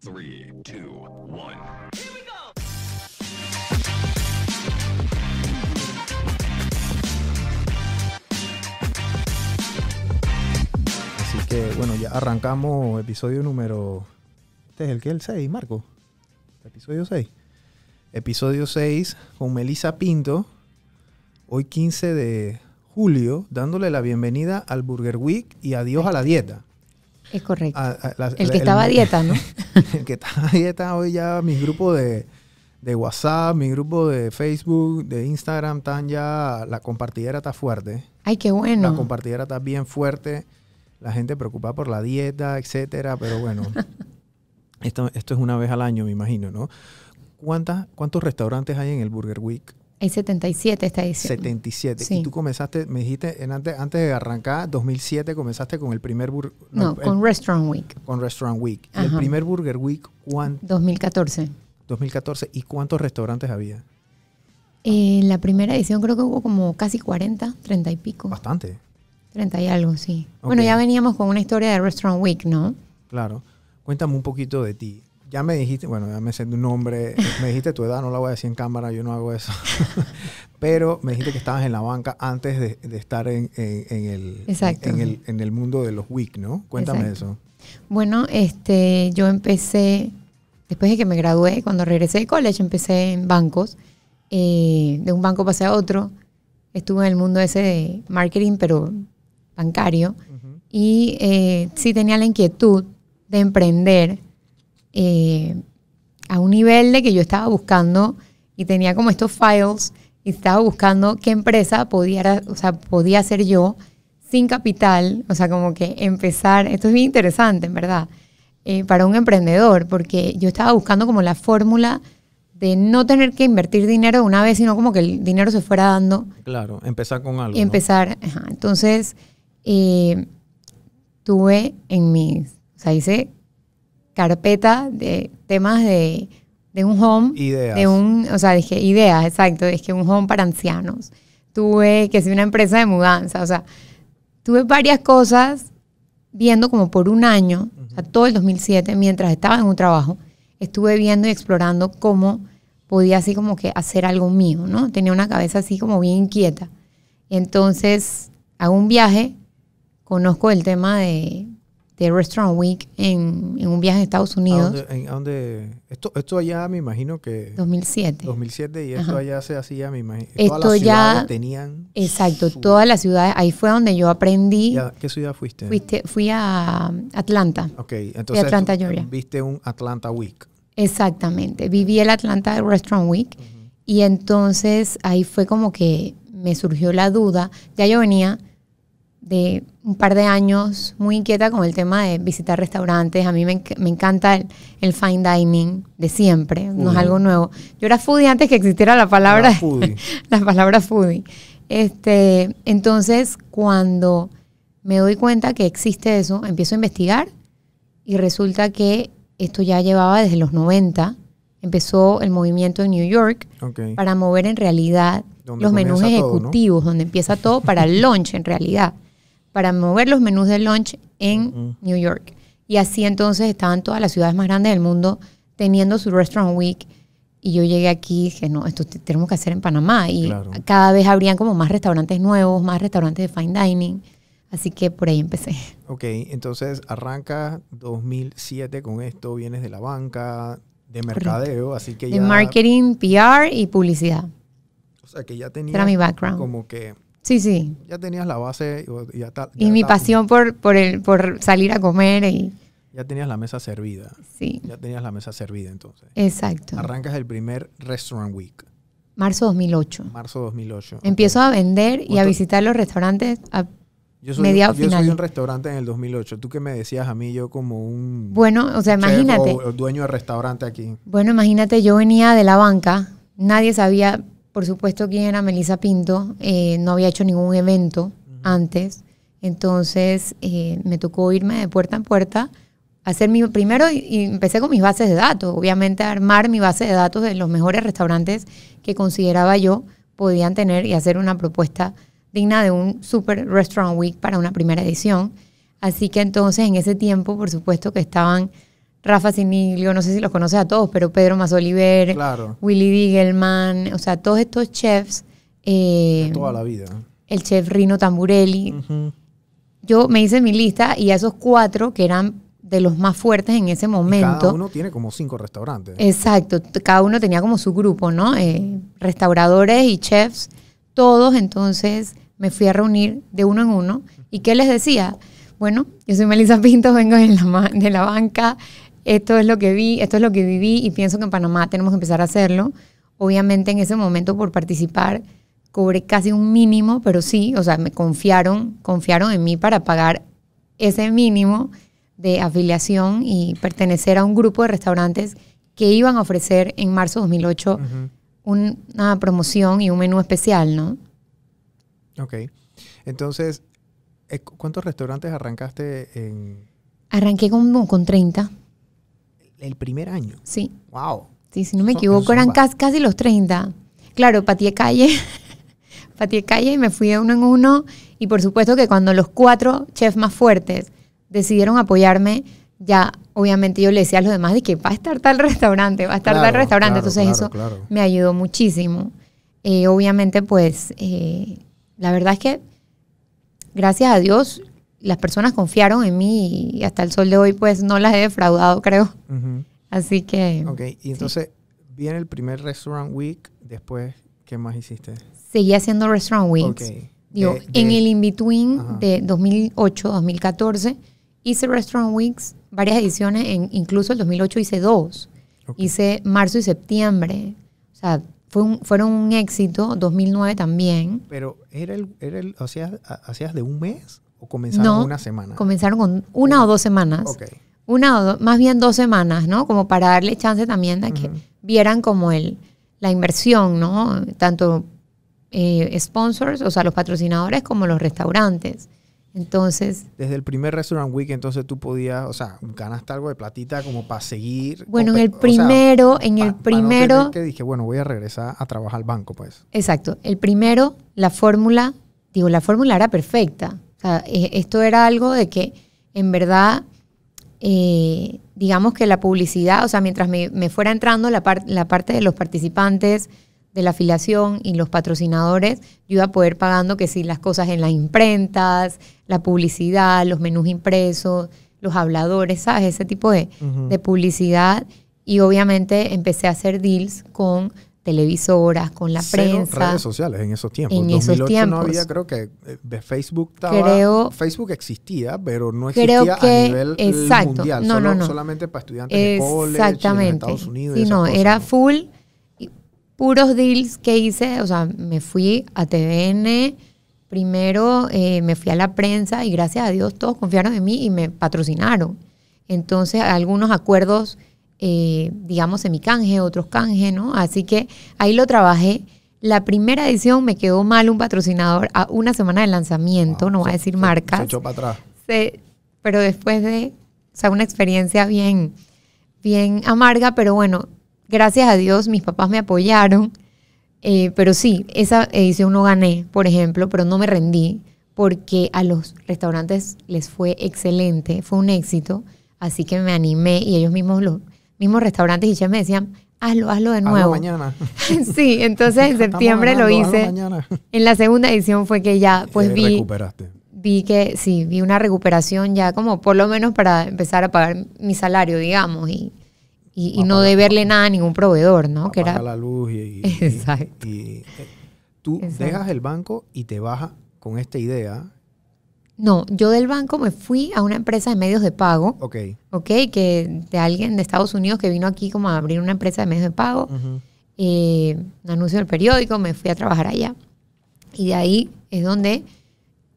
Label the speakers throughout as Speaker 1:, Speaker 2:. Speaker 1: Three, two, one.
Speaker 2: Así que bueno, ya arrancamos episodio número. Este es el que el 6, Marco. Episodio 6. Episodio 6 con Melissa Pinto. Hoy 15 de julio, dándole la bienvenida al Burger Week y adiós a la dieta.
Speaker 3: Es correcto.
Speaker 2: A- a- la-
Speaker 3: el que estaba a dieta, ¿no?
Speaker 2: el que estaba a dieta hoy ya, mis grupos de, de WhatsApp, mi grupo de Facebook, de Instagram, están ya. La compartidera está fuerte.
Speaker 3: Ay, qué
Speaker 2: La
Speaker 3: bueno.
Speaker 2: compartidera está bien fuerte. La gente preocupada por la dieta, etcétera. Pero bueno, esto, esto es una vez al año, me imagino, ¿no? ¿Cuántas, ¿Cuántos restaurantes hay en el Burger Week?
Speaker 3: Hay 77 esta edición.
Speaker 2: 77.
Speaker 3: Sí.
Speaker 2: Y tú comenzaste, me dijiste, en antes, antes de arrancar, 2007, comenzaste con el primer Burger
Speaker 3: No, con Restaurant Week
Speaker 2: con Restaurant Week. Y el
Speaker 3: Ajá.
Speaker 2: primer Burger Week, ¿cuán-
Speaker 3: 2014.
Speaker 2: 2014, ¿y cuántos restaurantes había?
Speaker 3: Eh, la primera edición creo que hubo como casi 40, 30 y pico.
Speaker 2: Bastante,
Speaker 3: 30 y algo, sí. Bueno,
Speaker 2: Ok.
Speaker 3: ya veníamos con una historia de Restaurant Week, ¿no?
Speaker 2: claro. Cuéntame un poquito de ti. Ya me dijiste, bueno, ya me sé tu nombre, me dijiste tu edad, no la voy a decir en cámara, yo no hago eso. Pero me dijiste que estabas en la banca antes de, de estar en, en- en el,
Speaker 3: Exacto.
Speaker 2: en, el, en el mundo de los week, ¿no? Cuéntame
Speaker 3: Exacto.
Speaker 2: eso.
Speaker 3: Bueno, este, yo empecé, después de que me gradué, cuando regresé de college, empecé en bancos. Eh, de un banco pasé a otro. Estuve en el mundo ese de marketing, pero bancario. Y eh, sí tenía la inquietud de emprender eh, a un nivel de que yo estaba buscando y tenía como estos files y estaba buscando qué empresa podía, o sea, podía hacer yo sin capital, o sea, como que empezar, esto es bien interesante, en verdad, eh, para un emprendedor, porque yo estaba buscando como la fórmula de no tener que invertir dinero de una vez, sino como que el dinero se fuera dando
Speaker 2: Claro, empezar con algo.
Speaker 3: y empezar. ajá. Entonces, eh, tuve en mis, o sea, hice carpeta de temas de, de un home.
Speaker 2: Ideas.
Speaker 3: De un, o sea, dije ideas, exacto. Dije un home para ancianos. Tuve que ser una empresa de mudanza. O sea, tuve varias cosas viendo como por un año, o sea, todo el 2007, mientras estaba en un trabajo, estuve viendo y explorando cómo podía así como que hacer algo mío, ¿no? Tenía una cabeza así como bien inquieta. Entonces, hago un viaje, conozco el tema de, de Restaurant Week en, en un viaje a Estados
Speaker 2: ¿A
Speaker 3: Unidos,
Speaker 2: dónde- en- a dónde- esto, esto allá me imagino que...
Speaker 3: 2007.
Speaker 2: 2007 y esto
Speaker 3: Ajá.
Speaker 2: allá se hacía, me imagino.
Speaker 3: Esto
Speaker 2: Todas las ciudades
Speaker 3: ya-
Speaker 2: tenían...
Speaker 3: Exacto,
Speaker 2: su-
Speaker 3: todas las ciudades, ahí fue donde yo aprendí,
Speaker 2: Ya, ¿Qué ciudad fuiste?
Speaker 3: fuiste, fui a Atlanta.
Speaker 2: Ok, entonces
Speaker 3: Atlanta,
Speaker 2: tú, eh,
Speaker 3: Georgia.
Speaker 2: viste un Atlanta Week.
Speaker 3: Exactamente. Viví el Atlanta Restaurant Week y entonces ahí fue como que me surgió la duda. Ya yo venía de un par de años muy inquieta con el tema de visitar restaurantes. A mí me, enc- me encanta el, el fine dining de siempre, no es
Speaker 2: Ujú.
Speaker 3: algo nuevo. Yo era foodie antes que existiera la palabra
Speaker 2: Era foodie.
Speaker 3: la palabra foodie. Este, entonces, cuando me doy cuenta que existe eso, empiezo a investigar y resulta que esto ya llevaba desde los 90. Empezó el movimiento en New York
Speaker 2: Ok.
Speaker 3: para mover en realidad
Speaker 2: Donde
Speaker 3: los menús
Speaker 2: comienza todo, ¿no?
Speaker 3: ejecutivos, donde empieza todo para el lunch en realidad, para mover los menús de lunch en New York. Y así entonces estaban todas las ciudades más grandes del mundo teniendo su Restaurant Week. Y yo llegué aquí y dije, no, esto te- tenemos que hacer en Panamá. Y
Speaker 2: Claro.
Speaker 3: cada vez habrían como más restaurantes nuevos, más restaurantes de fine dining. Así que por ahí empecé.
Speaker 2: Ok, entonces arranca 2007 con esto, vienes de la banca, de mercadeo, así que
Speaker 3: De
Speaker 2: ya...
Speaker 3: marketing, PR y publicidad.
Speaker 2: O sea, que ya tenías...
Speaker 3: Era mi background.
Speaker 2: Como que
Speaker 3: Sí, sí.
Speaker 2: ya tenías la base... o- Ya ta-
Speaker 3: Y
Speaker 2: ya
Speaker 3: mi
Speaker 2: ta-
Speaker 3: pasión por, por, el, por salir a comer y
Speaker 2: Ya tenías la mesa servida.
Speaker 3: sí.
Speaker 2: Ya tenías la mesa servida entonces.
Speaker 3: Exacto.
Speaker 2: Arrancas el primer Restaurant Week,
Speaker 3: Marzo 2008.
Speaker 2: marzo 2008. ok.
Speaker 3: Empiezo a vender y a
Speaker 2: Justo-
Speaker 3: visitar los restaurantes. a-
Speaker 2: Yo soy,
Speaker 3: mediados
Speaker 2: yo soy
Speaker 3: finales.
Speaker 2: un restaurante en el 2008. Tú que me decías a mí, yo como un...
Speaker 3: Bueno, o sea,
Speaker 2: chef
Speaker 3: imagínate.
Speaker 2: o- o dueño de restaurante aquí.
Speaker 3: Bueno, imagínate, yo venía de la banca, nadie sabía, por supuesto, quién era Melissa Pinto, eh, no había hecho ningún evento antes, entonces eh, me tocó irme de puerta en puerta, hacer mi, primero y- y empecé con mis bases de datos, obviamente a armar mi base de datos de los mejores restaurantes que consideraba yo podían tener y hacer una propuesta digna de un Super Restaurant Week para una primera edición. Así que entonces en ese tiempo, por supuesto que estaban Rafa Siniglio, no sé si los conoces a todos, pero Pedro Masoliver,
Speaker 2: Claro,
Speaker 3: Willy Diegelman, o sea, todos estos chefs, eh,
Speaker 2: de toda la vida.
Speaker 3: el chef Rino Tamburelli.
Speaker 2: Ujú.
Speaker 3: Yo me hice mi lista y a esos cuatro que eran de los más fuertes en ese
Speaker 2: Y
Speaker 3: momento. Eh,
Speaker 2: Cada uno tiene como cinco restaurantes.
Speaker 3: Exacto, t- cada uno tenía como su grupo, ¿no? Eh, restauradores y chefs, todos, entonces me fui a reunir de uno en uno. ¿Y qué les decía? Bueno, yo soy Melissa Pinto, vengo de la, ma- de la banca, esto es lo que vi, esto es lo que viví y pienso que en Panamá tenemos que empezar a hacerlo. Obviamente en ese momento por participar cobré casi un mínimo, pero sí, o sea, me confiaron, confiaron en mí para pagar ese mínimo de afiliación y pertenecer a un grupo de restaurantes que iban a ofrecer en marzo de 2008
Speaker 2: Ujú.
Speaker 3: un- una promoción y un menú especial, ¿no?
Speaker 2: Ok. Entonces, eh, cu- ¿cuántos restaurantes arrancaste en
Speaker 3: Arranqué con, con 30,
Speaker 2: el primer año?
Speaker 3: sí.
Speaker 2: ¡Wow!
Speaker 3: Sí, si no me
Speaker 2: Son-
Speaker 3: equivoco,
Speaker 2: son
Speaker 3: eran
Speaker 2: varios.
Speaker 3: casi, casi los 30. Claro, patié calle. patié calle y me fui de uno en uno. Y por supuesto que cuando los cuatro chefs más fuertes decidieron apoyarme, ya obviamente yo le decía a los demás de que va a estar tal restaurante, va a estar tal
Speaker 2: Claro,
Speaker 3: restaurante.
Speaker 2: claro,
Speaker 3: Entonces
Speaker 2: claro,
Speaker 3: eso
Speaker 2: claro.
Speaker 3: me ayudó muchísimo. Eh, obviamente, pues, eh, la verdad es que, gracias a Dios, las personas confiaron en mí y hasta el sol de hoy, pues, no las he defraudado, creo.
Speaker 2: Ujú.
Speaker 3: Así que...
Speaker 2: Ok, y entonces viene el primer Restaurant Week, después, ¿qué más hiciste?
Speaker 3: seguía haciendo Restaurant Weeks.
Speaker 2: Ok, de-
Speaker 3: Digo,
Speaker 2: de-
Speaker 3: en el in-between
Speaker 2: Ajá.
Speaker 3: de 2008-2014 hice Restaurant Weeks, varias ediciones, en, incluso el 2008 hice dos.
Speaker 2: ok,
Speaker 3: Hice marzo y septiembre. O sea, fue un- fueron un éxito, 2009 también.
Speaker 2: Pero, ¿era el, era el, hacías, ha- hacías de un mes o comenzaron
Speaker 3: No,
Speaker 2: una semana?
Speaker 3: Comenzaron con una o dos semanas.
Speaker 2: Ok,
Speaker 3: Una o dos, más bien dos semanas, ¿no? Como para darle chance también de que
Speaker 2: Ujú.
Speaker 3: vieran como el, la inversión, ¿no? Tanto eh, sponsors, o sea, los patrocinadores, como los restaurantes. Entonces,
Speaker 2: desde el primer Restaurant Week, entonces tú podías, o sea, ganaste algo de platita como para seguir.
Speaker 3: Bueno, en
Speaker 2: compe-
Speaker 3: el
Speaker 2: o sea,
Speaker 3: primero, en
Speaker 2: pa- pa
Speaker 3: el
Speaker 2: no tener
Speaker 3: primero,
Speaker 2: que dije, bueno, voy a regresar a trabajar al banco, pues.
Speaker 3: exacto, el primero, la fórmula, digo, la fórmula era perfecta. O sea, eh, esto era algo de que, en verdad, eh, digamos que la publicidad, o sea, mientras me, me fuera entrando la, par- la parte de los participantes, de la afiliación y los patrocinadores, yo iba a poder pagando que sí las cosas en las imprentas, la publicidad, los menús impresos, los habladores, ¿sabes? Ese tipo de,
Speaker 2: Ujú.
Speaker 3: de publicidad y obviamente empecé a hacer deals con televisoras, con la
Speaker 2: Cero
Speaker 3: prensa.
Speaker 2: redes sociales en esos tiempos.
Speaker 3: En
Speaker 2: 2008
Speaker 3: esos
Speaker 2: no
Speaker 3: tiempos.
Speaker 2: había, creo que eh, de Facebook estaba.
Speaker 3: Creo-
Speaker 2: Facebook existía, pero no existía
Speaker 3: Creo
Speaker 2: a
Speaker 3: que-
Speaker 2: nivel eh,
Speaker 3: exacto.
Speaker 2: mundial.
Speaker 3: No,
Speaker 2: solo-
Speaker 3: no, no.
Speaker 2: Solamente para estudiantes de college y en
Speaker 3: Exactamente.
Speaker 2: Estados Unidos. y
Speaker 3: Sí,
Speaker 2: esas
Speaker 3: no,
Speaker 2: cosas,
Speaker 3: era
Speaker 2: ¿no?
Speaker 3: full, y puros deals que hice, o sea, me fui a TVN, primero eh, me fui a la prensa y gracias a Dios todos confiaron en mí y me patrocinaron. Entonces, algunos acuerdos, eh, digamos, en mi canje, otros canje, ¿no? Así que ahí lo trabajé. La primera edición me quedó mal un patrocinador a una semana de lanzamiento,
Speaker 2: Wow,
Speaker 3: no voy a
Speaker 2: se-
Speaker 3: decir
Speaker 2: se-
Speaker 3: marcas
Speaker 2: Se echó para atrás.
Speaker 3: se- pero después de, o sea, una experiencia bien, bien amarga, pero bueno, gracias a Dios mis papás me apoyaron, Eh, pero sí, esa edición no gané, por ejemplo, pero no me rendí porque a los restaurantes les fue excelente, fue un éxito, así que me animé y ellos mismos, los mismos restaurantes y chefs me decían, hazlo, hazlo de
Speaker 2: Hazlo
Speaker 3: nuevo.
Speaker 2: mañana.
Speaker 3: sí, entonces en
Speaker 2: Estamos
Speaker 3: septiembre lo
Speaker 2: ganando, hazlo
Speaker 3: hice.
Speaker 2: mañana.
Speaker 3: En la segunda edición fue que ya pues
Speaker 2: Te
Speaker 3: vi
Speaker 2: recuperaste.
Speaker 3: vi que sí, vi una recuperación ya como por lo menos para empezar a pagar mi salario, digamos, y, y- y
Speaker 2: A
Speaker 3: no
Speaker 2: pagar-
Speaker 3: deberle nada a ningún proveedor, ¿no? Que
Speaker 2: Apaga
Speaker 3: era,
Speaker 2: la luz y... y- y-
Speaker 3: Exacto.
Speaker 2: y, eh, tú
Speaker 3: Exacto.
Speaker 2: dejas el banco y te bajas con esta idea.
Speaker 3: no, yo del banco me fui a una empresa de medios de pago,
Speaker 2: Ok.
Speaker 3: ¿ok? Que de alguien de Estados Unidos que vino aquí como a abrir una empresa de medios de pago,
Speaker 2: Ujú.
Speaker 3: eh, un anuncio del periódico, me fui a trabajar allá. Y de ahí es donde,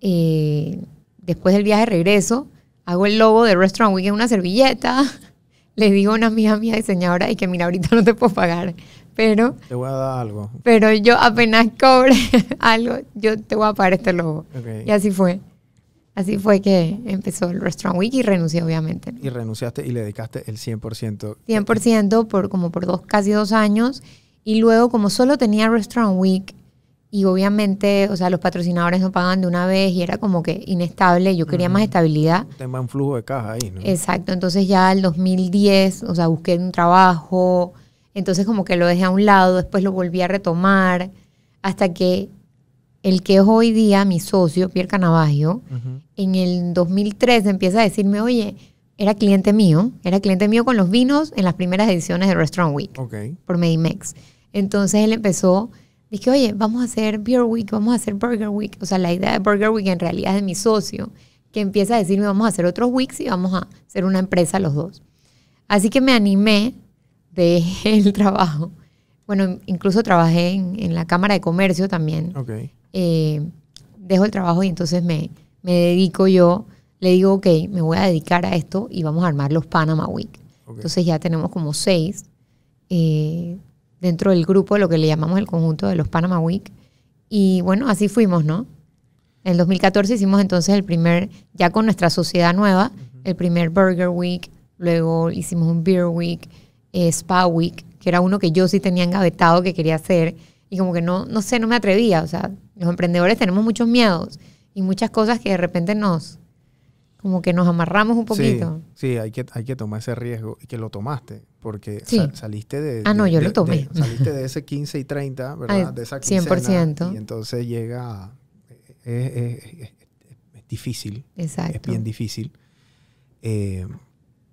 Speaker 3: eh, después del viaje de regreso, hago el logo de Restaurant Week en una servilleta. Le digo a una amiga mía diseñadora y que mira, ahorita no te puedo pagar, pero,
Speaker 2: Te voy a dar algo.
Speaker 3: pero yo apenas cobre algo, yo te voy a pagar este logo.
Speaker 2: Ok.
Speaker 3: Y así fue. Así fue que empezó el Restaurant Week y renuncié, obviamente.
Speaker 2: Y renunciaste y le dedicaste el 100%.
Speaker 3: 100% por como por dos, casi dos años. Y luego, como solo tenía Restaurant Week, Y obviamente, o sea, los patrocinadores no pagaban de una vez y era como que inestable. Yo quería más estabilidad.
Speaker 2: Un tema en flujo de caja ahí, ¿no?
Speaker 3: Exacto, entonces ya el 2010, o sea, busqué un trabajo, entonces como que lo dejé a un lado, después lo volví a retomar, hasta que el que es hoy día mi socio, Pierre Canavaggio,
Speaker 2: Ujú.
Speaker 3: en el 2003 empieza a decirme, oye, era cliente mío, era cliente mío con los vinos en las primeras ediciones de Restaurant Week
Speaker 2: Ok.
Speaker 3: por Medimex. Entonces él empezó, dije, oye, vamos a hacer Beer Week, vamos a hacer Burger Week. O sea, la idea de Burger Week en realidad es de mi socio, que empieza a decirme, vamos a hacer otros weeks y vamos a ser una empresa los dos. Así que me animé, dejé el trabajo. Bueno, incluso trabajé en, en la Cámara de Comercio también
Speaker 2: Ok.
Speaker 3: eh, dejo el trabajo y entonces me, me dedico yo, le digo, ok, me voy a dedicar a esto y vamos a armar los Panama Week.
Speaker 2: Ok.
Speaker 3: Entonces ya tenemos como seis eh, dentro del grupo, lo que le llamamos el conjunto de los Panama Week. Y bueno, así fuimos, ¿no? En el 2014 hicimos entonces el primer, ya con nuestra sociedad nueva, el primer Burger Week, luego hicimos un Beer Week, eh, Spa Week, que era uno que yo sí tenía engavetado que quería hacer y como que no, no sé, no me atrevía. O sea, los emprendedores tenemos muchos miedos y muchas cosas que de repente nos, como que nos amarramos un poquito.
Speaker 2: Sí, sí, hay, que, hay que tomar ese riesgo y que lo tomaste, porque
Speaker 3: Sí.
Speaker 2: sal- saliste de...
Speaker 3: Ah, no,
Speaker 2: de-
Speaker 3: yo
Speaker 2: de-
Speaker 3: lo tomé.
Speaker 2: de- saliste de ese 15 y 30, ¿verdad?
Speaker 3: Ay,
Speaker 2: de esa
Speaker 3: 100%.
Speaker 2: Y entonces llega... a- es- es- es- es difícil, es
Speaker 3: Exacto.
Speaker 2: bien difícil. Eh,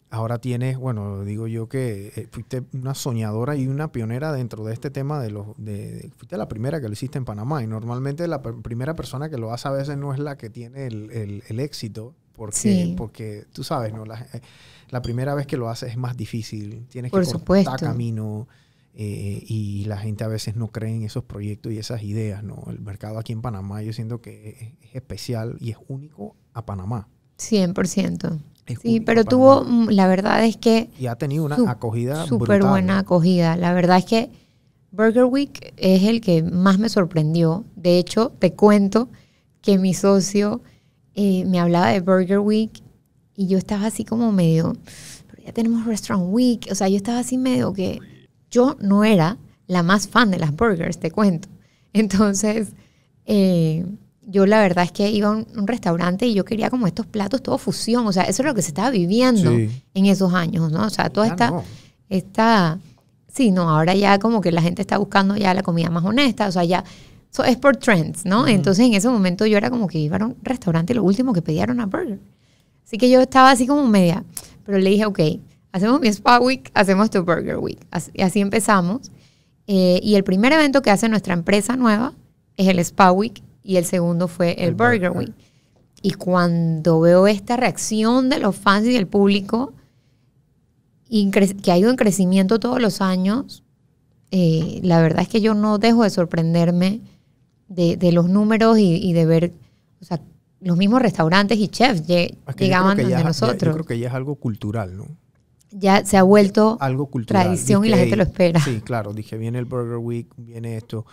Speaker 2: ahora tienes, bueno, digo yo que eh, fuiste una soñadora y una pionera dentro de este tema de los... De, de- fuiste la primera que lo hiciste en Panamá y normalmente la per- primera persona que lo hace a veces no es la que tiene el, el- el éxito. Porque,
Speaker 3: Sí.
Speaker 2: porque tú sabes, ¿no? La, eh, la primera vez que lo haces es más difícil. Tienes
Speaker 3: Por
Speaker 2: que
Speaker 3: supuesto.
Speaker 2: cortar camino. eh, y la gente a veces no cree en esos proyectos y esas ideas, ¿no? El mercado aquí en Panamá yo siento que es, es especial y es único a Panamá.
Speaker 3: 100%.
Speaker 2: Es
Speaker 3: Sí,
Speaker 2: único a
Speaker 3: pero
Speaker 2: Panamá.
Speaker 3: tuvo, mm, la verdad es que
Speaker 2: Y ha tenido una
Speaker 3: su-
Speaker 2: acogida
Speaker 3: súper
Speaker 2: brutal.
Speaker 3: buena acogida. La verdad es que Burger Week es el que más me sorprendió. De hecho, te cuento que mi socio eh, me hablaba de Burger Week y yo estaba así como medio, pero ya tenemos Restaurant Week. O sea, yo estaba así medio que yo no era la más fan de las burgers, te cuento. Entonces, eh, yo la verdad es que iba a un, un restaurante y yo quería como estos platos, todo fusión. O sea, eso es lo que se estaba viviendo
Speaker 2: Sí.
Speaker 3: en esos años, ¿no? O sea, toda
Speaker 2: Ya
Speaker 3: esta
Speaker 2: no.
Speaker 3: está, sí, no, ahora ya como que la gente está buscando ya la comida más honesta, o sea, ya, so- es por trends, ¿no? Entonces en ese momento yo era como que iba a un restaurante y lo último que pedía era una burger. Así que yo estaba así como media, pero le dije, ok, hacemos mi Spa Week, hacemos tu Burger Week. Así, así empezamos. Eh, y el primer evento que hace nuestra empresa nueva es el Spa Week y el segundo fue el,
Speaker 2: El
Speaker 3: Burger
Speaker 2: Burger.
Speaker 3: Week. Y cuando veo esta reacción de los fans y del público, y cre- que ha ido en crecimiento todos los años, eh, la verdad es que yo no dejo de sorprenderme de, de los números y, y de ver, o sea, los mismos restaurantes y chefs lle-
Speaker 2: Es que yo creo
Speaker 3: llegaban
Speaker 2: que
Speaker 3: donde
Speaker 2: ya- ya- yo
Speaker 3: nosotros.
Speaker 2: creo que Ah, ya es algo cultural, ¿no?
Speaker 3: Ya se ha vuelto,
Speaker 2: algo cultural.
Speaker 3: Tradición y la gente
Speaker 2: "Hey,
Speaker 3: lo espera".
Speaker 2: Sí, claro. Dije, viene el Burger Week, viene esto.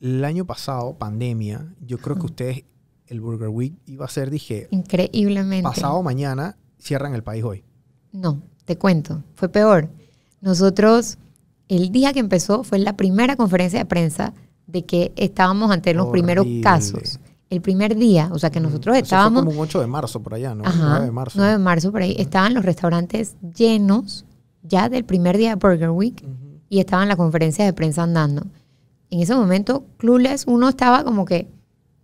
Speaker 2: El año pasado, pandemia, yo creo que ustedes, el Burger Week iba a ser, dije,
Speaker 3: increíblemente.
Speaker 2: pasado mañana cierran el país hoy.
Speaker 3: No, te cuento, fue peor. Nosotros, el día que empezó fue la primera conferencia de prensa de que estábamos ante los primeros
Speaker 2: Horrible.
Speaker 3: casos. El primer día, o sea que nosotros
Speaker 2: Eso fue
Speaker 3: estábamos...
Speaker 2: como un 8 de marzo por allá, ¿no?
Speaker 3: Ajá,
Speaker 2: 9 de marzo.
Speaker 3: 9 de marzo, por ahí. Estaban los restaurantes llenos ya del primer día de Burger Week
Speaker 2: Ujú.
Speaker 3: y estaban las conferencias de prensa andando. En ese momento, Clueless, uno estaba como que,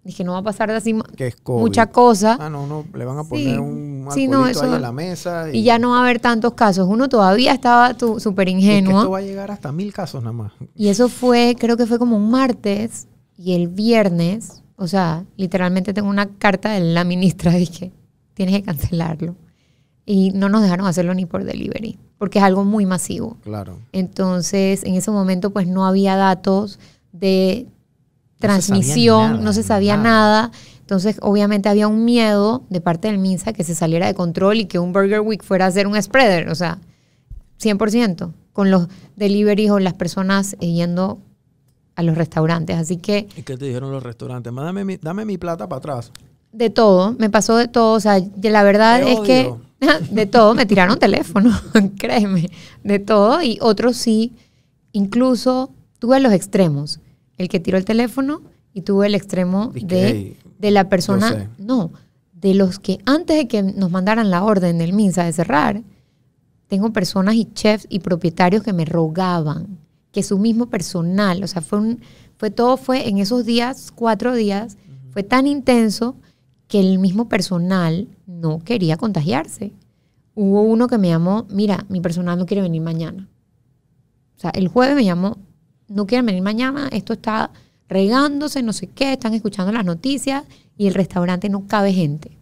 Speaker 3: dije, no va a pasar de así mu-
Speaker 2: Que es COVID.
Speaker 3: mucha cosa
Speaker 2: Ah, no, no, le van a
Speaker 3: Sí.
Speaker 2: poner un
Speaker 3: Sí,
Speaker 2: alcoholito
Speaker 3: no,
Speaker 2: ahí
Speaker 3: eso-
Speaker 2: en la mesa.
Speaker 3: y ya no va a haber tantos casos. Uno todavía estaba tu- súper
Speaker 2: Y es que esto
Speaker 3: ingenuo.
Speaker 2: va a llegar hasta mil casos nada más.
Speaker 3: Y eso fue, creo que fue como un martes y el viernes, o sea, literalmente tengo una carta de la ministra, dije, tienes que cancelarlo. Y no nos dejaron hacerlo ni por delivery, porque es algo muy masivo.
Speaker 2: Claro.
Speaker 3: Entonces, en ese momento, pues no había datos de
Speaker 2: No se sabía
Speaker 3: transmisión,
Speaker 2: nada,
Speaker 3: no se sabía
Speaker 2: nada.
Speaker 3: nada. Entonces, obviamente había un miedo de parte del MINSA que se saliera de control y que un Burger Week fuera a ser un spreader, o sea, 100%, con los deliveries o las personas eh, yendo a los restaurantes. Así que
Speaker 2: ¿Y qué te dijeron los restaurantes? Más dame mi, dame mi plata para atrás.
Speaker 3: de todo, me pasó de todo, o sea, y la verdad
Speaker 2: Te
Speaker 3: es que
Speaker 2: odio.
Speaker 3: de todo me tiraron teléfono, créeme, de todo y otros sí, incluso tuve los extremos. el que tiró el teléfono y tuve el extremo
Speaker 2: Dice que,
Speaker 3: de,
Speaker 2: "Hey,
Speaker 3: de la
Speaker 2: yo sé".
Speaker 3: persona, no, de los que antes de que nos mandaran la orden del MINSA de cerrar, tengo personas y chefs y propietarios que me rogaban que su mismo personal, o sea, fue un, fue todo fue en esos días, cuatro días, fue tan intenso que el mismo personal no quería contagiarse. Hubo uno que me llamó, mira, mi personal no quiere venir mañana. O sea, el jueves me llamó, no quieren venir mañana, esto está regándose, no sé qué, están escuchando las noticias y el restaurante no cabe gente.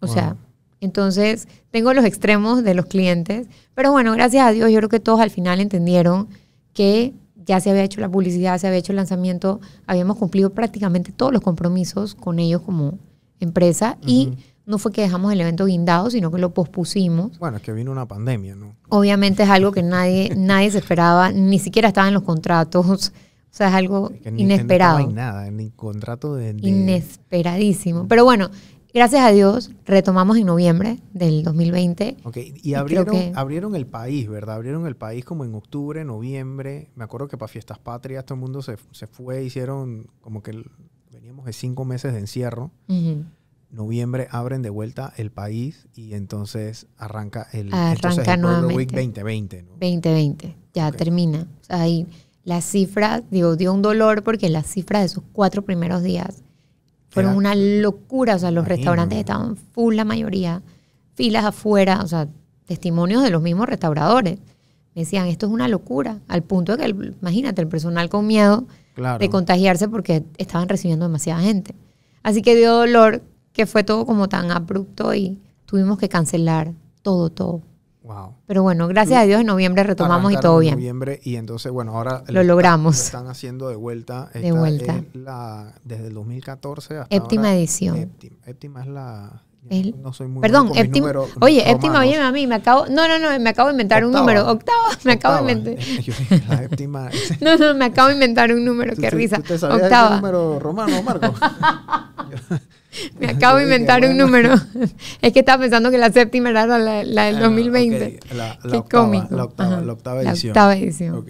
Speaker 3: O
Speaker 2: Wow.
Speaker 3: sea, entonces tengo los extremos de los clientes, pero bueno, gracias a Dios yo creo que todos al final entendieron que ya se había hecho la publicidad, se había hecho el lanzamiento, habíamos cumplido prácticamente todos los compromisos con ellos como empresa y
Speaker 2: Ujú.
Speaker 3: no fue que dejamos el evento guindado, sino que lo pospusimos.
Speaker 2: Bueno, es que vino una pandemia, ¿no?
Speaker 3: Obviamente es algo que nadie, nadie se esperaba, ni siquiera estaba en los contratos. O sea, es algo
Speaker 2: Es que ni-
Speaker 3: inesperado.
Speaker 2: No hay nada, ni contrato de... de-
Speaker 3: Inesperadísimo. Pero bueno, gracias a Dios, retomamos en noviembre del 2020.
Speaker 2: Ok, y abrieron,
Speaker 3: que-
Speaker 2: abrieron el país, ¿verdad? Abrieron el país como en octubre, noviembre. Me acuerdo que para fiestas patrias todo el mundo se, se fue, hicieron como que el- veníamos de cinco meses de encierro.
Speaker 3: Ujú.
Speaker 2: Noviembre abren de vuelta el país y entonces arranca el,
Speaker 3: Arranca
Speaker 2: entonces el Burger Week
Speaker 3: nuevamente.
Speaker 2: 2020. ¿no?
Speaker 3: 2020, ya
Speaker 2: Ok.
Speaker 3: termina. O sea, ahí las cifras, digo, dio un dolor porque las cifras de esos cuatro primeros días fueron
Speaker 2: Era-
Speaker 3: una locura. O sea, los
Speaker 2: Imagino.
Speaker 3: restaurantes estaban full la mayoría, filas afuera, o sea, testimonios de los mismos restauradores. Me decían, esto es una locura, al punto de que, el- imagínate, el personal con miedo
Speaker 2: Claro.
Speaker 3: de contagiarse porque estaban recibiendo demasiada gente. Así que dio dolor, que fue todo como tan abrupto y tuvimos que cancelar todo, todo.
Speaker 2: wow.
Speaker 3: Pero bueno, gracias a Dios en noviembre retomamos y
Speaker 2: Arrancaron
Speaker 3: todo
Speaker 2: en
Speaker 3: bien.
Speaker 2: Noviembre y entonces, bueno, ahora
Speaker 3: Lo logramos.
Speaker 2: están haciendo de vuelta.
Speaker 3: De
Speaker 2: Esta
Speaker 3: vuelta.
Speaker 2: es la- desde el 2014 hasta
Speaker 3: Éptima
Speaker 2: ahora.
Speaker 3: edición.
Speaker 2: Éptima, éptima es la.
Speaker 3: El-
Speaker 2: no soy muy
Speaker 3: Perdón,
Speaker 2: bueno con mis
Speaker 3: éptima.
Speaker 2: números
Speaker 3: Oye,
Speaker 2: romanos.
Speaker 3: éptima, oye, a mí me acabo. No, no, no, me acabo de inventar un
Speaker 2: Octava.
Speaker 3: número. Octava, me acabo de
Speaker 2: Octava.
Speaker 3: inventar.
Speaker 2: Yo dije, la éptima.
Speaker 3: No, no, me acabo de inventar un número,
Speaker 2: ¿Tú-
Speaker 3: qué
Speaker 2: tú-
Speaker 3: risa.
Speaker 2: ¿Tú te sabías ese
Speaker 3: Octava.
Speaker 2: número romano, Marco?
Speaker 3: Me acabo de
Speaker 2: Yo dije,
Speaker 3: inventar un
Speaker 2: bueno.
Speaker 3: número. es que estaba pensando que la séptima era la, la del
Speaker 2: Ah,
Speaker 3: 2020.
Speaker 2: ok, La, la
Speaker 3: Qué
Speaker 2: octava,
Speaker 3: cómico.
Speaker 2: La octava,
Speaker 3: Ajá.
Speaker 2: la octava
Speaker 3: La
Speaker 2: edición.
Speaker 3: octava edición.
Speaker 2: Ok.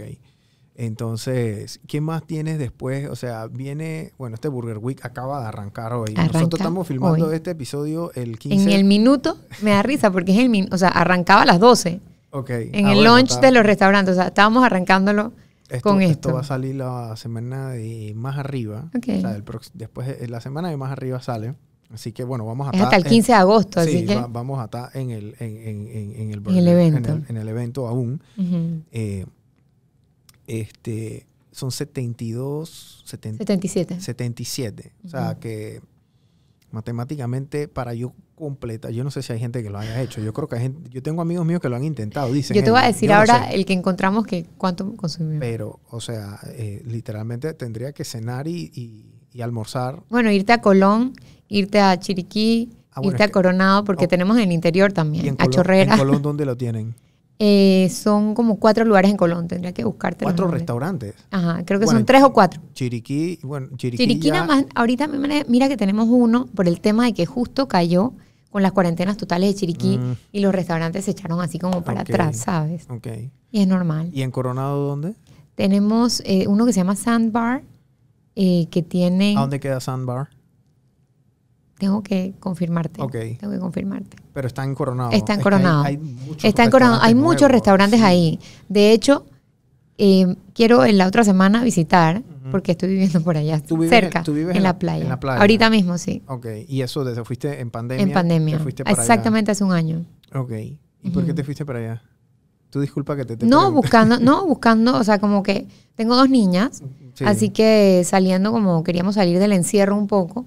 Speaker 2: Entonces, ¿qué más tienes después? O sea, viene, bueno, este Burger Week acaba de arrancar hoy.
Speaker 3: Arranca
Speaker 2: Nosotros estamos filmando
Speaker 3: hoy.
Speaker 2: este episodio el 15.
Speaker 3: En el minuto me da risa porque es el min, o sea, arrancaba a las 12
Speaker 2: Ok.
Speaker 3: en
Speaker 2: Ah,
Speaker 3: el
Speaker 2: bueno,
Speaker 3: lunch
Speaker 2: está-
Speaker 3: de los restaurantes, o sea, estábamos arrancándolo
Speaker 2: esto-
Speaker 3: con
Speaker 2: Esto
Speaker 3: esto.
Speaker 2: va a salir la semana de más arriba.
Speaker 3: Ok.
Speaker 2: O sea, el prox- después de la semana de más arriba sale. Así que bueno, vamos a
Speaker 3: es hasta
Speaker 2: estar
Speaker 3: el
Speaker 2: Ah, en-
Speaker 3: 15 de agosto,
Speaker 2: sí,
Speaker 3: así que
Speaker 2: va- vamos a estar en el, en, en- en- en el,
Speaker 3: el evento.
Speaker 2: En el, en el evento aún.
Speaker 3: Ujú.
Speaker 2: Eh, este, son 72, 70,
Speaker 3: 77.
Speaker 2: 77. O sea
Speaker 3: Ujú.
Speaker 2: que matemáticamente para yo completa, yo no sé si hay gente que lo haya hecho. Yo creo que hay gente, yo tengo amigos míos que lo han intentado. Dicen,
Speaker 3: Yo te
Speaker 2: "Hey,
Speaker 3: voy a decir
Speaker 2: yo no
Speaker 3: ahora
Speaker 2: sé".
Speaker 3: el que encontramos que cuánto consumió.
Speaker 2: Pero, o sea, eh, literalmente tendría que cenar y, y- y almorzar.
Speaker 3: Bueno, irte a Colón, irte a Chiriquí,
Speaker 2: Ah, bueno,
Speaker 3: irte
Speaker 2: es
Speaker 3: a
Speaker 2: que-
Speaker 3: Coronado, porque
Speaker 2: oh.
Speaker 3: tenemos en el interior también,
Speaker 2: Y en
Speaker 3: a
Speaker 2: Colón,
Speaker 3: Chorrera.
Speaker 2: ¿En Colón dónde lo tienen?
Speaker 3: Eh, son como cuatro lugares en Colón, tendría que buscarte. los
Speaker 2: Cuatro
Speaker 3: nombres.
Speaker 2: restaurantes.
Speaker 3: Ajá, creo que
Speaker 2: Bueno,
Speaker 3: son tres o cuatro.
Speaker 2: Chiriquí, bueno, Chiriquí,
Speaker 3: Chiriquí
Speaker 2: ya-
Speaker 3: nada más, ahorita mi mane- mira que tenemos uno por el tema de que justo cayó con las cuarentenas totales de Chiriquí
Speaker 2: Mm.
Speaker 3: y los restaurantes se echaron así como para
Speaker 2: Ok.
Speaker 3: atrás, ¿sabes?
Speaker 2: Ok.
Speaker 3: Y es normal.
Speaker 2: ¿Y en Coronado dónde?
Speaker 3: Tenemos eh, uno que se llama Sandbar, eh, que tiene...
Speaker 2: ¿A dónde queda Sandbar?
Speaker 3: Tengo que confirmarte.
Speaker 2: Ok.
Speaker 3: Tengo que confirmarte.
Speaker 2: Pero está en Coronado.
Speaker 3: Está
Speaker 2: Es
Speaker 3: en
Speaker 2: que
Speaker 3: Coronado.
Speaker 2: Hay, hay muchos
Speaker 3: Está en Coronado. Hay
Speaker 2: nuevos,
Speaker 3: muchos restaurantes
Speaker 2: sí.
Speaker 3: ahí. De hecho, eh, quiero en la otra semana visitar,
Speaker 2: Ujú.
Speaker 3: porque estoy viviendo por allá,
Speaker 2: Tú vives-
Speaker 3: cerca,
Speaker 2: tú vives
Speaker 3: en,
Speaker 2: en
Speaker 3: la,
Speaker 2: la-
Speaker 3: playa.
Speaker 2: en la playa.
Speaker 3: Ahorita mismo, sí.
Speaker 2: Ok, y eso desde fuiste en pandemia.
Speaker 3: en pandemia.
Speaker 2: te fuiste para allá.
Speaker 3: Exactamente hace un año.
Speaker 2: Ok, ¿y por qué te fuiste para allá? Tú disculpa que te... te
Speaker 3: no,
Speaker 2: pregunte.
Speaker 3: buscando, no, buscando, o sea, como que tengo dos niñas,
Speaker 2: Sí.
Speaker 3: así que saliendo como queríamos salir del encierro un poco,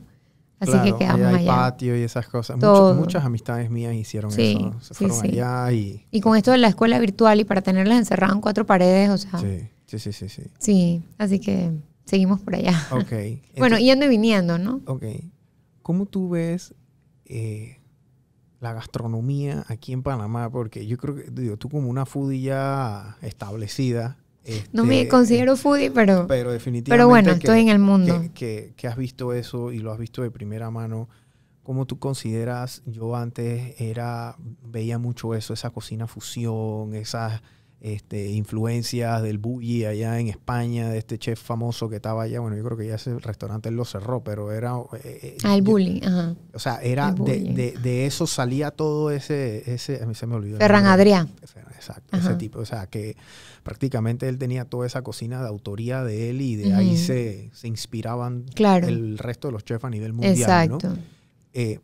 Speaker 3: así
Speaker 2: Claro,
Speaker 3: que quedamos
Speaker 2: allá. Hay
Speaker 3: allá.
Speaker 2: patio y esas cosas. Mucho-
Speaker 3: Todo.
Speaker 2: muchas amistades mías hicieron
Speaker 3: Sí,
Speaker 2: eso. Se
Speaker 3: sí,
Speaker 2: fueron
Speaker 3: sí.
Speaker 2: allá y...
Speaker 3: Y con esto de la escuela virtual y para tenerlas encerradas en cuatro paredes, o sea,
Speaker 2: Sí, sí, sí, sí. sí.
Speaker 3: Sí, así que seguimos por allá.
Speaker 2: Ok.
Speaker 3: bueno,
Speaker 2: entonces-
Speaker 3: yendo y viniendo, ¿no?
Speaker 2: Ok. ¿Cómo tú ves eh, la gastronomía aquí en Panamá? Porque yo creo que, digo, tú como una foodie ya establecida.
Speaker 3: No me
Speaker 2: este,
Speaker 3: considero foodie, pero,
Speaker 2: Pero definitivamente.
Speaker 3: pero bueno,
Speaker 2: que-
Speaker 3: estoy en el mundo.
Speaker 2: Que, que- que has visto eso y lo has visto de primera mano. ¿Cómo tú consideras? Yo antes era veía mucho eso, esa cocina fusión, esas este, influencias del Bulli allá en España, de este chef famoso que estaba allá. Bueno, yo creo que ya ese restaurante lo cerró, pero era... eh,
Speaker 3: Ah, el
Speaker 2: yo-
Speaker 3: bullying, ajá.
Speaker 2: O sea, era
Speaker 3: el
Speaker 2: de,
Speaker 3: Bulli.
Speaker 2: de- de eso salía todo ese, ese... A mí se me olvidó. el
Speaker 3: Ferran
Speaker 2: nombre.
Speaker 3: Adrià.
Speaker 2: Ferran, Exacto, ese
Speaker 3: Ajá.
Speaker 2: tipo. O sea, que prácticamente él tenía toda esa cocina de autoría de él y de ahí
Speaker 3: Ujú.
Speaker 2: se, se inspiraban
Speaker 3: Claro.
Speaker 2: el resto de los chefs a nivel mundial.
Speaker 3: Exacto.
Speaker 2: ¿no? Eh,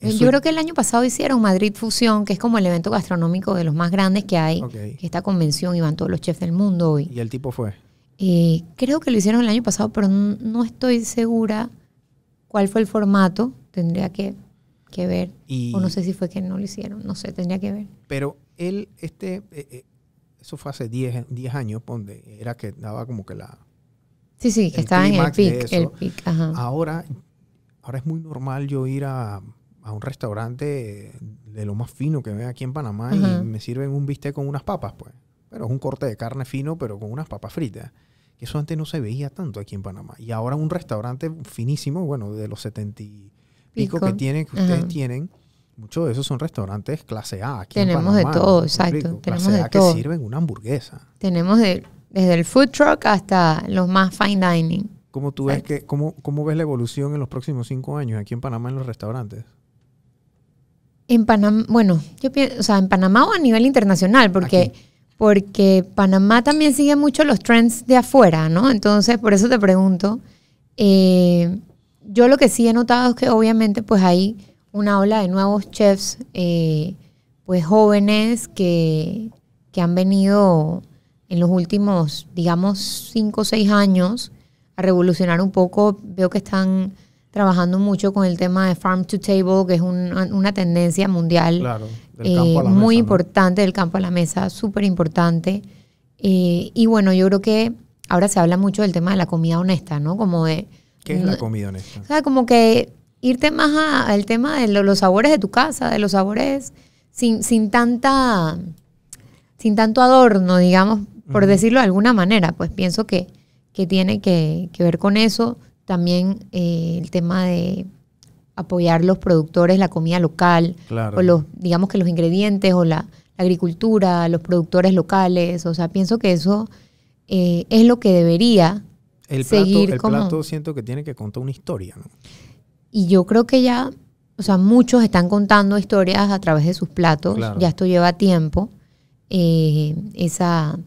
Speaker 2: eso-
Speaker 3: Yo creo que el año pasado hicieron Madrid Fusión, que es como el evento gastronómico de los más grandes que hay.
Speaker 2: Ok.
Speaker 3: que Esta convención y van todos los chefs del mundo hoy.
Speaker 2: Y el tipo fue.
Speaker 3: Eh, creo que lo hicieron el año pasado, pero n- no estoy segura cuál fue el formato. Tendría que, que ver.
Speaker 2: Y,
Speaker 3: O no sé si fue que no lo hicieron. No sé, tendría que ver.
Speaker 2: Pero él, este, eh, eh, eso fue hace 10 10 años, donde era que daba como que la...
Speaker 3: Sí, sí, que
Speaker 2: El
Speaker 3: estaba en el
Speaker 2: clímax de eso.
Speaker 3: pic.
Speaker 2: Ah.
Speaker 3: El pic, ajá.
Speaker 2: Ahora, ahora es muy normal yo ir a, a un restaurante de lo más fino que ven aquí en Panamá
Speaker 3: Ajá.
Speaker 2: y me sirven un bistec con unas papas, pues. Pero es un corte de carne fino, pero con unas papas fritas. Que eso antes no se veía tanto aquí en Panamá. Y ahora un restaurante finísimo, bueno, de los 70 y pico,
Speaker 3: Pico.
Speaker 2: que tienen, que ustedes
Speaker 3: Ajá.
Speaker 2: tienen. Muchos de esos son restaurantes clase A aquí en
Speaker 3: Tenemos de
Speaker 2: Panamá,
Speaker 3: todo,
Speaker 2: ¿me
Speaker 3: exacto,
Speaker 2: explico?
Speaker 3: tenemos
Speaker 2: clase
Speaker 3: de
Speaker 2: A que
Speaker 3: todo.
Speaker 2: sirven una hamburguesa.
Speaker 3: Tenemos de- desde el food truck hasta los más fine dining.
Speaker 2: ¿Cómo tú ves que, cómo, cómo ves la evolución en los próximos cinco años aquí en Panamá en los restaurantes?
Speaker 3: En Panamá, bueno, yo pienso, o sea, en Panamá o a nivel internacional, porque,
Speaker 2: Aquí.
Speaker 3: porque Panamá también sigue mucho los trends de afuera, ¿no? Entonces, por eso te pregunto. eh, yo lo que sí he notado es que obviamente pues hay una ola de nuevos chefs, eh, pues jóvenes que, que han venido en los últimos, digamos, cinco o seis años a revolucionar un poco. Veo que están trabajando mucho con el tema de farm to table, que es un- una tendencia mundial
Speaker 2: Claro,
Speaker 3: eh,
Speaker 2: del campo a la mesa,
Speaker 3: muy
Speaker 2: ¿no?
Speaker 3: importante del campo a la mesa, súper importante. Eh, y bueno, yo creo que ahora se habla mucho del tema de la comida honesta, ¿no? Como de...
Speaker 2: ¿Qué es la
Speaker 3: no-
Speaker 2: comida honesta?
Speaker 3: o sea, como que irte más a- al tema de lo- los sabores de tu casa, de los sabores sin, sin tanta, sin tanto adorno, digamos, por
Speaker 2: Ujú.
Speaker 3: decirlo de alguna manera. Pues pienso que, que tiene que, que ver con eso. También eh, el tema de apoyar los productores, la comida local,
Speaker 2: Claro.
Speaker 3: o los, digamos que los ingredientes, o la, la agricultura, los productores locales. O sea, pienso que eso eh, es lo que debería
Speaker 2: el plato,
Speaker 3: seguir
Speaker 2: el
Speaker 3: como-
Speaker 2: plato siento que tiene que contar una historia, ¿no?
Speaker 3: Y yo creo que ya, o sea, muchos están contando historias a través de sus platos.
Speaker 2: Claro.
Speaker 3: Ya esto lleva tiempo. Eh, esa,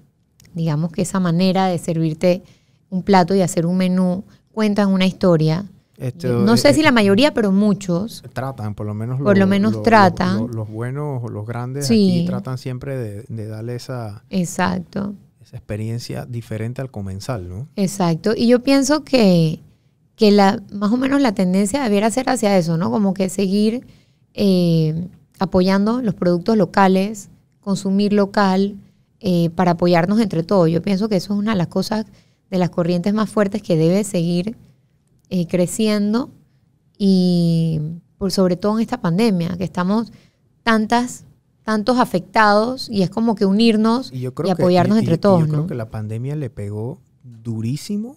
Speaker 3: digamos que esa manera de servirte un plato y hacer un menú cuentan una historia.
Speaker 2: Este,
Speaker 3: no sé
Speaker 2: eh,
Speaker 3: si la mayoría, pero muchos.
Speaker 2: Tratan, por lo menos.
Speaker 3: Por lo menos tratan.
Speaker 2: lo- los buenos o los grandes
Speaker 3: Sí.
Speaker 2: aquí tratan siempre de, de darle esa,
Speaker 3: Exacto,
Speaker 2: esa experiencia diferente al comensal, ¿no?
Speaker 3: exacto. Y yo pienso que, que la, más o menos la tendencia debiera ser hacia eso, ¿no? Como que seguir eh, apoyando los productos locales, consumir local, eh, para apoyarnos entre todos. Yo pienso que eso es una de las cosas, de las corrientes más fuertes que debe seguir eh, creciendo y por sobre todo en esta pandemia, que estamos tantas, tantos afectados y es como que unirnos y,
Speaker 2: Y yo creo que-
Speaker 3: apoyarnos
Speaker 2: y-
Speaker 3: entre
Speaker 2: y- y
Speaker 3: todos,
Speaker 2: Yo creo
Speaker 3: ¿no?
Speaker 2: que la pandemia le pegó durísimo.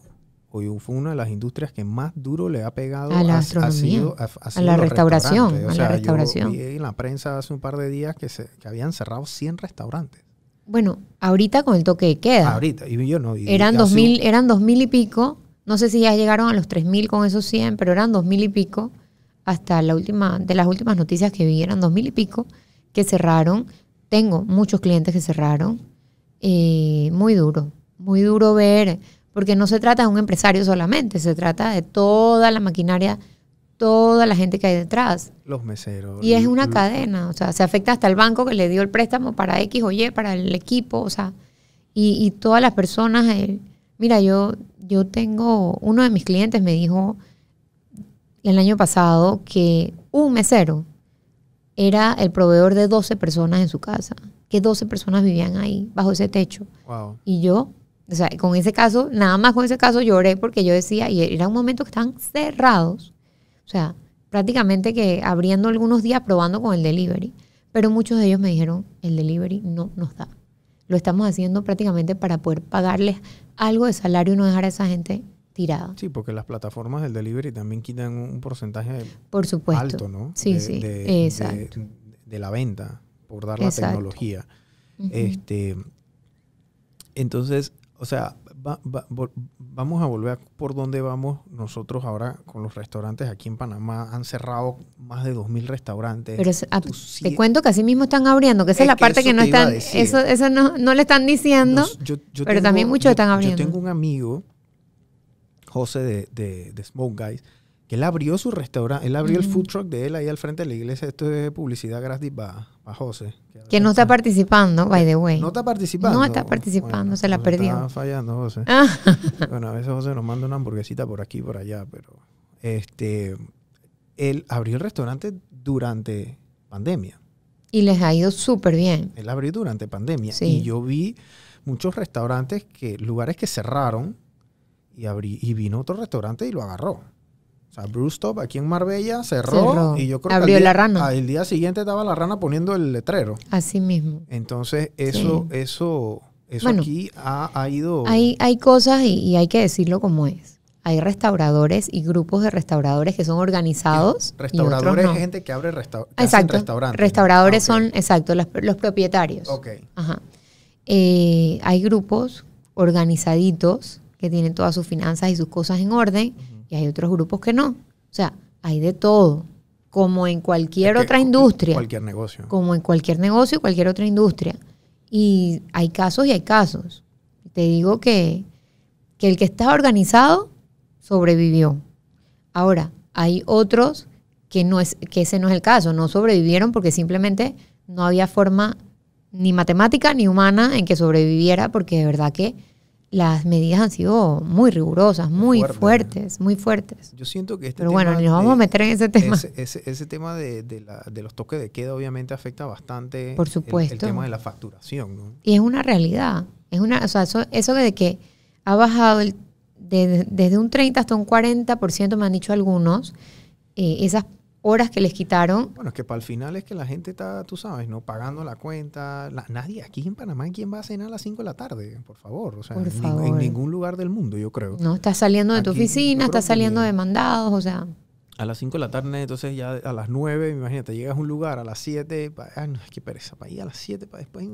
Speaker 2: Hoy fue una de las industrias que más duro le ha pegado
Speaker 3: A
Speaker 2: ha-
Speaker 3: la
Speaker 2: ha
Speaker 3: gastronomía,
Speaker 2: sido- ha- ha sido
Speaker 3: la
Speaker 2: los
Speaker 3: restauración,
Speaker 2: restaurantes.
Speaker 3: a
Speaker 2: O
Speaker 3: la
Speaker 2: sea, yo
Speaker 3: restauración.
Speaker 2: vi en la prensa hace un par de días que, se, que habían cerrado 100 restaurantes.
Speaker 3: Bueno, ahorita con el toque de queda.
Speaker 2: Ahorita, y yo no. y-
Speaker 3: Eran
Speaker 2: y
Speaker 3: dos
Speaker 2: hace un-
Speaker 3: mil, eran dos mil y pico. No sé si ya llegaron a los tres mil con esos 100, pero eran dos mil y pico. Hasta la última, de las últimas noticias que vi, eran dos mil y pico que cerraron. Tengo muchos clientes que cerraron. Eh, muy duro, muy duro ver, porque no se trata de un empresario solamente, se trata de toda la maquinaria, toda la gente que hay detrás.
Speaker 2: los meseros.
Speaker 3: Y es una
Speaker 2: l-
Speaker 3: cadena, o sea, se afecta hasta el banco que le dio el préstamo para X o Y, para el equipo, o sea, y, y todas las personas, eh, mira, yo, yo tengo, uno de mis clientes me dijo el año pasado que un mesero era el proveedor de 12 personas en su casa, que 12 personas vivían ahí, bajo ese techo.
Speaker 2: Wow.
Speaker 3: Y yo, o sea, con ese caso, nada más con ese caso lloré porque yo decía, y era un momento que estaban cerrados, o sea, prácticamente que abriendo algunos días probando con el delivery. Pero muchos de ellos me dijeron, el delivery no nos da. Lo estamos haciendo prácticamente para poder pagarles algo de salario y no dejar a esa gente tirada.
Speaker 2: Sí, porque las plataformas del delivery también quitan un un porcentaje
Speaker 3: Por supuesto.
Speaker 2: alto, ¿no?
Speaker 3: Sí,
Speaker 2: De-
Speaker 3: sí.
Speaker 2: de- de-
Speaker 3: Exacto.
Speaker 2: de la venta por dar la
Speaker 3: Exacto.
Speaker 2: tecnología.
Speaker 3: Ujú.
Speaker 2: Este, Entonces, o sea, va- va- vol- vamos a volver a por donde vamos nosotros ahora con los restaurantes aquí en Panamá. Han cerrado más de 2.000 restaurantes.
Speaker 3: Pero es- ah,
Speaker 2: tú
Speaker 3: te
Speaker 2: sí-
Speaker 3: cuento que así mismo están abriendo, que esa
Speaker 2: Es
Speaker 3: es la
Speaker 2: que
Speaker 3: parte que
Speaker 2: eso
Speaker 3: no
Speaker 2: te iba a
Speaker 3: están,
Speaker 2: decir.
Speaker 3: eso, eso no, no le están diciendo.
Speaker 2: Nos- yo- yo
Speaker 3: pero también muchos
Speaker 2: yo-
Speaker 3: están abriendo.
Speaker 2: Yo tengo un amigo, José de, de- de Smoke Guys, que él abrió su restaurante, él abrió el
Speaker 3: Ujú.
Speaker 2: food truck de él ahí al frente de la iglesia. Esto es publicidad gratis para José.
Speaker 3: que no está participando, by the way.
Speaker 2: No está participando.
Speaker 3: No está participando, se la
Speaker 2: nos
Speaker 3: perdió.
Speaker 2: Está fallando, José.
Speaker 3: Ah,
Speaker 2: Bueno, a veces José nos manda una hamburguesita por aquí y por allá, pero este él abrió el restaurante durante pandemia.
Speaker 3: y les ha ido súper bien.
Speaker 2: Él abrió durante pandemia.
Speaker 3: Sí.
Speaker 2: Y yo vi muchos restaurantes que, lugares que cerraron y abrí, y vino otro restaurante y lo agarró. O sea, Bruce Top aquí en Marbella cerró,
Speaker 3: Cerró.
Speaker 2: y yo creo que
Speaker 3: Abrió
Speaker 2: al
Speaker 3: la
Speaker 2: día-
Speaker 3: rana.
Speaker 2: al día siguiente estaba la rana poniendo el letrero.
Speaker 3: Así mismo.
Speaker 2: Entonces, eso, eso, eso
Speaker 3: Bueno,
Speaker 2: aquí ha, ha ido.
Speaker 3: Hay, hay cosas y, y hay que decirlo como es. Hay restauradores y grupos de restauradores que son organizados.
Speaker 2: Restauradores
Speaker 3: y otros
Speaker 2: es
Speaker 3: no.
Speaker 2: gente que abre resta- que hacen
Speaker 3: Exacto.
Speaker 2: restaurantes.
Speaker 3: Restauradores
Speaker 2: Ah, ok.
Speaker 3: son, exacto, las- los propietarios.
Speaker 2: Ok.
Speaker 3: Ajá. Eh, hay grupos organizaditos que tienen todas sus finanzas y sus cosas en orden y hay otros grupos que no. O sea, hay de todo, como en cualquier
Speaker 2: Es que
Speaker 3: otra
Speaker 2: cu-
Speaker 3: industria,
Speaker 2: Cualquier negocio.
Speaker 3: como en cualquier negocio, cualquier otra industria. Y hay casos y hay casos. Te digo que, que el que está organizado sobrevivió. Ahora, hay otros que, no es, que ese no es el caso, no sobrevivieron porque simplemente no había forma ni matemática ni humana en que sobreviviera porque de verdad que las medidas han sido muy rigurosas, muy
Speaker 2: Fuerte.
Speaker 3: fuertes, muy fuertes.
Speaker 2: Yo siento que este
Speaker 3: Pero bueno,
Speaker 2: tema
Speaker 3: ni nos vamos
Speaker 2: de-
Speaker 3: a meter en ese tema.
Speaker 2: Ese, ese- ese tema de, de la- de los toques de queda obviamente afecta bastante
Speaker 3: Por
Speaker 2: el- El,
Speaker 3: supuesto.
Speaker 2: tema de la facturación, ¿no?
Speaker 3: Y es una realidad. Es una, o sea, eso, eso de que ha bajado el- de- desde un 30 hasta un 40%, me han dicho algunos, eh, esas horas que les quitaron.
Speaker 2: Bueno, es que para el final es que la gente está, tú sabes, ¿no? Pagando la cuenta. La- nadie aquí en Panamá, ¿quién va a cenar a las 5 de la tarde? Por favor. O sea,
Speaker 3: Por
Speaker 2: en ning- en
Speaker 3: favor.
Speaker 2: ningún lugar del mundo, yo creo.
Speaker 3: No, estás saliendo de tu
Speaker 2: Aquí, yo
Speaker 3: oficina,
Speaker 2: creo
Speaker 3: estás
Speaker 2: que
Speaker 3: saliendo
Speaker 2: ni-
Speaker 3: de mandados, o sea,
Speaker 2: A las 5 de la tarde, entonces ya a las 9, imagínate, llegas a un lugar a las 7, pa- ay, no, es que pereza, para ir a las 7, para después,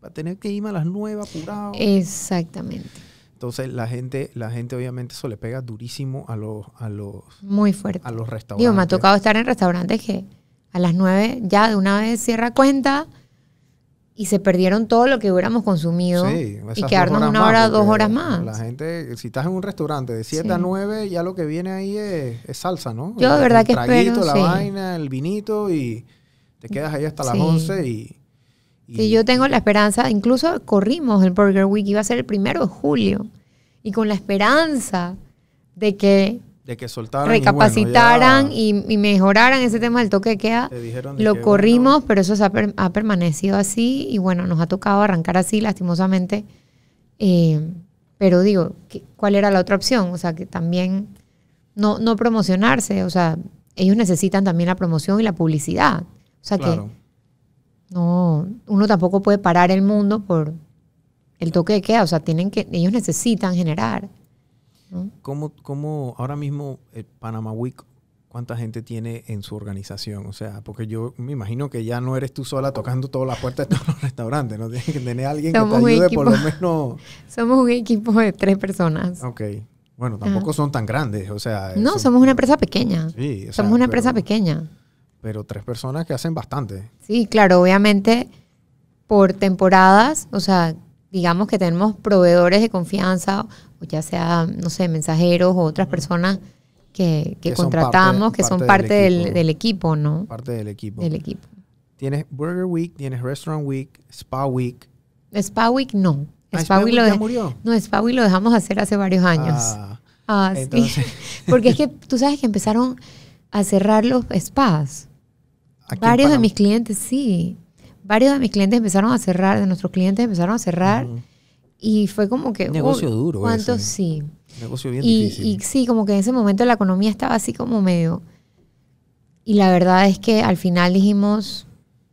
Speaker 2: para tener que irme a las 9 apurado.
Speaker 3: Eh. exactamente.
Speaker 2: Entonces la gente, la gente obviamente eso le pega durísimo a los, a los,
Speaker 3: Muy fuerte.
Speaker 2: a los restaurantes.
Speaker 3: Digo, me ha tocado estar en restaurantes que a las 9 ya de una vez cierra cuenta y se perdieron todo lo que hubiéramos consumido
Speaker 2: Sí, esas
Speaker 3: y
Speaker 2: dos
Speaker 3: quedarnos
Speaker 2: horas
Speaker 3: una
Speaker 2: más,
Speaker 3: hora, dos
Speaker 2: porque
Speaker 3: horas
Speaker 2: La
Speaker 3: más.
Speaker 2: gente, si estás en un restaurante de 7 a
Speaker 3: Sí.
Speaker 2: 9, ya lo que viene ahí es, es salsa, ¿no?
Speaker 3: Yo de
Speaker 2: El-
Speaker 3: verdad
Speaker 2: el
Speaker 3: que
Speaker 2: traguito,
Speaker 3: espero,
Speaker 2: la
Speaker 3: sí.
Speaker 2: vaina, el vinito y te quedas ahí hasta las
Speaker 3: Sí.
Speaker 2: 11 y... y-
Speaker 3: Sí, yo tengo la esperanza, incluso corrimos el Burger Week, iba a ser el primero de julio, y con la esperanza de que
Speaker 2: de que soltaran y bueno,
Speaker 3: recapacitaran
Speaker 2: ya
Speaker 3: y, y mejoraran ese tema del toque de queda.
Speaker 2: te dijeron Eh, de
Speaker 3: Lo
Speaker 2: que,
Speaker 3: corrimos,
Speaker 2: bueno,
Speaker 3: pero eso se ha, per- ha permanecido así y bueno, nos ha tocado arrancar así, lastimosamente. Eh, pero digo, ¿qué- ¿cuál era la otra opción? O sea, que también no, no promocionarse, o sea, ellos necesitan también la promoción y la publicidad. O sea, que
Speaker 2: claro.
Speaker 3: no, uno tampoco puede parar el mundo por el toque de queda. O sea, tienen que, ellos necesitan generar. ¿no?
Speaker 2: ¿Cómo, cómo ahora mismo el Panama Week, cuánta gente tiene en su organización? O sea, porque yo me imagino que ya no eres tú sola tocando todas las puertas de todos los restaurantes, ¿no? Tienes que tener a alguien
Speaker 3: Somos
Speaker 2: que
Speaker 3: un
Speaker 2: te ayude por lo menos.
Speaker 3: Somos un equipo de tres personas.
Speaker 2: Ok. Bueno, tampoco son tan grandes, o sea.
Speaker 3: No,
Speaker 2: son-
Speaker 3: somos una empresa pequeña.
Speaker 2: Sí, o sea,
Speaker 3: somos una
Speaker 2: pero-
Speaker 3: empresa pequeña.
Speaker 2: Pero tres personas que hacen bastante.
Speaker 3: Sí, claro, obviamente por temporadas, o sea, digamos que tenemos proveedores de confianza, o ya sea, no sé, mensajeros o otras personas que, que
Speaker 2: Que son
Speaker 3: contratamos,
Speaker 2: parte-
Speaker 3: que son
Speaker 2: parte
Speaker 3: parte
Speaker 2: del
Speaker 3: del,
Speaker 2: equipo.
Speaker 3: del equipo, ¿no?
Speaker 2: Parte del equipo.
Speaker 3: Del equipo.
Speaker 2: Tienes Burger Week, tienes Restaurant Week, Spa Week.
Speaker 3: Spa Week no.
Speaker 2: Ah,
Speaker 3: Spa Week lo
Speaker 2: ya
Speaker 3: dej-
Speaker 2: murió.
Speaker 3: No, Spa Week lo dejamos hacer hace varios años.
Speaker 2: Ah,
Speaker 3: Ah, sí.
Speaker 2: entonces-
Speaker 3: Porque es que tú sabes que empezaron a cerrar los spas.
Speaker 2: aquí en
Speaker 3: Varios de
Speaker 2: Panamá-
Speaker 3: mis clientes, sí. Varios de mis clientes empezaron a cerrar, de nuestros clientes empezaron a cerrar.
Speaker 2: Ujú.
Speaker 3: Y fue como que.
Speaker 2: Un negocio
Speaker 3: uy,
Speaker 2: duro
Speaker 3: ¿Cuántos
Speaker 2: ese.
Speaker 3: sí?
Speaker 2: Negocio bien
Speaker 3: Y,
Speaker 2: difícil.
Speaker 3: y sí, como que en ese momento la economía estaba así como medio. Y la verdad es que al final dijimos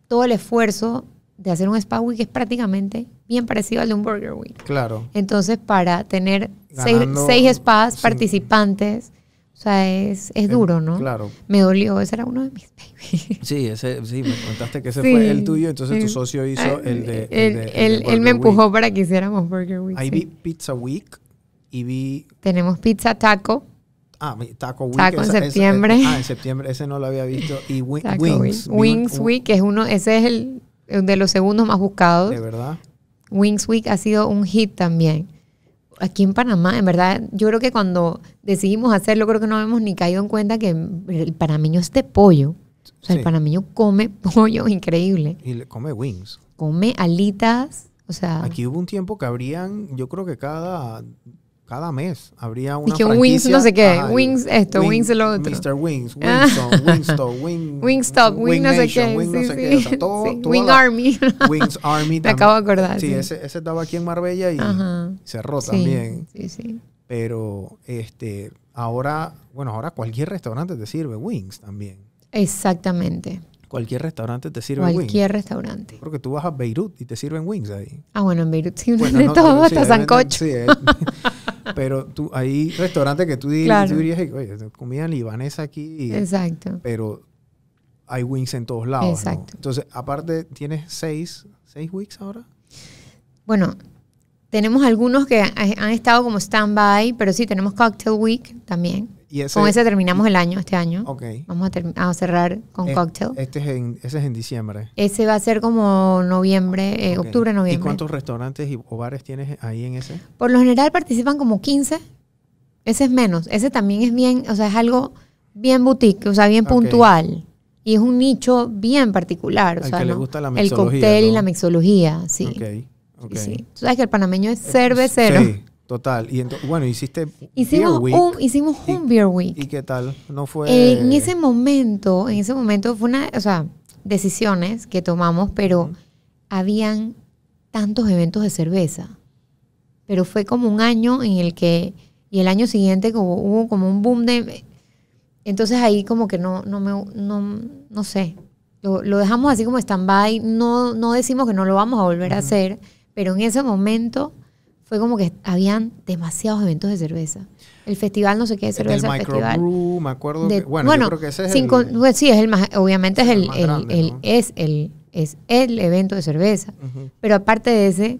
Speaker 3: todo el esfuerzo de hacer un Spa Week es prácticamente bien parecido al de un Burger Week.
Speaker 2: Claro.
Speaker 3: Entonces, para tener seis,
Speaker 2: Ganando
Speaker 3: seis spas
Speaker 2: cin-
Speaker 3: participantes, o O sea, es, es duro, ¿no?
Speaker 2: Claro.
Speaker 3: Me dolió, ese era uno de mis babies.
Speaker 2: Sí, ese, sí, me contaste que ese
Speaker 3: Sí.
Speaker 2: fue el tuyo, entonces tu
Speaker 3: Sí.
Speaker 2: socio hizo el de.
Speaker 3: él, él- él me empujó para que hiciéramos Burger Week.
Speaker 2: Ahí
Speaker 3: sí.
Speaker 2: vi Pizza Week y vi.
Speaker 3: Tenemos pizza taco.
Speaker 2: Ah, mi- Taco Week.
Speaker 3: Taco en
Speaker 2: esa- esa-
Speaker 3: septiembre.
Speaker 2: ah, en septiembre, ese no lo había visto. Y Wi-
Speaker 3: Taco
Speaker 2: Wings.
Speaker 3: Week. Wings Week, que es uno, ese es el, el de los segundos más buscados.
Speaker 2: De verdad.
Speaker 3: Wings Week ha sido un hit también. Aquí en Panamá, en verdad, yo creo que cuando decidimos hacerlo, creo que no habíamos ni caído en cuenta que el panameño es de pollo. O sea,
Speaker 2: Sí.
Speaker 3: el panameño come pollo increíble.
Speaker 2: Y le come Wings.
Speaker 3: Come alitas, o sea,
Speaker 2: Aquí hubo un tiempo que habrían, yo creo que cada, cada mes habría una
Speaker 3: Dije, un Wings
Speaker 2: franquicia.
Speaker 3: no sé qué,
Speaker 2: Ajá,
Speaker 3: Wings esto, Wings lo otro. Ah.
Speaker 2: Mr. Wings, Wingstone, Wingstone, Wing,
Speaker 3: Wingstop, Wing, no sé
Speaker 2: Nation,
Speaker 3: qué.
Speaker 2: Wing no
Speaker 3: sí,
Speaker 2: sé
Speaker 3: sí.
Speaker 2: qué, o sea, todo-
Speaker 3: Sí,
Speaker 2: toda
Speaker 3: Wing
Speaker 2: la-
Speaker 3: Army.
Speaker 2: Wings Army.
Speaker 3: Me
Speaker 2: también.
Speaker 3: acabo de acordar.
Speaker 2: Sí,
Speaker 3: sí.
Speaker 2: Ese, ese estaba aquí en Marbella y
Speaker 3: Ajá.
Speaker 2: cerró
Speaker 3: Sí,
Speaker 2: también.
Speaker 3: Sí, sí.
Speaker 2: Pero este, ahora, bueno, ahora cualquier restaurante te sirve Wings también.
Speaker 3: Exactamente.
Speaker 2: Cualquier restaurante te sirve Wings.
Speaker 3: Cualquier restaurante.
Speaker 2: Porque tú vas a Beirut y te sirven Wings ahí.
Speaker 3: Ah, bueno, en Beirut sí,
Speaker 2: Bueno,
Speaker 3: de
Speaker 2: no,
Speaker 3: todo,
Speaker 2: sí,
Speaker 3: hasta
Speaker 2: deben-
Speaker 3: sancocho.
Speaker 2: sí, eh. pero tú, hay restaurantes que tú, dir-
Speaker 3: Claro.
Speaker 2: tú dirías, "Hey, oye, comida libanesa aquí, eh,
Speaker 3: Exacto.
Speaker 2: pero hay wings en todos lados. ¿no?
Speaker 3: Exacto.
Speaker 2: Entonces, aparte, tienes seis, seis wings ahora.
Speaker 3: Bueno, tenemos algunos que ha- han estado como stand-by, pero sí, tenemos Cocktail Week también.
Speaker 2: Y ese,
Speaker 3: Con ese terminamos el año, este año.
Speaker 2: ok.
Speaker 3: Vamos a, termi- a cerrar con
Speaker 2: Eh,
Speaker 3: Cocktail.
Speaker 2: Este es en, ese es en diciembre.
Speaker 3: Ese va a ser como noviembre, eh,
Speaker 2: Ok.
Speaker 3: octubre, noviembre.
Speaker 2: ¿Y cuántos restaurantes y, o bares tienes ahí en ese?
Speaker 3: Por lo general participan como 15. Ese es menos. Ese también es bien, o sea, es algo bien boutique, o sea, bien
Speaker 2: Ok.
Speaker 3: puntual. Y es un nicho bien particular. O
Speaker 2: Al
Speaker 3: sea,
Speaker 2: que le
Speaker 3: ¿no?
Speaker 2: gusta la
Speaker 3: El
Speaker 2: mixología.
Speaker 3: cóctel y
Speaker 2: ¿no?
Speaker 3: la mixología, sí.
Speaker 2: Ok, ok. Eh,
Speaker 3: Sí, sí. Tú sabes que el panameño es cervecero.
Speaker 2: Sí, total. Y ento- bueno, hiciste
Speaker 3: Hicimos,
Speaker 2: Beer Week.
Speaker 3: un, hicimos
Speaker 2: Y-
Speaker 3: un Beer Week.
Speaker 2: ¿Y qué tal? No fue...
Speaker 3: Eh, en ese momento, en ese momento fue una, o sea, decisiones que tomamos, pero habían tantos eventos de cerveza. Pero fue como un año en el que, y el año siguiente como, hubo como un boom de... Entonces ahí como que no, no me, no, no sé, lo, lo dejamos así como stand-by, no, no decimos que no lo vamos a volver a hacer, pero en ese momento fue como que habían demasiados eventos de cerveza. El festival, no sé qué de
Speaker 2: del
Speaker 3: cerveza, festival.
Speaker 2: microbrew, me acuerdo
Speaker 3: De-
Speaker 2: que, bueno, yo creo que ese es
Speaker 3: sin
Speaker 2: el,
Speaker 3: con- pues sí, es el más, obviamente es
Speaker 2: es el
Speaker 3: el,
Speaker 2: más
Speaker 3: el-
Speaker 2: grande,
Speaker 3: el-
Speaker 2: ¿no?
Speaker 3: es el, es el evento de cerveza.
Speaker 2: Ujú.
Speaker 3: Pero aparte de ese,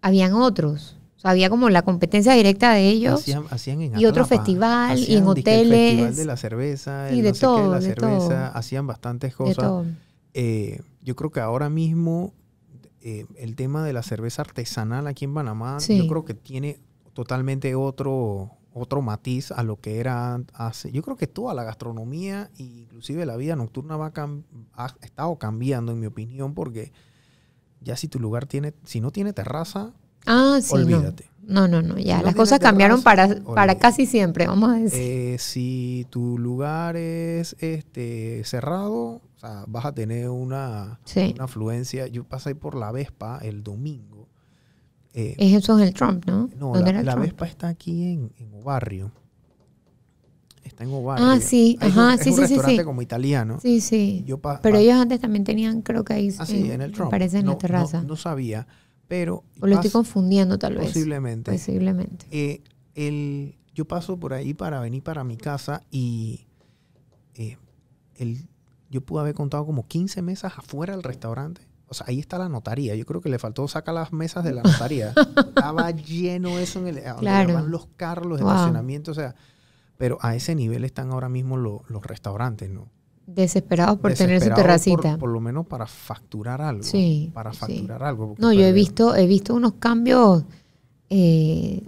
Speaker 3: habían otros. O sea, había como la competencia directa de ellos
Speaker 2: hacían, hacían en
Speaker 3: y otro
Speaker 2: Atlapa,
Speaker 3: festival, y
Speaker 2: hacían,
Speaker 3: en
Speaker 2: dizque, el festival
Speaker 3: hoteles.
Speaker 2: de la cerveza,
Speaker 3: Sí,
Speaker 2: el
Speaker 3: de
Speaker 2: no sé qué de
Speaker 3: todo,
Speaker 2: la
Speaker 3: de
Speaker 2: cerveza,
Speaker 3: todo.
Speaker 2: hacían bastantes
Speaker 3: de
Speaker 2: cosas.
Speaker 3: todo.
Speaker 2: Eh, yo creo que ahora mismo eh, el tema de la cerveza artesanal aquí en Panamá, yo
Speaker 3: Sí.
Speaker 2: creo que tiene totalmente otro otro matiz a lo que era an- hace. Yo creo que toda la gastronomía e inclusive la vida nocturna va cam- ha estado cambiando en mi opinión porque ya si tu lugar tiene si no tiene terraza,
Speaker 3: Ah, sí,
Speaker 2: olvídate.
Speaker 3: no. No, no, no, ya.
Speaker 2: Si no
Speaker 3: Las
Speaker 2: tienes
Speaker 3: cosas cambiaron para,
Speaker 2: terraza,
Speaker 3: para
Speaker 2: olvídate.
Speaker 3: casi siempre, vamos a decir.
Speaker 2: Eh, si tu lugar es este cerrado, o sea, vas a tener una
Speaker 3: sí.
Speaker 2: una afluencia. Yo pasé por la Vespa el domingo. Eh,
Speaker 3: Es eso en el Trump, ¿no?
Speaker 2: no,
Speaker 3: ¿Dónde
Speaker 2: la,
Speaker 3: era el
Speaker 2: la
Speaker 3: Trump?
Speaker 2: Vespa está aquí en, en Obarrio. Está en Obarrio.
Speaker 3: Ah, sí,
Speaker 2: Hay un-
Speaker 3: ajá,
Speaker 2: es
Speaker 3: sí,
Speaker 2: un
Speaker 3: sí, sí,
Speaker 2: restaurante
Speaker 3: sí.
Speaker 2: como italiano.
Speaker 3: Sí, sí.
Speaker 2: Yo pa-
Speaker 3: Pero
Speaker 2: pa-
Speaker 3: ellos antes también tenían, creo que ahí.
Speaker 2: ah, sí, en el
Speaker 3: me
Speaker 2: Trump.
Speaker 3: Parece en
Speaker 2: no,
Speaker 3: la terraza.
Speaker 2: No, no sabía, pero
Speaker 3: o lo estoy
Speaker 2: paso-
Speaker 3: confundiendo pues. tal vez.
Speaker 2: posiblemente.
Speaker 3: Posiblemente.
Speaker 2: Eh, el, yo paso por ahí para venir para mi casa y eh, el, yo pude haber contado como 15 mesas afuera del restaurante. O sea, ahí está la notaría. Yo creo que le faltó sacar las mesas de la notaría. Estaba lleno eso en el... a donde
Speaker 3: Claro.
Speaker 2: van los carros, los
Speaker 3: Wow.
Speaker 2: estacionamientos, o sea... Pero a ese nivel están ahora mismo lo- los restaurantes, ¿no?
Speaker 3: Desesperados por tener su
Speaker 2: Desesperados por-
Speaker 3: terracita.
Speaker 2: Por, lo menos para facturar algo.
Speaker 3: Sí,
Speaker 2: Para
Speaker 3: sí.
Speaker 2: facturar algo. porque
Speaker 3: no, yo he
Speaker 2: perder-
Speaker 3: visto, he visto unos cambios eh,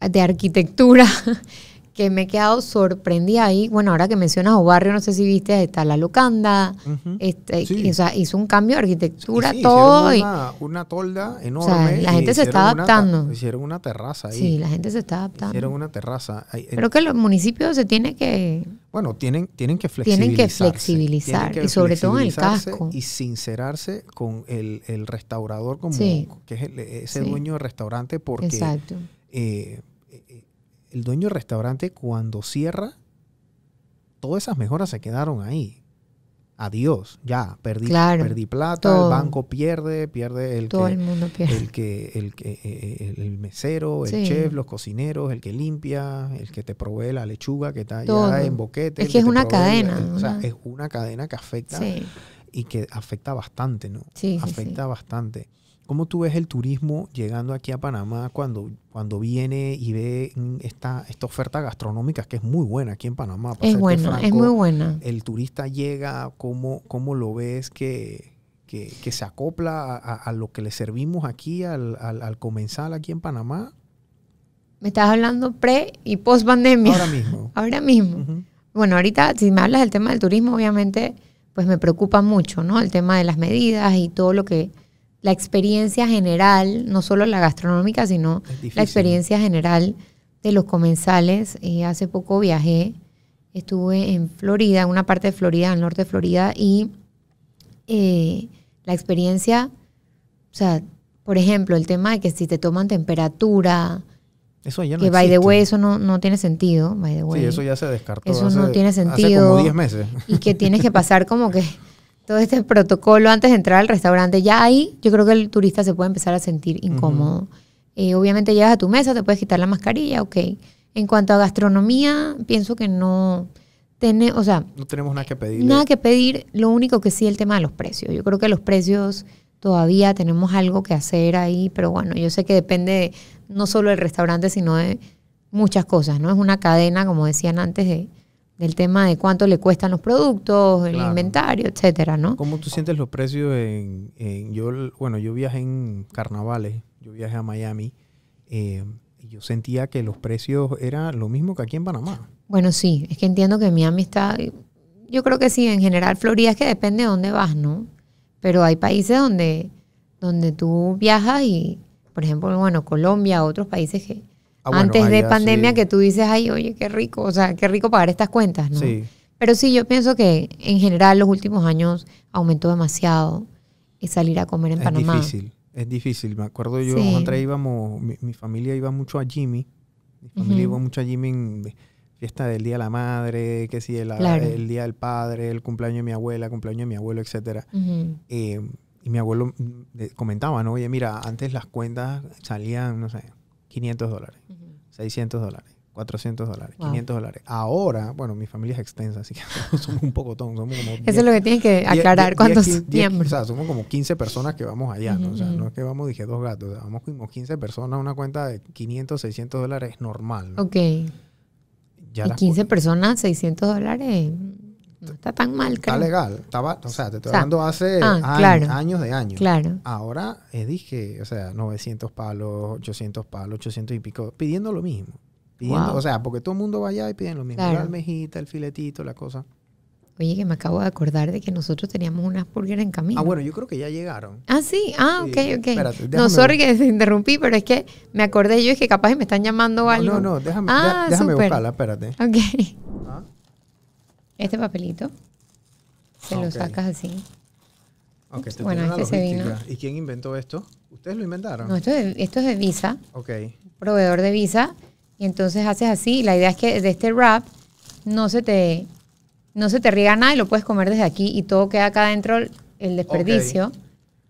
Speaker 3: de arquitectura que me he quedado sorprendida ahí. Bueno, ahora que mencionas Obarrio, no sé si viste, está la locanda.
Speaker 2: Ujú.
Speaker 3: Este,
Speaker 2: Sí.
Speaker 3: o sea, hizo un cambio de arquitectura,
Speaker 2: Y sí,
Speaker 3: todo.
Speaker 2: hicieron
Speaker 3: y-
Speaker 2: Una, una tolda enorme.
Speaker 3: la
Speaker 2: y
Speaker 3: gente se está
Speaker 2: hicieron una ta-
Speaker 3: adaptando.
Speaker 2: hicieron una terraza ahí.
Speaker 3: sí, la gente se está adaptando.
Speaker 2: hicieron una terraza. Ahí, eh,
Speaker 3: Creo que los municipios se tienen que...
Speaker 2: bueno, tienen, tienen que flexibilizar.
Speaker 3: Tienen que flexibilizar, y sobre todo en el casco.
Speaker 2: Y sincerarse con el, el restaurador, como
Speaker 3: Sí.
Speaker 2: que es el- ese
Speaker 3: Sí.
Speaker 2: dueño de restaurante, porque
Speaker 3: Exacto.
Speaker 2: eh, eh, el dueño de restaurante cuando cierra, todas esas mejoras se quedaron ahí. adiós, ya, perdí,
Speaker 3: Claro,
Speaker 2: perdí plata,
Speaker 3: todo.
Speaker 2: el banco pierde, pierde el
Speaker 3: Todo
Speaker 2: que,
Speaker 3: el mundo pierde.
Speaker 2: el que, el que, eh, eh, el mesero, el
Speaker 3: Sí.
Speaker 2: chef, los cocineros, el que limpia, el que te provee la lechuga que está
Speaker 3: Todo.
Speaker 2: allá en boquete.
Speaker 3: Es
Speaker 2: el
Speaker 3: que es
Speaker 2: te
Speaker 3: una
Speaker 2: provee la-
Speaker 3: cadena,
Speaker 2: o sea,
Speaker 3: una-
Speaker 2: es una cadena que afecta
Speaker 3: Sí.
Speaker 2: y que afecta bastante, ¿no?
Speaker 3: Sí, sí,
Speaker 2: afecta bastante. ¿Cómo tú ves el turismo llegando aquí a Panamá cuando, cuando viene y ve mm, esta, esta oferta gastronómica que es muy buena aquí en Panamá? para
Speaker 3: Es
Speaker 2: serte
Speaker 3: buena, es
Speaker 2: este franco? eh,
Speaker 3: muy buena.
Speaker 2: El turista llega, ¿cómo, cómo lo ves que, que- que se acopla a, a- a lo que le servimos aquí al, al, al comensal aquí en Panamá?
Speaker 3: Me estás hablando pre y post pandemia.
Speaker 2: Ahora mismo.
Speaker 3: Ahora mismo.
Speaker 2: Ujú.
Speaker 3: Bueno, ahorita si me hablas del tema del turismo, obviamente, pues me preocupa mucho, ¿no? El tema de las medidas y todo lo que, la experiencia general, no solo la gastronómica, sino
Speaker 2: Es difícil.
Speaker 3: la experiencia general de los comensales. Eh, hace poco viajé, estuve en Florida, en una parte de Florida, al norte de Florida, y eh, la experiencia, o sea, por ejemplo, el tema de que si te toman temperatura,
Speaker 2: Eso ya no
Speaker 3: que by the
Speaker 2: existe.
Speaker 3: way, eso no, no tiene sentido, by the way
Speaker 2: Sí, eso ya se descartó.
Speaker 3: eso
Speaker 2: hace-
Speaker 3: no tiene
Speaker 2: Hace
Speaker 3: sentido.
Speaker 2: como 10 meses.
Speaker 3: y que tienes que pasar como que todo este protocolo antes de entrar al restaurante. Ya ahí yo creo que el turista se puede empezar a sentir incómodo. Eh, obviamente llegas a tu mesa, te puedes quitar la mascarilla, ok. En cuanto a gastronomía, pienso que no tiene, o sea,
Speaker 2: No tenemos nada que pedirle.
Speaker 3: Nada que pedir, lo único que sí el tema de los precios. Yo creo que los precios todavía tenemos algo que hacer ahí, pero bueno, yo sé que depende de- no solo del restaurante, sino de muchas cosas, ¿no? Es una cadena, como decían antes, de- del tema de cuánto le cuestan los productos, el
Speaker 2: Claro.
Speaker 3: inventario, etcétera, ¿no?
Speaker 2: ¿Cómo tú sientes los precios en, en- yo l- bueno yo viajé en carnavales, yo viajé a Miami eh, y yo sentía que los precios eran lo mismo que aquí en Panamá.
Speaker 3: Bueno, sí, es que entiendo que Miami está, yo creo que sí, en general Florida es que depende de dónde vas, ¿no? Pero hay países donde, donde tú viajas y, por ejemplo, bueno, Colombia, otros países que
Speaker 2: Ah, bueno,
Speaker 3: antes de
Speaker 2: allá
Speaker 3: pandemia
Speaker 2: sí.
Speaker 3: que tú dices, ay, oye, qué rico, o sea, qué rico pagar estas cuentas, ¿no?
Speaker 2: Sí.
Speaker 3: Pero sí, yo pienso que en general los últimos años aumentó demasiado el salir a comer en
Speaker 2: es
Speaker 3: Panamá.
Speaker 2: difícil, es difícil. Me acuerdo yo
Speaker 3: Sí.
Speaker 2: otra íbamos, mi, mi familia iba mucho a Jimmy, mi familia
Speaker 3: Ujú.
Speaker 2: iba mucho a Jimmy en fiesta del día de la madre, que si el,
Speaker 3: Claro.
Speaker 2: el día del padre, el cumpleaños de mi abuela, cumpleaños de mi abuelo, etcétera.
Speaker 3: Ujú.
Speaker 2: Eh, y mi abuelo mm, de- comentaba, ¿no? Oye, mira, antes las cuentas salían, no sé, 500 dólares, 600 dólares, 400 dólares,
Speaker 3: Wow.
Speaker 2: 500 dólares. Ahora, bueno, mi familia es extensa, así que somos un pocotón, somos como...
Speaker 3: Eso es lo que tienes que aclarar
Speaker 2: cuando
Speaker 3: cuántos miembros.
Speaker 2: O sea, somos como 15 personas que vamos allá, ¿no? O sea,
Speaker 3: Ujú,
Speaker 2: no
Speaker 3: ujú.
Speaker 2: es que vamos, dije, dos gatos, o sea, vamos como 15 personas, una cuenta de 500, 600 dólares es normal, ¿no?
Speaker 3: Ok.
Speaker 2: Ya
Speaker 3: y
Speaker 2: las
Speaker 3: 15
Speaker 2: cu-
Speaker 3: personas, 600 dólares, no está tan mal,
Speaker 2: Está
Speaker 3: creo.
Speaker 2: legal, estaba, o sea, te estoy
Speaker 3: O sea,
Speaker 2: hablando hace
Speaker 3: ah,
Speaker 2: años,
Speaker 3: claro.
Speaker 2: años de años.
Speaker 3: Claro.
Speaker 2: Ahora es dije, o sea, 900 palos, 800 palos, 800 y pico, pidiendo lo mismo. Pidiendo,
Speaker 3: Wow.
Speaker 2: O sea, porque todo el mundo va allá y piden lo mismo.
Speaker 3: Claro.
Speaker 2: La almejita, el filetito, la cosa.
Speaker 3: Oye, que me acabo de acordar de que nosotros teníamos unas burger en camino.
Speaker 2: Ah, bueno, yo creo que ya llegaron.
Speaker 3: Ah, sí, ah,
Speaker 2: Sí,
Speaker 3: ok, ok.
Speaker 2: espérate,
Speaker 3: no,
Speaker 2: déjame
Speaker 3: sorry
Speaker 2: ver.
Speaker 3: que te interrumpí, pero es que me acordé yo, es que capaz me están llamando o
Speaker 2: No,
Speaker 3: algo.
Speaker 2: no, no, déjame,
Speaker 3: Ah,
Speaker 2: de- déjame
Speaker 3: súper.
Speaker 2: buscarla, espérate.
Speaker 3: Ok.
Speaker 2: Ah.
Speaker 3: Este papelito se
Speaker 2: Ah,
Speaker 3: lo
Speaker 2: ok.
Speaker 3: sacas así.
Speaker 2: Ok,
Speaker 3: Ups,
Speaker 2: te
Speaker 3: bueno,
Speaker 2: tiene la
Speaker 3: este se
Speaker 2: logística.
Speaker 3: vino.
Speaker 2: ¿Y quién inventó esto? ¿Ustedes lo inventaron?
Speaker 3: No, esto es, de, esto es de Visa,
Speaker 2: Ok.
Speaker 3: proveedor de Visa, y entonces haces así. La idea es que de este wrap no se te no se te riega nada y lo puedes comer desde aquí y todo queda acá adentro, el desperdicio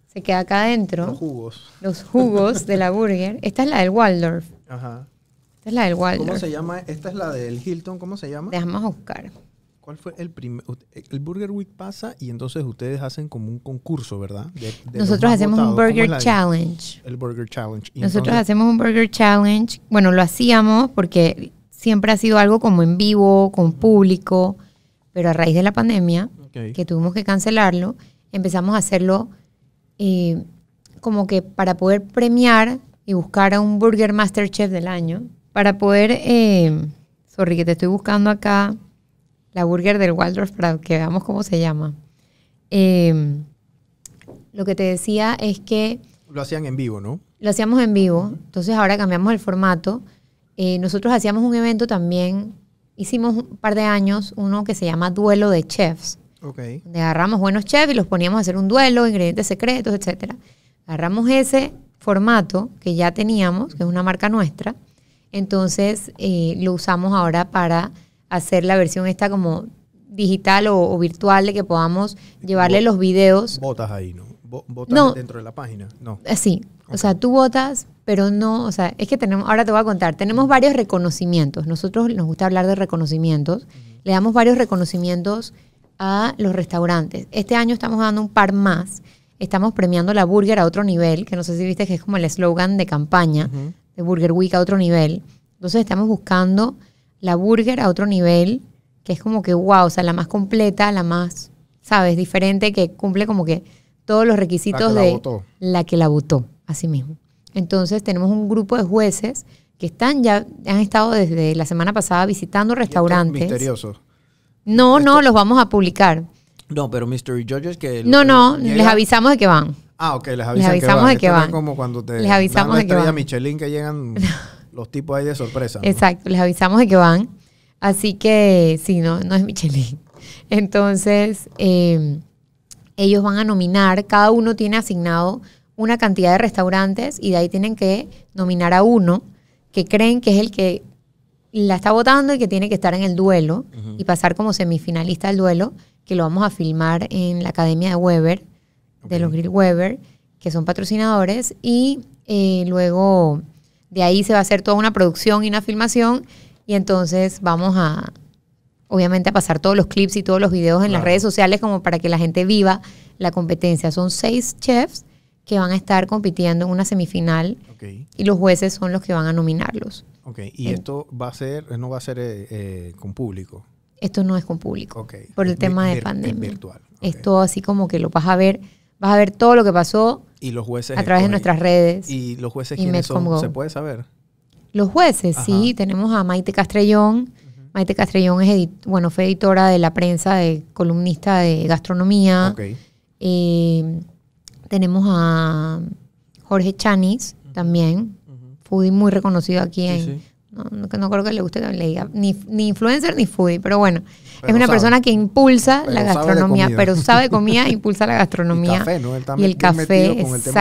Speaker 3: se queda acá adentro.
Speaker 2: Los jugos.
Speaker 3: Los jugos de la burger. Esta es la del Waldorf.
Speaker 2: Ajá.
Speaker 3: Esta es la del
Speaker 2: ¿Cómo
Speaker 3: Waldorf.
Speaker 2: se llama? Esta es la del Hilton, ¿cómo se llama?
Speaker 3: Dejamos buscar.
Speaker 2: ¿Cuál fue el primer? El Burger Week pasa y entonces ustedes hacen como un concurso, ¿verdad? De- de los
Speaker 3: Nosotros
Speaker 2: más
Speaker 3: hacemos un
Speaker 2: votados. ¿Cómo es
Speaker 3: Burger
Speaker 2: la-
Speaker 3: Challenge.
Speaker 2: El Burger Challenge. Y
Speaker 3: Nosotros
Speaker 2: entonces-
Speaker 3: hacemos un Burger Challenge. Bueno, lo hacíamos porque siempre ha sido algo como en vivo, con público, pero a raíz de la pandemia,
Speaker 2: Ok.
Speaker 3: que tuvimos que cancelarlo, empezamos a hacerlo eh, como que para poder premiar y buscar a un Burger Master Chef del año, para poder, eh, sorry que te estoy buscando acá, la burger del Waldorf para que veamos cómo se llama. Eh, lo que te decía es que
Speaker 2: Lo hacían en vivo, ¿no?
Speaker 3: lo hacíamos en vivo, entonces ahora cambiamos el formato. Eh, nosotros hacíamos un evento también, hicimos un par de años, uno que se llama Duelo de Chefs,
Speaker 2: Ok.
Speaker 3: donde agarramos buenos chefs y los poníamos a hacer un duelo, ingredientes secretos, etc. Agarramos ese formato que ya teníamos, que es una marca nuestra, entonces eh, lo usamos ahora para hacer la versión esta como digital o, o virtual de que podamos llevarle
Speaker 2: Bo-
Speaker 3: los videos
Speaker 2: Botas ahí, ¿no? Bo- botas
Speaker 3: No.
Speaker 2: dentro de la página. No.
Speaker 3: así. Eh, O sea, tú votas, pero no, o sea, es que tenemos, ahora te voy a contar, tenemos varios reconocimientos. Nosotros nos gusta hablar de reconocimientos. Le damos varios reconocimientos a los restaurantes. Este año estamos dando un par más. Estamos premiando la burger a otro nivel, que no sé si viste que es como el eslogan de campaña
Speaker 2: Ujú.
Speaker 3: de Burger Week a otro nivel. Entonces estamos buscando la burger a otro nivel, que es como que wow, o sea, la más completa, la más, ¿sabes? Diferente, que cumple como que todos los requisitos
Speaker 2: la
Speaker 3: de
Speaker 2: votó.
Speaker 3: la que la votó, así mismo. Entonces tenemos un grupo de jueces que están ya, han estado desde la semana pasada visitando restaurantes.
Speaker 2: Misterioso.
Speaker 3: No, no, los vamos a publicar.
Speaker 2: No, pero Mystery Judges que...
Speaker 3: No, no,
Speaker 2: llega-
Speaker 3: les avisamos de que van.
Speaker 2: Ah, ok, les avisan que
Speaker 3: avisamos
Speaker 2: van.
Speaker 3: de que
Speaker 2: Esto no
Speaker 3: van.
Speaker 2: es como cuando te
Speaker 3: Les
Speaker 2: dan la
Speaker 3: avisamos de que
Speaker 2: estrella
Speaker 3: van.
Speaker 2: Michelin que llegan los tipos ahí de sorpresa. ¿no?
Speaker 3: Exacto, les avisamos de que van. Así que sí, no, no es Michelin. Entonces, eh, ellos van a nominar, cada uno tiene asignado una cantidad de restaurantes y de ahí tienen que nominar a uno que creen que es el que la está votando y que tiene que estar en el duelo y pasar como semifinalista al duelo, que lo vamos a filmar en la Academia de Weber, de los Grill Weber, que son patrocinadores, y eh, luego de ahí se va a hacer toda una producción y una filmación, y entonces vamos a, obviamente, a pasar todos los clips y todos los videos en las
Speaker 2: Claro.
Speaker 3: redes sociales como para que la gente viva la competencia. Son seis chefs que van a estar compitiendo en una semifinal
Speaker 2: Ok,
Speaker 3: y los jueces son los que van a nominarlos.
Speaker 2: ok. Y
Speaker 3: Eh.
Speaker 2: esto va a ser, no va a ser eh, eh, con público.
Speaker 3: Esto no es con público.
Speaker 2: Ok.
Speaker 3: Por el
Speaker 2: Es vi-
Speaker 3: tema de
Speaker 2: vir- es
Speaker 3: pandemia.
Speaker 2: virtual. ok.
Speaker 3: Es todo así como que lo vas a ver, vas a ver todo lo que pasó
Speaker 2: Y los jueces...
Speaker 3: a través de
Speaker 2: escogen-
Speaker 3: nuestras redes.
Speaker 2: ¿Y los jueces
Speaker 3: y
Speaker 2: quiénes
Speaker 3: Medcom
Speaker 2: son?
Speaker 3: Go.
Speaker 2: ¿Se puede saber?
Speaker 3: Los jueces, sí,
Speaker 2: Ajá.
Speaker 3: tenemos a Maite Castrellón. Maite Castrellón es edit- bueno, fue editora de la prensa, de columnista de gastronomía.
Speaker 2: Ok.
Speaker 3: Eh, tenemos a Jorge Chanis también, foodie muy reconocido aquí en...
Speaker 2: sí.
Speaker 3: No, no- no creo que le guste que le diga, ni, ni influencer ni foodie, pero bueno, es
Speaker 2: Pero
Speaker 3: una
Speaker 2: sabe.
Speaker 3: persona que impulsa
Speaker 2: Pero
Speaker 3: la
Speaker 2: sabe de
Speaker 3: gastronomía,
Speaker 2: comida.
Speaker 3: pero sabe de comida, impulsa la gastronomía
Speaker 2: Y café, ¿no? Él está
Speaker 3: y el
Speaker 2: bien metido
Speaker 3: café,
Speaker 2: con el tema del café, ¿no?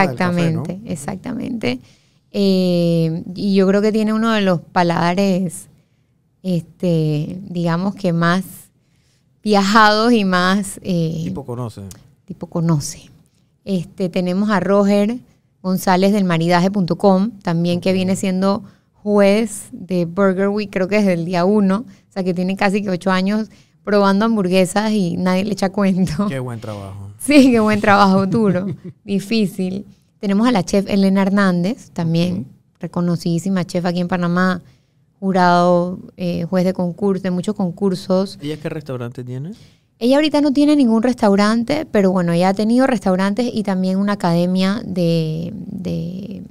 Speaker 3: exactamente, exactamente. Eh, y yo creo que tiene uno de los paladares, este, digamos que más viajados y más eh,
Speaker 2: tipo conoce?
Speaker 3: tipo conoce. Este, tenemos a Roger González del maridaje.com, también que viene siendo juez de Burger Week, creo que desde el día uno, o sea que tiene casi que ocho años probando hamburguesas y nadie le echa cuento.
Speaker 2: Qué buen trabajo.
Speaker 3: Sí, qué buen trabajo, duro, difícil. Tenemos a la chef Elena Hernández, también reconocidísima chef aquí en Panamá, jurado, eh, juez de concurso, de muchos concursos.
Speaker 2: ¿Ella qué restaurante tiene?
Speaker 3: Ella ahorita no tiene ningún restaurante, pero bueno, ella ha tenido restaurantes y también una academia de, de,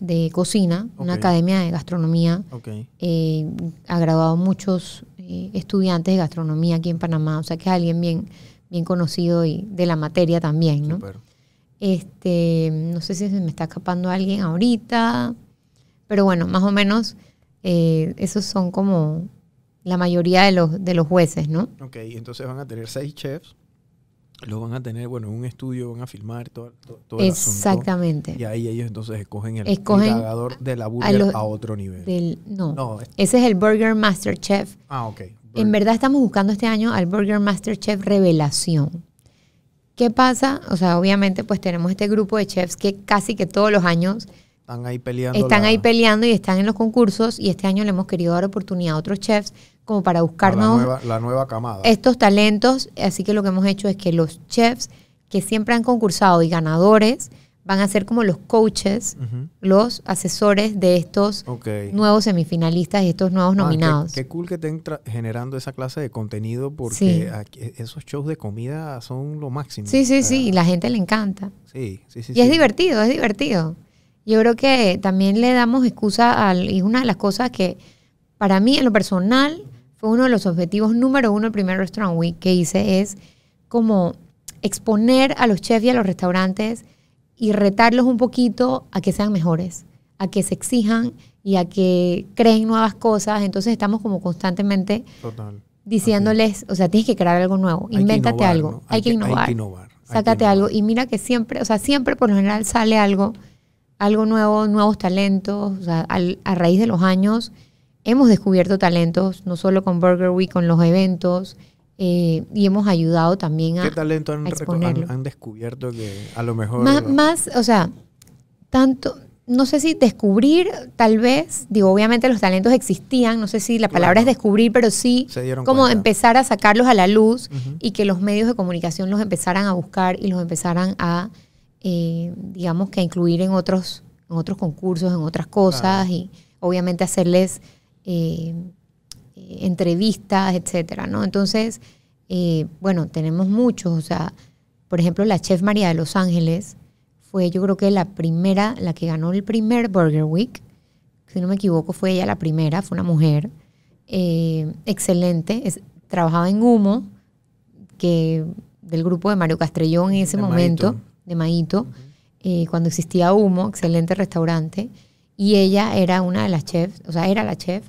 Speaker 3: de cocina, una
Speaker 2: Ok.
Speaker 3: academia de gastronomía.
Speaker 2: Ok.
Speaker 3: Eh, ha graduado muchos eh, estudiantes de gastronomía aquí en Panamá, o sea que es alguien bien, bien conocido y de la materia también, ¿no?
Speaker 2: Súper.
Speaker 3: Este, no sé si se me está escapando alguien ahorita, pero bueno, más o menos eh, esos son como la mayoría de los, de los jueces, ¿no?
Speaker 2: Ok, entonces van a tener seis chefs. Los van a tener, bueno, en un estudio, van a filmar todo, todo, todo el asunto.
Speaker 3: Exactamente.
Speaker 2: Y ahí ellos entonces escogen el,
Speaker 3: Escogen
Speaker 2: el ganador de la burger a,
Speaker 3: los-
Speaker 2: otro nivel.
Speaker 3: Del- no.
Speaker 2: No, es-
Speaker 3: Ese es el Burger Master Chef.
Speaker 2: ah, ok.
Speaker 3: En verdad estamos buscando este año al Burger Master Chef Revelación. ¿Qué pasa? O sea, obviamente pues tenemos este grupo de chefs que casi que todos los años
Speaker 2: Están ahí peleando.
Speaker 3: están
Speaker 2: la-
Speaker 3: ahí peleando y están en los concursos y este año le hemos querido dar oportunidad a otros chefs como para
Speaker 2: a la,
Speaker 3: buscarnos
Speaker 2: nueva, la nueva camada.
Speaker 3: estos talentos. Así que lo que hemos hecho es que los chefs que siempre han concursado y ganadores van a ser como los coaches,
Speaker 2: Ujú.
Speaker 3: los asesores de estos
Speaker 2: Ok.
Speaker 3: nuevos semifinalistas y estos nuevos
Speaker 2: Ah, qué-
Speaker 3: nominados.
Speaker 2: qué, cool que estén tra- generando esa clase de contenido porque
Speaker 3: Sí.
Speaker 2: aquí- e-, esos shows de comida son lo máximo.
Speaker 3: Sí,
Speaker 2: O
Speaker 3: sí,
Speaker 2: sea,
Speaker 3: sí, y la gente le encanta.
Speaker 2: Sí, sí, sí.
Speaker 3: Y es
Speaker 2: sí.
Speaker 3: divertido, es divertido. Yo creo que también le damos excusa al, y una de las cosas que para mí en lo personal fue uno de los objetivos número uno del primer Restaurant Week que hice es como exponer a los chefs y a los restaurantes y retarlos un poquito a que sean mejores, a que se exijan y a que creen nuevas cosas. Entonces estamos como constantemente
Speaker 2: Total.
Speaker 3: diciéndoles, o sea, tienes que crear algo nuevo,
Speaker 2: Hay que
Speaker 3: invéntate
Speaker 2: innovar,
Speaker 3: algo,
Speaker 2: ¿no?
Speaker 3: hay, que innovar,
Speaker 2: Hay que innovar. hay que
Speaker 3: sácate
Speaker 2: innovar.
Speaker 3: algo y mira que siempre, o sea, siempre por lo general sale algo, algo nuevo, nuevos talentos, o sea, al- a raíz de los años hemos descubierto talentos, no solo con Burger Week, con los eventos, eh, y hemos ayudado también a...
Speaker 2: ¿Qué talento han,
Speaker 3: a
Speaker 2: reco-
Speaker 3: exponerlo.
Speaker 2: han- han descubierto que a lo mejor...
Speaker 3: Más, más, o sea, tanto, no sé si descubrir, tal vez, digo, obviamente los talentos existían, no sé si la palabra
Speaker 2: Claro.
Speaker 3: es descubrir, pero sí
Speaker 2: Se dieron
Speaker 3: como
Speaker 2: cuenta.
Speaker 3: empezar a sacarlos a la luz
Speaker 2: Ujú.
Speaker 3: y que los medios de comunicación los empezaran a buscar y los empezaran a, eh, digamos que a incluir en otros, en otros concursos, en otras cosas
Speaker 2: Claro.
Speaker 3: y obviamente hacerles eh, eh, entrevistas, etcétera, ¿no? Entonces, eh, bueno, tenemos muchos, o sea, por ejemplo, la chef María de Los Ángeles fue yo creo que la primera, la que ganó el primer Burger Week, si no me equivoco fue ella la primera, fue una mujer eh, excelente, es- trabajaba en Humo, que del grupo de Mario Castrellón en ese
Speaker 2: De
Speaker 3: momento,
Speaker 2: Maíto.
Speaker 3: de Maíto, eh, cuando existía Humo, excelente restaurante, y ella era una de las chefs, o sea, era la chef,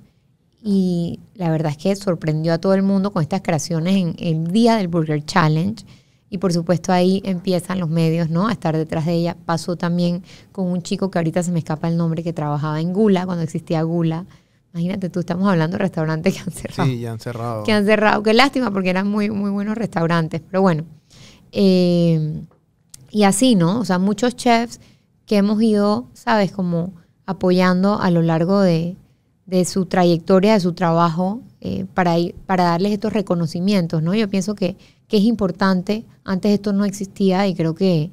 Speaker 3: y la verdad es que sorprendió a todo el mundo con estas creaciones en el día del Burger Challenge. Y por supuesto ahí empiezan los medios, ¿no? A estar detrás de ella. Pasó también con un chico que ahorita se me escapa el nombre, que trabajaba en Gula, cuando existía Gula. Imagínate tú, estamos hablando de restaurantes que han cerrado.
Speaker 2: Sí, ya han cerrado.
Speaker 3: Que han cerrado. Qué lástima, porque eran muy, muy buenos restaurantes. Pero bueno. Eh, y así, ¿no? O sea, muchos chefs que hemos ido, ¿sabes? Como apoyando a lo largo de, de su trayectoria, de su trabajo, eh, para, ir- para darles estos reconocimientos, ¿no? Yo pienso que, que es importante. Antes esto no existía y creo que,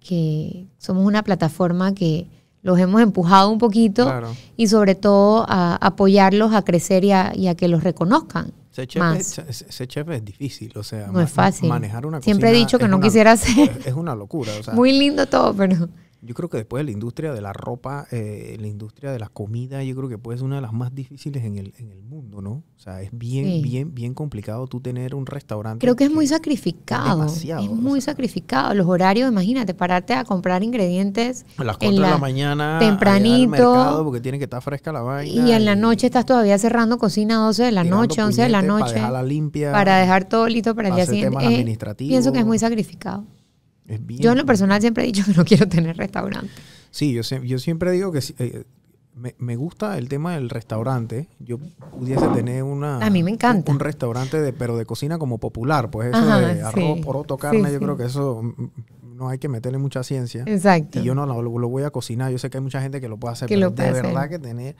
Speaker 3: que somos una plataforma que los hemos empujado un poquito
Speaker 2: Claro.
Speaker 3: y sobre todo a apoyarlos a crecer y a, y a que los reconozcan.
Speaker 2: Ser chef,
Speaker 3: más.
Speaker 2: es, se- ser chef es difícil, o sea,
Speaker 3: No es
Speaker 2: ma-
Speaker 3: fácil.
Speaker 2: manejar una
Speaker 3: Siempre he
Speaker 2: cocina
Speaker 3: dicho que
Speaker 2: es
Speaker 3: no
Speaker 2: una-
Speaker 3: quisiera ser.
Speaker 2: Es una locura, o sea,
Speaker 3: Muy lindo todo, pero...
Speaker 2: yo creo que después de la industria de la ropa, eh, la industria de la comida, yo creo que puede ser una de las más difíciles en el, en el mundo, ¿no? O sea, es bien,
Speaker 3: Sí.
Speaker 2: bien, bien complicado tú tener un restaurante.
Speaker 3: Creo que es muy sacrificado.
Speaker 2: demasiado,
Speaker 3: es
Speaker 2: o
Speaker 3: muy
Speaker 2: sea.
Speaker 3: sacrificado. Los horarios, imagínate, pararte a comprar ingredientes
Speaker 2: A las 4
Speaker 3: en
Speaker 2: de la
Speaker 3: la-
Speaker 2: mañana, allá al
Speaker 3: tempranito.
Speaker 2: mercado porque tiene que estar fresca la vaina.
Speaker 3: y en la noche estás todavía cerrando cocina 12 de la
Speaker 2: tirando
Speaker 3: noche, 11 de la
Speaker 2: puñetes
Speaker 3: noche,
Speaker 2: Para dejarla limpia.
Speaker 3: para dejar todo listo para el
Speaker 2: para
Speaker 3: día
Speaker 2: hacer
Speaker 3: siguiente.
Speaker 2: temas
Speaker 3: Eh,
Speaker 2: administrativos.
Speaker 3: pienso que es muy sacrificado.
Speaker 2: es bien
Speaker 3: Yo en lo
Speaker 2: complicado.
Speaker 3: personal siempre he dicho que no quiero tener restaurante.
Speaker 2: Sí, yo, sie- yo siempre digo que si- eh, me, me gusta el tema del restaurante. Yo pudiese tener una...
Speaker 3: Ah. A mí me encanta.
Speaker 2: Un restaurante, de, pero de cocina como popular. Pues eso
Speaker 3: Ajá,
Speaker 2: de arroz,
Speaker 3: sí.
Speaker 2: poroto,
Speaker 3: Sí,
Speaker 2: carne, yo
Speaker 3: sí.
Speaker 2: creo que eso mm, no hay que meterle mucha ciencia.
Speaker 3: Exacto.
Speaker 2: Y yo no lo, lo voy a cocinar. Yo sé que hay mucha gente que lo puede hacer.
Speaker 3: Que
Speaker 2: pero
Speaker 3: lo puede
Speaker 2: de
Speaker 3: hacer.
Speaker 2: verdad que tener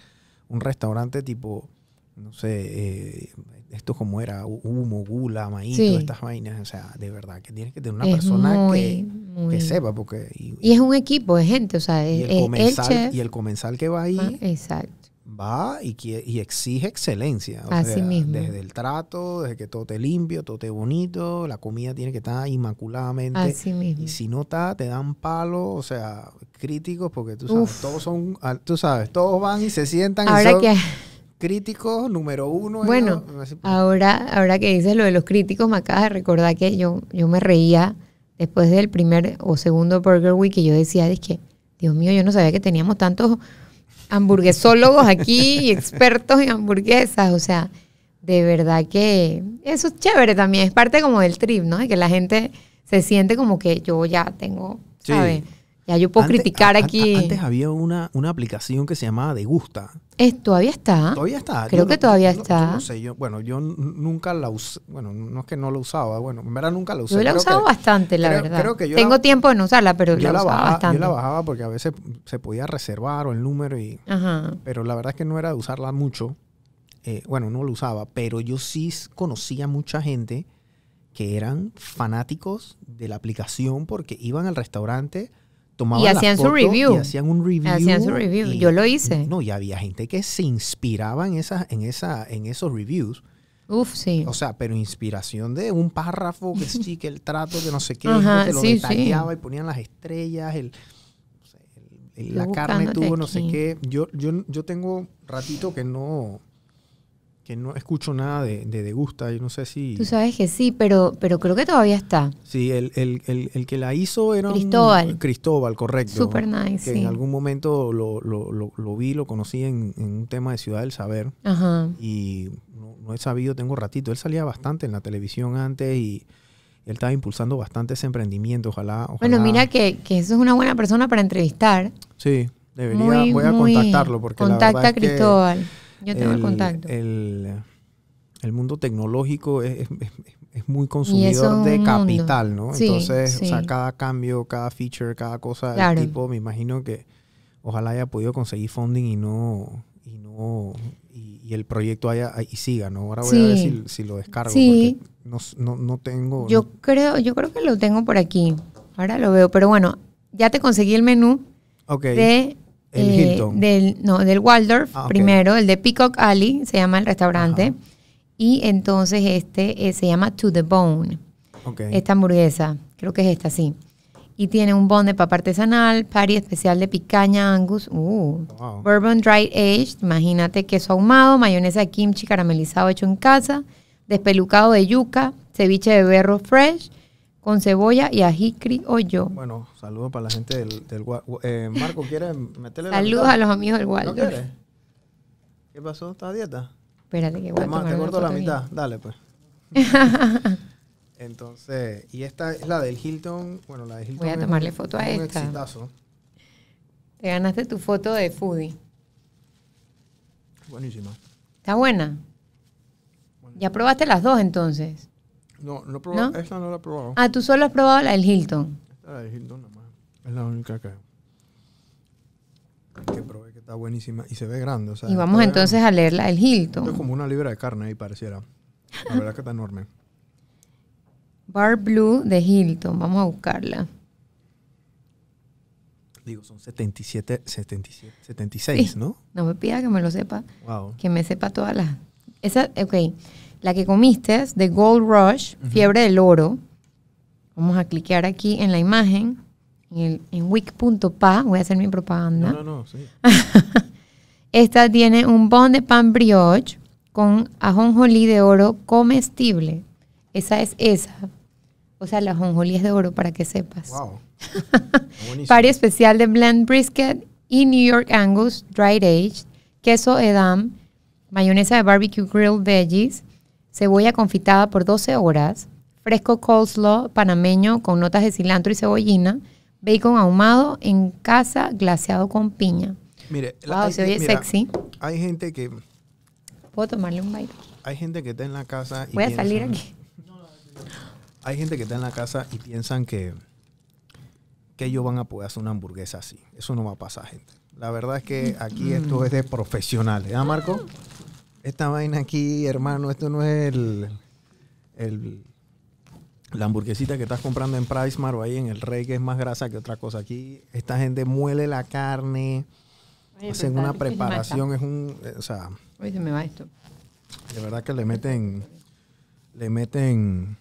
Speaker 2: un restaurante tipo, no sé, eh, esto como era, hu- humo, gula, maíz,
Speaker 3: Sí.
Speaker 2: todas estas vainas. O sea, de verdad que tienes que tener una
Speaker 3: Es
Speaker 2: persona
Speaker 3: muy,
Speaker 2: que,
Speaker 3: muy-
Speaker 2: que sepa. Porque,
Speaker 3: Y es un equipo de gente, o sea,
Speaker 2: y
Speaker 3: es,
Speaker 2: el,
Speaker 3: es el
Speaker 2: comensal,
Speaker 3: chef.
Speaker 2: y el comensal que va ahí
Speaker 3: Ah, exacto.
Speaker 2: va y, quie- y exige excelencia. o
Speaker 3: Así
Speaker 2: sea,
Speaker 3: mismo.
Speaker 2: Desde el trato, desde que todo te limpio, todo te bonito, la comida tiene que estar inmaculadamente.
Speaker 3: Así mismo.
Speaker 2: Y si no está, te dan palo, o sea, críticos, porque tú sabes,
Speaker 3: Uf.
Speaker 2: todos son, ah, tú sabes, todos van y se sientan y
Speaker 3: Ahora
Speaker 2: son
Speaker 3: que
Speaker 2: críticos número uno.
Speaker 3: Bueno, ah,
Speaker 2: ellos, así, pues,
Speaker 3: Ahora, ahora que dices lo de los críticos, me acabas de recordar que yo, yo me reía después del primer o segundo Burger Week y yo decía, es que, Dios mío, yo no sabía que teníamos tantos hamburguesólogos aquí y expertos en hamburguesas. O sea, de verdad que eso es chévere también. Es parte como del trip, ¿no? De que la gente se siente como que yo ya tengo,
Speaker 2: Sí.
Speaker 3: ¿sabes? Ya yo puedo
Speaker 2: antes-
Speaker 3: criticar
Speaker 2: a- a-
Speaker 3: aquí.
Speaker 2: Antes había una, una aplicación que se llamaba Degusta.
Speaker 3: Eh, todavía está.
Speaker 2: Todavía está.
Speaker 3: Creo
Speaker 2: Yo
Speaker 3: que
Speaker 2: no-
Speaker 3: todavía
Speaker 2: yo no-
Speaker 3: está.
Speaker 2: yo no sé, yo- bueno, yo n- nunca la usé. Bueno, no es que no la usaba. Bueno, en verdad nunca la usé.
Speaker 3: Yo la he
Speaker 2: creo
Speaker 3: usado
Speaker 2: que-
Speaker 3: bastante, la
Speaker 2: creo-
Speaker 3: verdad.
Speaker 2: creo que yo
Speaker 3: Tengo
Speaker 2: la-
Speaker 3: tiempo de no usarla, pero la
Speaker 2: yo la,
Speaker 3: usaba
Speaker 2: bajaba, yo
Speaker 3: bastante.
Speaker 2: la bajaba porque a veces se podía reservar o el número y...
Speaker 3: Ajá.
Speaker 2: Pero la verdad es que no era de usarla mucho. Eh, bueno, no la usaba, pero yo sí s- conocía mucha gente que eran fanáticos de la aplicación porque iban al restaurante, tomaban
Speaker 3: Y
Speaker 2: la
Speaker 3: hacían su
Speaker 2: foto
Speaker 3: review.
Speaker 2: y hacían un review.
Speaker 3: Hacían su review.
Speaker 2: y-
Speaker 3: Yo lo hice.
Speaker 2: No, y había gente que se inspiraba en, esas, en, esa, en esos reviews.
Speaker 3: Uf, sí.
Speaker 2: O sea, pero inspiración de un párrafo que sí, que el trato, que no sé qué,
Speaker 3: Ajá,
Speaker 2: que lo
Speaker 3: sí, sí.
Speaker 2: detallaba y ponían las estrellas, el, no sé, el- el- la
Speaker 3: Estoy
Speaker 2: carne
Speaker 3: buscándote
Speaker 2: tuvo no sé
Speaker 3: aquí.
Speaker 2: qué. Yo, yo, yo tengo ratito que no que no escucho nada de, de degusta. Yo no sé si,
Speaker 3: Tú sabes que sí, pero, pero creo que todavía está.
Speaker 2: si el, el- el- el que la hizo era un-
Speaker 3: Cristóbal.
Speaker 2: Cristóbal, correcto.
Speaker 3: Super nice,
Speaker 2: Que
Speaker 3: sí.
Speaker 2: en algún momento lo, lo- lo- lo vi, lo conocí en, en un tema de Ciudad del Saber
Speaker 3: Ajá.
Speaker 2: y no, no he sabido, tengo ratito. Él salía bastante en la televisión antes y él estaba impulsando bastante ese emprendimiento. Ojalá, ojalá.
Speaker 3: Bueno, mira que, que eso es una buena persona para entrevistar.
Speaker 2: Sí, debería,
Speaker 3: Muy,
Speaker 2: voy a
Speaker 3: muy-
Speaker 2: contactarlo porque la
Speaker 3: Contacta
Speaker 2: verdad
Speaker 3: a
Speaker 2: es que eh,
Speaker 3: Cristóbal. Yo tengo el, contacto.
Speaker 2: El, el mundo tecnológico es, es- es- es muy consumidor de
Speaker 3: un mundo.
Speaker 2: capital, ¿no?
Speaker 3: Sí,
Speaker 2: Entonces, o sea,
Speaker 3: sí.
Speaker 2: cada cambio, cada feature, cada cosa del
Speaker 3: Claro.
Speaker 2: tipo, me imagino que ojalá haya podido conseguir funding y no y no y, y el proyecto haya y siga, ¿no? Ahora voy a ver
Speaker 3: Sí.
Speaker 2: si, si lo descargo
Speaker 3: Sí.
Speaker 2: porque no, s- no, no tengo
Speaker 3: Yo creo, yo creo que lo tengo por aquí. Ahora lo veo. Pero bueno, ya te conseguí el menú
Speaker 2: Ok,
Speaker 3: de
Speaker 2: el
Speaker 3: eh,
Speaker 2: Hilton.
Speaker 3: del, no, del Waldorf
Speaker 2: Ah, ok.
Speaker 3: primero, el de Peacock Alley, se llama el restaurante.
Speaker 2: Ajá.
Speaker 3: Y entonces este eh, se llama To The Bone.
Speaker 2: ok.
Speaker 3: Esta hamburguesa, creo que es esta, sí. Y tiene un bond de papa artesanal, patty especial de picaña angus, uh,
Speaker 2: Wow.
Speaker 3: bourbon dry aged, imagínate queso ahumado, mayonesa de kimchi caramelizado hecho en casa, despelucado de yuca, ceviche de berro fresh, con cebolla y ají criollo.
Speaker 2: Bueno, saludos para la gente del, del gua- gua- eh, Marco, ¿quieres meterle la
Speaker 3: Saludos
Speaker 2: mitad?
Speaker 3: a los amigos del
Speaker 2: ¿No
Speaker 3: Waldorf.
Speaker 2: quieres? ¿Qué pasó? ¿Estás a dieta?
Speaker 3: Espérate que voy a
Speaker 2: Te, ma-
Speaker 3: tomar
Speaker 2: te
Speaker 3: una
Speaker 2: corto la
Speaker 3: foto aquí.
Speaker 2: mitad, dale pues. Entonces, y esta es la del Hilton. Bueno, la del Hilton.
Speaker 3: Voy a
Speaker 2: es
Speaker 3: tomarle
Speaker 2: un-
Speaker 3: foto a
Speaker 2: un
Speaker 3: esta.
Speaker 2: exitazo.
Speaker 3: Te ganaste tu foto de foodie.
Speaker 2: Buenísima.
Speaker 3: ¿Está buena? Ya probaste las dos entonces.
Speaker 2: No, no he probado.
Speaker 3: ¿No?
Speaker 2: Esta no la he probado.
Speaker 3: Ah, tú solo has probado la del Hilton.
Speaker 2: Esta la del Hilton nomás. Es la única que, que probé que está buenísima. Y se ve grande. O sea,
Speaker 3: Y vamos
Speaker 2: está
Speaker 3: entonces a leer la del
Speaker 2: grande. Esto es
Speaker 3: Hilton.
Speaker 2: como una libra de carne ahí pareciera. La verdad que está enorme.
Speaker 3: Bar Blue de Hilton. Vamos a buscarla.
Speaker 2: Digo, son 77, 77 76,
Speaker 3: Sí.
Speaker 2: ¿no?
Speaker 3: No me pida que me lo sepa.
Speaker 2: Wow.
Speaker 3: Que me sepa todas las. Esa, ok. La que comiste es de Gold Rush, Fiebre del Oro. Vamos a cliquear aquí en la imagen. En, el- en wick.pa. Voy a hacer mi propaganda.
Speaker 2: No, no, no, sí.
Speaker 3: Esta tiene un bon de pan brioche con ajonjolí de oro comestible. Esa es esa. O sea, la ajonjolí es de oro para que sepas.
Speaker 2: Wow. Está buenísimo.
Speaker 3: Pari especial de blend brisket y New York Angus dried aged, queso edam, mayonesa de barbecue grilled veggies, cebolla confitada por 12 horas, fresco coleslaw panameño con notas de cilantro y cebollina, bacon ahumado en casa glaseado con piña.
Speaker 2: Mire,
Speaker 3: Wow,
Speaker 2: hay
Speaker 3: se
Speaker 2: gen-
Speaker 3: oye sexy.
Speaker 2: Hay gente que
Speaker 3: ¿Puedo tomarle un baile?
Speaker 2: hay gente que está en la casa y
Speaker 3: Voy a
Speaker 2: piensan-
Speaker 3: salir aquí.
Speaker 2: Hay gente que está en la casa y piensan que que ellos van a poder hacer una hamburguesa así. Eso no va a pasar, gente. La verdad es que aquí esto es de profesionales. ¿Ah, Marco? Esta vaina aquí, hermano, esto no es el, el- la hamburguesita que estás comprando en Pricemar o ahí en el Rey, que es más grasa que otra cosa. Aquí esta gente muele la carne, hacen una preparación, es un... eh, O sea,
Speaker 3: Hoy se me va esto.
Speaker 2: De verdad que le meten, le meten,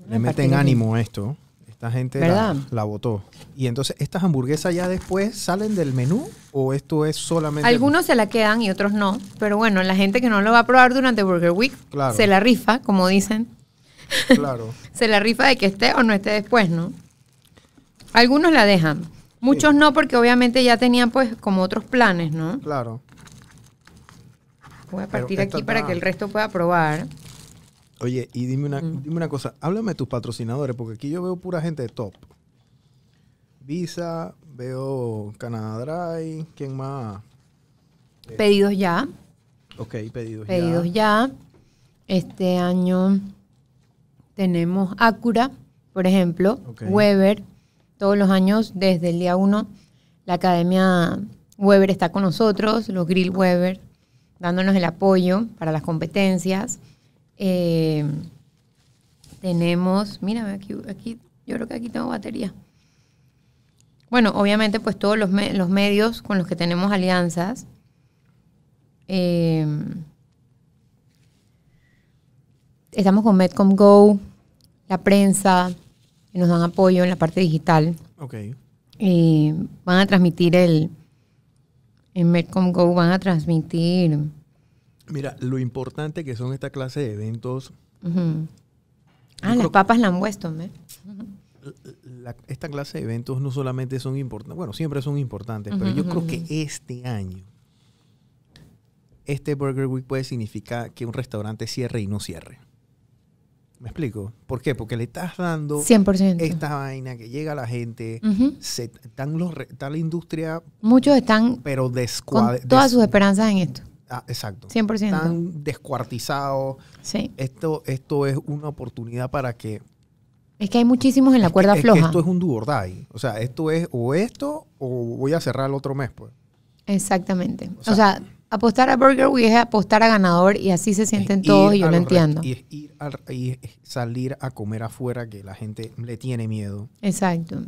Speaker 2: le
Speaker 3: Una
Speaker 2: meten
Speaker 3: partida.
Speaker 2: ánimo a esto. Esta gente la,
Speaker 3: ¿Verdad?
Speaker 2: la votó. Y entonces, ¿estas hamburguesas ya después salen del menú o esto es solamente...
Speaker 3: Algunos se la quedan y otros no. Pero bueno, la gente que no lo va a probar durante Burger Week
Speaker 2: Claro.
Speaker 3: se la rifa, como dicen.
Speaker 2: Claro.
Speaker 3: Se la rifa de que esté o no esté después, ¿no? Algunos la dejan. Muchos no, porque obviamente ya tenían pues como otros planes, ¿no?
Speaker 2: Claro.
Speaker 3: Voy a
Speaker 2: Pero
Speaker 3: partir
Speaker 2: esta
Speaker 3: aquí para
Speaker 2: está-
Speaker 3: que el resto pueda probar.
Speaker 2: Oye, y dime una, dime una cosa. Háblame de tus patrocinadores, porque aquí yo veo pura gente de top. Visa, veo Canadá Dry, ¿quién más?
Speaker 3: Pedidos ya,
Speaker 2: Ok, pedidos,
Speaker 3: pedidos
Speaker 2: ya.
Speaker 3: ya. Este año tenemos Acura, por ejemplo,
Speaker 2: Ok.
Speaker 3: Weber. Todos los años, desde el día 1, la Academia Weber está con nosotros, los Grill Weber, dándonos el apoyo para las competencias. Eh, tenemos, mírame, aquí, aquí, yo creo que aquí tengo batería. Bueno, obviamente, pues todos los, me- los medios con los que tenemos alianzas. Eh, estamos con Medcom Go, la prensa, que nos dan apoyo en la parte digital.
Speaker 2: Ok.
Speaker 3: Eh, van a transmitir el. En Medcom Go van a transmitir.
Speaker 2: Mira, lo importante que son esta clase de eventos
Speaker 3: ujú.
Speaker 2: Yo
Speaker 3: Ah, las
Speaker 2: creo-
Speaker 3: papas la han puesto, ¿me?
Speaker 2: la- esta clase de eventos no solamente son importantes, bueno, siempre son importantes, pero yo creo que este año, este Burger Week puede significar que un restaurante cierre y no cierre. ¿Me explico? ¿Por qué? Porque le estás dando
Speaker 3: 100%.
Speaker 2: esta vaina que llega a la gente,
Speaker 3: Ujú.
Speaker 2: se, están los, re- está la industria,
Speaker 3: Muchos están
Speaker 2: pero
Speaker 3: con
Speaker 2: descuadrada.
Speaker 3: todas sus esperanzas en esto.
Speaker 2: ah, exacto.
Speaker 3: 100%.
Speaker 2: Están descuartizados.
Speaker 3: Sí.
Speaker 2: Esto, esto es una oportunidad para que
Speaker 3: Es que hay muchísimos en la
Speaker 2: Es que-
Speaker 3: cuerda
Speaker 2: es que
Speaker 3: floja.
Speaker 2: esto es un do or die. O sea, esto es o esto o voy a cerrar el otro mes, pues.
Speaker 3: Exactamente.
Speaker 2: O
Speaker 3: O
Speaker 2: sea-
Speaker 3: sea, apostar a Burger Week es apostar a ganador y así se sienten
Speaker 2: Es
Speaker 3: todos
Speaker 2: ir
Speaker 3: y yo
Speaker 2: a
Speaker 3: lo
Speaker 2: los rest-
Speaker 3: entiendo.
Speaker 2: Y es ir al- y es salir a comer afuera que la gente le tiene miedo.
Speaker 3: Exacto.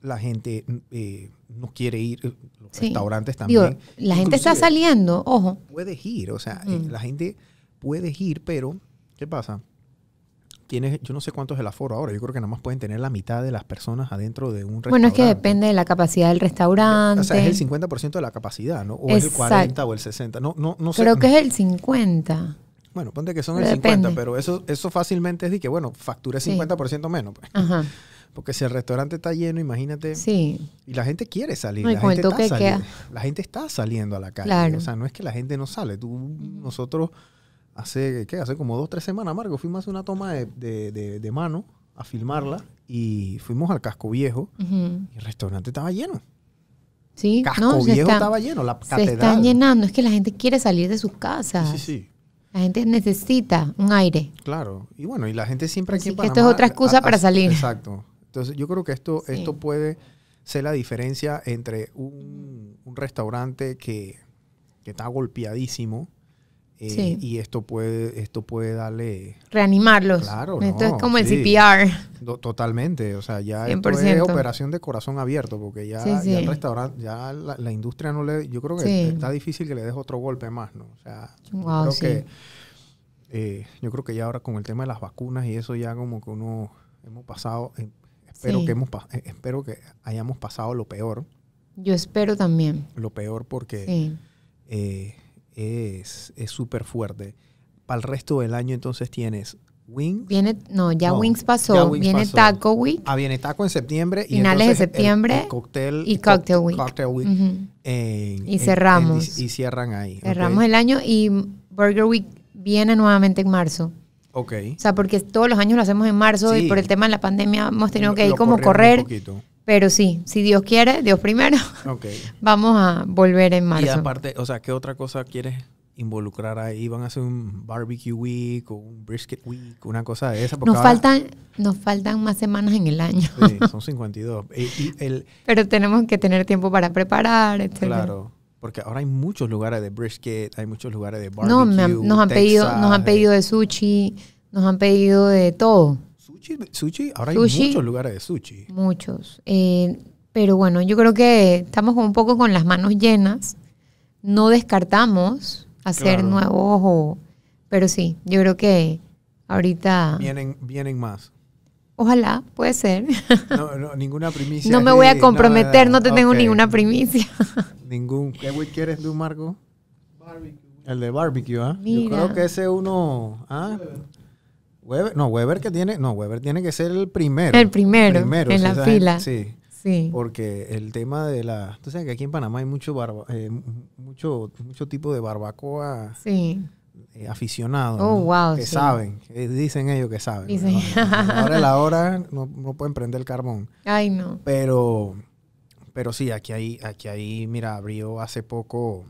Speaker 2: La gente eh, no quiere ir. Los
Speaker 3: Sí.
Speaker 2: restaurantes también.
Speaker 3: Digo, la gente está
Speaker 2: Inclusive,
Speaker 3: Mm. saliendo, ojo.
Speaker 2: Puedes ir, o sea,
Speaker 3: Ujú.
Speaker 2: eh, la gente puede ir, pero ¿qué pasa? Tienes, yo no sé cuánto es el aforo ahora. Yo creo que nada más pueden tener la mitad de las personas adentro de un restaurante.
Speaker 3: Bueno, es que depende de la capacidad del restaurante.
Speaker 2: O sea, es el 50% de la capacidad, ¿no? O es el
Speaker 3: Exacto.
Speaker 2: 40 o el 60. No, no, no sé.
Speaker 3: Creo que es el 50.
Speaker 2: Bueno, ponte que son el
Speaker 3: Pero
Speaker 2: 50,
Speaker 3: depende.
Speaker 2: pero eso, eso fácilmente es de que, bueno, facturé
Speaker 3: Sí.
Speaker 2: 50% menos. pues.
Speaker 3: Ajá.
Speaker 2: Porque si el restaurante está lleno, imagínate.
Speaker 3: Sí.
Speaker 2: Y la gente quiere salir.
Speaker 3: No, y
Speaker 2: la,
Speaker 3: con el
Speaker 2: gente
Speaker 3: toque
Speaker 2: está
Speaker 3: de queda.
Speaker 2: saliendo, la gente está saliendo a la calle.
Speaker 3: Claro.
Speaker 2: O sea, no es que la gente no sale. Tú, nosotros, hace, ¿qué? Hace como dos, tres semanas, Marco, fuimos a hacer una toma de, de- de- de mano a filmarla y fuimos al casco viejo
Speaker 3: Ujú.
Speaker 2: y el restaurante estaba lleno.
Speaker 3: Sí,
Speaker 2: Casco
Speaker 3: no, se,
Speaker 2: viejo
Speaker 3: está-
Speaker 2: estaba lleno, la
Speaker 3: se
Speaker 2: catedral.
Speaker 3: están llenando. Es que la gente quiere salir de sus casas.
Speaker 2: Sí, sí, sí.
Speaker 3: La gente necesita un aire.
Speaker 2: Claro, y bueno, y la gente siempre aquí
Speaker 3: Así
Speaker 2: en
Speaker 3: que esto
Speaker 2: Panamá-
Speaker 3: es otra excusa para salir.
Speaker 2: Exacto. Entonces yo creo que esto,
Speaker 3: Sí.
Speaker 2: esto puede ser la diferencia entre un, un restaurante que, que está golpeadísimo eh,
Speaker 3: Sí.
Speaker 2: y esto puede, esto puede darle
Speaker 3: Reanimarlos.
Speaker 2: Claro,
Speaker 3: Esto
Speaker 2: no,
Speaker 3: es como el
Speaker 2: sí.
Speaker 3: CPR.
Speaker 2: do- totalmente. O sea, ya esto es
Speaker 3: 100%.
Speaker 2: operación de corazón abierto, porque ya,
Speaker 3: Sí, sí.
Speaker 2: ya el restaurante, ya la, la industria no le, yo creo que
Speaker 3: Sí.
Speaker 2: está difícil que le des otro golpe más, ¿no? O sea, yo
Speaker 3: Wow,
Speaker 2: creo
Speaker 3: sí.
Speaker 2: que eh, yo creo que ya ahora con el tema de las vacunas y eso ya como que uno hemos pasado, eh, espero
Speaker 3: Sí.
Speaker 2: que hemos pa- eh, espero que hayamos pasado lo peor,
Speaker 3: Yo espero también.
Speaker 2: lo peor porque
Speaker 3: Sí.
Speaker 2: eh, es es súper fuerte. Para el resto del año entonces tienes Wings.
Speaker 3: Viene, no, ya
Speaker 2: No,
Speaker 3: Wings pasó.
Speaker 2: ya Wings
Speaker 3: viene
Speaker 2: pasó.
Speaker 3: Taco Week.
Speaker 2: Ah, viene taco en septiembre.
Speaker 3: Finales de
Speaker 2: entonces el-
Speaker 3: septiembre
Speaker 2: el cóctel-
Speaker 3: y
Speaker 2: co-
Speaker 3: Cocktail Week.
Speaker 2: Cocktail Week
Speaker 3: Ujú.
Speaker 2: en-
Speaker 3: Y
Speaker 2: en-
Speaker 3: cerramos.
Speaker 2: en- y cierran ahí.
Speaker 3: Cerramos el año y Burger Week viene nuevamente en marzo.
Speaker 2: Ok.
Speaker 3: O sea, porque todos los años lo hacemos en marzo
Speaker 2: Sí.
Speaker 3: y por el tema de la pandemia hemos tenido que
Speaker 2: Lo-
Speaker 3: ir
Speaker 2: lo
Speaker 3: como
Speaker 2: corrieron
Speaker 3: correr.
Speaker 2: un poquito.
Speaker 3: Pero sí, si Dios quiere, Dios primero,
Speaker 2: Ok.
Speaker 3: vamos a volver en
Speaker 2: Y
Speaker 3: marzo.
Speaker 2: aparte, o sea, ¿qué otra cosa quieres involucrar ahí? ¿Van a hacer un barbecue week o un brisket week? Una cosa de esa. Porque
Speaker 3: Nos
Speaker 2: ahora-
Speaker 3: faltan, nos faltan más semanas en el año.
Speaker 2: Sí, son 52. Y, y el,
Speaker 3: Pero tenemos que tener tiempo para preparar, etc.
Speaker 2: claro. Porque ahora hay muchos lugares de brisket, hay muchos lugares de barbecue.
Speaker 3: No, me han- nos han pedido, nos
Speaker 2: Texas,
Speaker 3: han pedido de sushi, nos han pedido de todo,
Speaker 2: Sushi, sushi, ahora hay
Speaker 3: Sushi.
Speaker 2: muchos lugares de sushi.
Speaker 3: muchos. Eh, pero bueno, yo creo que estamos como un poco con las manos llenas. No descartamos hacer
Speaker 2: Claro.
Speaker 3: nuevos o- pero sí, yo creo que ahorita,
Speaker 2: Vienen, vienen más.
Speaker 3: ojalá, puede ser.
Speaker 2: No, no, ninguna primicia.
Speaker 3: no me
Speaker 2: así,
Speaker 3: voy a comprometer, no,
Speaker 2: nada.
Speaker 3: te tengo
Speaker 2: Ok.
Speaker 3: ninguna primicia.
Speaker 2: Ningún. ¿Qué week quieres tú, Marco? El de barbecue, ¿ah? Yo
Speaker 3: Mira.
Speaker 2: creo que ese uno. ¿ah? Weber. No, Weber que tiene. No, Weber tiene que ser el primero.
Speaker 3: El primero, en
Speaker 2: sí,
Speaker 3: la
Speaker 2: esa
Speaker 3: fila.
Speaker 2: gente- sí.
Speaker 3: Sí,
Speaker 2: Porque el tema de la. Tú sabes que aquí en Panamá hay mucho barba, eh, mucho, mucho tipo de barbacoa
Speaker 3: sí.
Speaker 2: eh, aficionados. ¿no?
Speaker 3: Oh, wow,
Speaker 2: Que
Speaker 3: sí.
Speaker 2: saben, que dicen ellos que saben.
Speaker 3: Dicen.
Speaker 2: ¿no? Ahora es la hora, no, no pueden prender el carbón.
Speaker 3: Ay, no.
Speaker 2: Pero, pero sí, aquí hay, aquí hay, mira, abrió hace poco,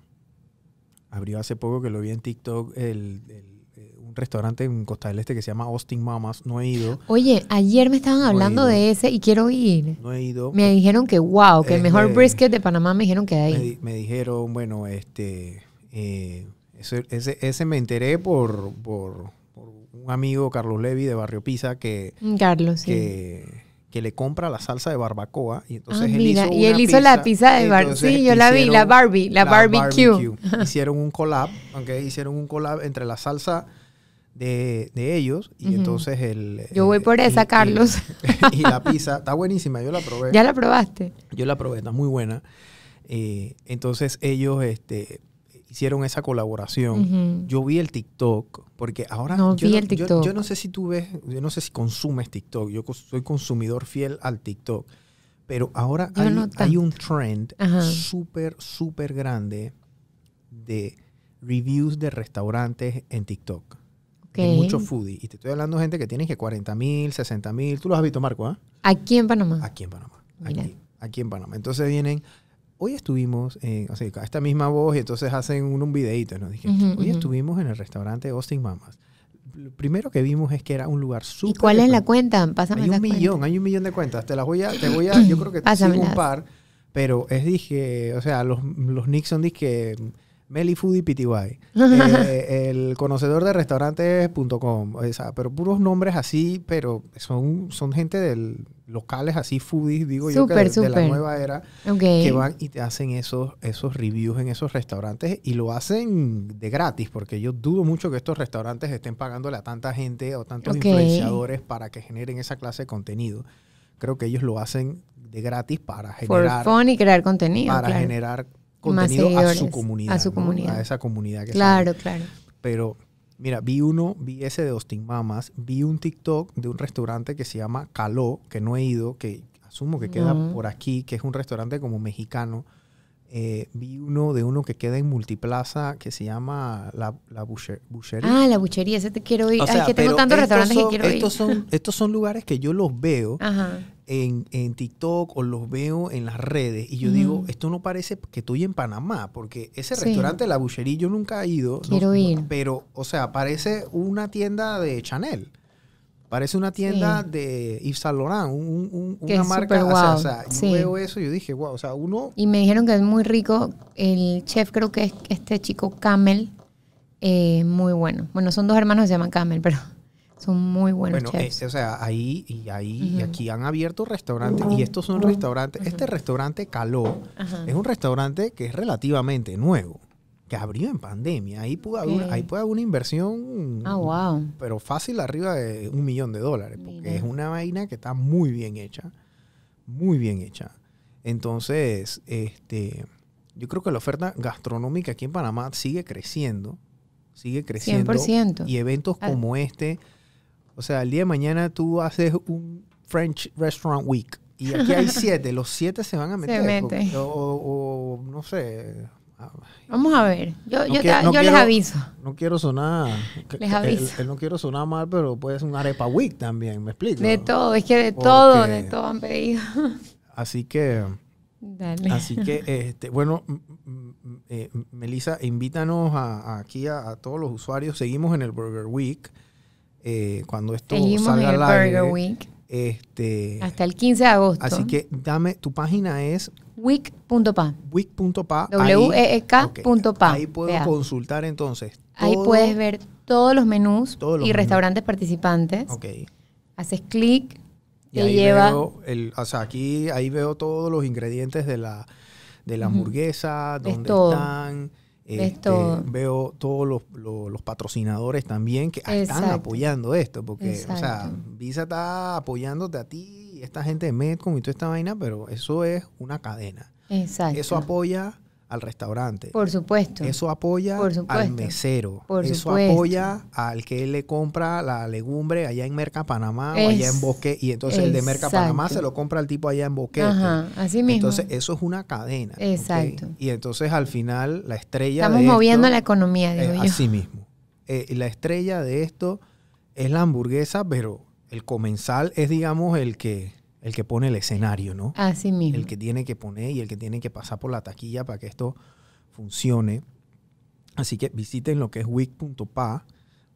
Speaker 2: abrió hace poco que lo vi en TikTok, el, el, eh, un restaurante en Costa del Este que se llama Austin Mamas. No he ido,
Speaker 3: Oye, ayer me estaban
Speaker 2: No he
Speaker 3: hablando
Speaker 2: ido.
Speaker 3: de ese y quiero ir.
Speaker 2: no he ido.
Speaker 3: Me dijeron que wow, que el
Speaker 2: Es
Speaker 3: mejor
Speaker 2: de-
Speaker 3: brisket de Panamá me dijeron que de
Speaker 2: me,
Speaker 3: ahí.
Speaker 2: di- me dijeron, bueno, este, eh, eso- ese, ese me enteré por, por, por un amigo, Carlos Levy, de Barrio Pisa, que,
Speaker 3: Mm, Carlos, sí.
Speaker 2: que, que le compra la salsa de barbacoa. Y entonces
Speaker 3: Ah,
Speaker 2: él
Speaker 3: mira,
Speaker 2: hizo
Speaker 3: y él
Speaker 2: una
Speaker 3: hizo la pizza de bar-
Speaker 2: entonces
Speaker 3: sí, yo la vi, la
Speaker 2: hicieron
Speaker 3: Barbie, la barbecue.
Speaker 2: Hicieron un collab, ¿ok? Hicieron un collab entre la salsa de, de ellos y
Speaker 3: Ujú.
Speaker 2: entonces el...
Speaker 3: Yo voy
Speaker 2: el-
Speaker 3: por esa,
Speaker 2: Eh, y- y-
Speaker 3: Carlos.
Speaker 2: Y, la pizza, está buenísima, yo la probé.
Speaker 3: ¿Ya la probaste?
Speaker 2: Yo la probé, está muy buena. Eh, entonces ellos este, hicieron esa colaboración.
Speaker 3: Ujú.
Speaker 2: Yo vi el TikTok, porque ahora
Speaker 3: No
Speaker 2: yo,
Speaker 3: vi
Speaker 2: no,
Speaker 3: el
Speaker 2: yo-
Speaker 3: TikTok.
Speaker 2: yo no sé si tú ves, yo no sé si consumes TikTok, yo cons- soy consumidor fiel al TikTok, pero ahora
Speaker 3: Yo
Speaker 2: hay,
Speaker 3: no
Speaker 2: hay
Speaker 3: tanto.
Speaker 2: un trend
Speaker 3: Ajá.
Speaker 2: súper, súper grande de reviews de restaurantes en TikTok. De
Speaker 3: Ok.
Speaker 2: muchos foodies. Y te estoy hablando de gente que tiene que 40 mil, 60 mil. Tú los has visto, Marco, ¿ah?
Speaker 3: Aquí en Panamá.
Speaker 2: Aquí en Panamá.
Speaker 3: Mira.
Speaker 2: Aquí, aquí en Panamá. Entonces vienen hoy estuvimos en, o sea, a esta misma voz y entonces hacen un, un videíto, ¿no? Dije,
Speaker 3: Ujú,
Speaker 2: hoy
Speaker 3: ujú.
Speaker 2: estuvimos en el restaurante Austin Mamas. Lo primero que vimos es que era un lugar
Speaker 3: ¿Y
Speaker 2: súper...
Speaker 3: cuál es la
Speaker 2: recomendable.
Speaker 3: cuenta? Pásame
Speaker 2: Hay un
Speaker 3: esas
Speaker 2: millón,
Speaker 3: cuentas.
Speaker 2: hay un millón de cuentas. Te las voy a, te voy a, yo creo que te sigo un
Speaker 3: Pásamelas.
Speaker 2: par, pero es dije, o sea, los, los Nixon dije Meli Foodie PTY, eh, el conocedor de restaurantes.com, o sea, pero puros nombres así, pero son, son gente del locales así foodies, digo yo, que de-
Speaker 3: Súper,
Speaker 2: de la
Speaker 3: súper.
Speaker 2: nueva era
Speaker 3: Ok.
Speaker 2: que van y te hacen esos, esos reviews en esos restaurantes y lo hacen de gratis, porque yo dudo mucho que estos restaurantes estén pagándole a tanta gente o tantos
Speaker 3: Ok.
Speaker 2: influenciadores para que generen esa clase de contenido. Creo que ellos lo hacen de gratis para
Speaker 3: For
Speaker 2: generar,
Speaker 3: fun y crear contenido.
Speaker 2: para
Speaker 3: claro.
Speaker 2: generar
Speaker 3: Más
Speaker 2: contenido a su
Speaker 3: seguidores,
Speaker 2: comunidad.
Speaker 3: a su
Speaker 2: ¿no?
Speaker 3: comunidad.
Speaker 2: A esa comunidad que
Speaker 3: Claro, claro.
Speaker 2: pero mira, vi uno, vi ese de Austin Mamas, vi un TikTok de un restaurante que se llama Caló, que no he ido, que asumo que queda
Speaker 3: No.
Speaker 2: por aquí, que es un restaurante como mexicano. Eh, vi uno de uno que queda en Multiplaza que se llama La, la Boucher- Boucherie.
Speaker 3: Ah, la buchería, ese te quiero ir.
Speaker 2: O
Speaker 3: Ay,
Speaker 2: sea,
Speaker 3: que tengo
Speaker 2: pero
Speaker 3: tantos
Speaker 2: estos
Speaker 3: restaurantes
Speaker 2: son-
Speaker 3: que quiero ir. Ah,
Speaker 2: estos Son, estos son lugares que yo los veo
Speaker 3: Ajá.
Speaker 2: en, en TikTok o los veo en las redes y yo
Speaker 3: Ujú.
Speaker 2: digo, esto no parece que estoy en Panamá, porque ese
Speaker 3: Sí.
Speaker 2: restaurante La Boucherie yo nunca he ido. no-
Speaker 3: Quiero
Speaker 2: no-
Speaker 3: ir.
Speaker 2: Pero, o sea, parece una tienda de Chanel. Parece una tienda de Yves Saint Laurent, un- un- un-
Speaker 3: Que
Speaker 2: una
Speaker 3: es
Speaker 2: marca.
Speaker 3: súper
Speaker 2: o sea, o
Speaker 3: guau,
Speaker 2: sea, yo
Speaker 3: sí.
Speaker 2: veo eso y yo dije, wow, o sea, uno...
Speaker 3: Y me dijeron que es muy rico. El chef creo que es este chico Camel. eh, muy bueno. Bueno, son dos hermanos que se llaman Camel, pero son muy buenos
Speaker 2: Bueno,
Speaker 3: chefs.
Speaker 2: eh, o sea, ahí y ahí y
Speaker 3: Ujú.
Speaker 2: aquí han abierto restaurantes y estos son restaurantes. Este restaurante Caló
Speaker 3: Ajá.
Speaker 2: es un restaurante que es relativamente nuevo, que abrió en pandemia. Ahí pudo haber,
Speaker 3: Ok.
Speaker 2: ahí puede haber una inversión,
Speaker 3: Ah, wow.
Speaker 2: pero fácil arriba de un millón de dólares, porque
Speaker 3: Mira.
Speaker 2: es una vaina que está muy bien hecha, muy bien hecha. Entonces, este, yo creo que la oferta gastronómica aquí en Panamá sigue creciendo, sigue creciendo.
Speaker 3: 100%.
Speaker 2: Y eventos
Speaker 3: Ah.
Speaker 2: como este, o sea, el día de mañana tú haces un French Restaurant Week y aquí hay siete, los siete se van a meter.
Speaker 3: meten.
Speaker 2: O, o- o no sé, ah,
Speaker 3: Vamos a ver. Yo,
Speaker 2: No
Speaker 3: yo,
Speaker 2: quiero-
Speaker 3: te-
Speaker 2: no
Speaker 3: yo les
Speaker 2: quiero-
Speaker 3: aviso.
Speaker 2: no quiero sonar, que-
Speaker 3: Les
Speaker 2: que-
Speaker 3: aviso.
Speaker 2: el- el no quiero sonar mal, pero puede ser un arepa week también, ¿me explico?
Speaker 3: De todo, es que de
Speaker 2: Porque-
Speaker 3: todo, de todo han pedido.
Speaker 2: Así que,
Speaker 3: Dale.
Speaker 2: así que, este, bueno, m- m- m- eh, Melissa, invítanos a, a aquí a, a todos los usuarios. Seguimos en el Burger Week. eh, cuando esto
Speaker 3: Seguimos en
Speaker 2: salga
Speaker 3: el
Speaker 2: al
Speaker 3: Burger
Speaker 2: aire,
Speaker 3: Week
Speaker 2: Este,
Speaker 3: hasta el 15 de agosto.
Speaker 2: así que dame, tu página es
Speaker 3: Week.pa.
Speaker 2: week.pa. ahí-
Speaker 3: E
Speaker 2: ok,
Speaker 3: W-E-E-K.pa.
Speaker 2: Ahí puedo
Speaker 3: Vea.
Speaker 2: consultar entonces.
Speaker 3: Ahí
Speaker 2: todo-
Speaker 3: puedes ver todos los menús
Speaker 2: Todos los
Speaker 3: y
Speaker 2: menús.
Speaker 3: restaurantes participantes.
Speaker 2: Ok.
Speaker 3: Haces clic,
Speaker 2: Y
Speaker 3: te
Speaker 2: ahí
Speaker 3: lleva.
Speaker 2: veo el, o sea, aquí ahí veo todos los ingredientes de la, de la
Speaker 3: Ujú.
Speaker 2: hamburguesa,
Speaker 3: Ves
Speaker 2: dónde
Speaker 3: todo.
Speaker 2: están.
Speaker 3: Ves
Speaker 2: este,
Speaker 3: todo.
Speaker 2: Veo todos los, los- los patrocinadores también que están
Speaker 3: Exacto.
Speaker 2: apoyando esto, porque, o sea,
Speaker 3: Exacto.
Speaker 2: Visa está apoyándote a ti, y esta gente de Medcom y toda esta vaina, pero eso es una cadena.
Speaker 3: Exacto.
Speaker 2: Eso apoya al restaurante.
Speaker 3: Por supuesto.
Speaker 2: Eso apoya
Speaker 3: Por
Speaker 2: al
Speaker 3: supuesto.
Speaker 2: mesero.
Speaker 3: Por
Speaker 2: Eso
Speaker 3: supuesto.
Speaker 2: apoya al que le compra la legumbre allá en Merca Panamá o allá en
Speaker 3: Es-
Speaker 2: Boque. Y entonces el de Merca
Speaker 3: exacto.
Speaker 2: Panamá se lo compra al tipo allá en Boque.
Speaker 3: Ajá, así mismo.
Speaker 2: este. Entonces eso es una cadena. ¿ok?
Speaker 3: Exacto.
Speaker 2: Y entonces al final la estrella
Speaker 3: Estamos
Speaker 2: de esto
Speaker 3: moviendo la economía,
Speaker 2: es
Speaker 3: digo yo.
Speaker 2: así mismo. Eh, y la estrella de esto es la hamburguesa, pero el comensal es, digamos, el que, el que pone el escenario, ¿no?
Speaker 3: Así mismo.
Speaker 2: el que tiene que poner y el que tiene que pasar por la taquilla para que esto funcione. Así que visiten lo que es week.pa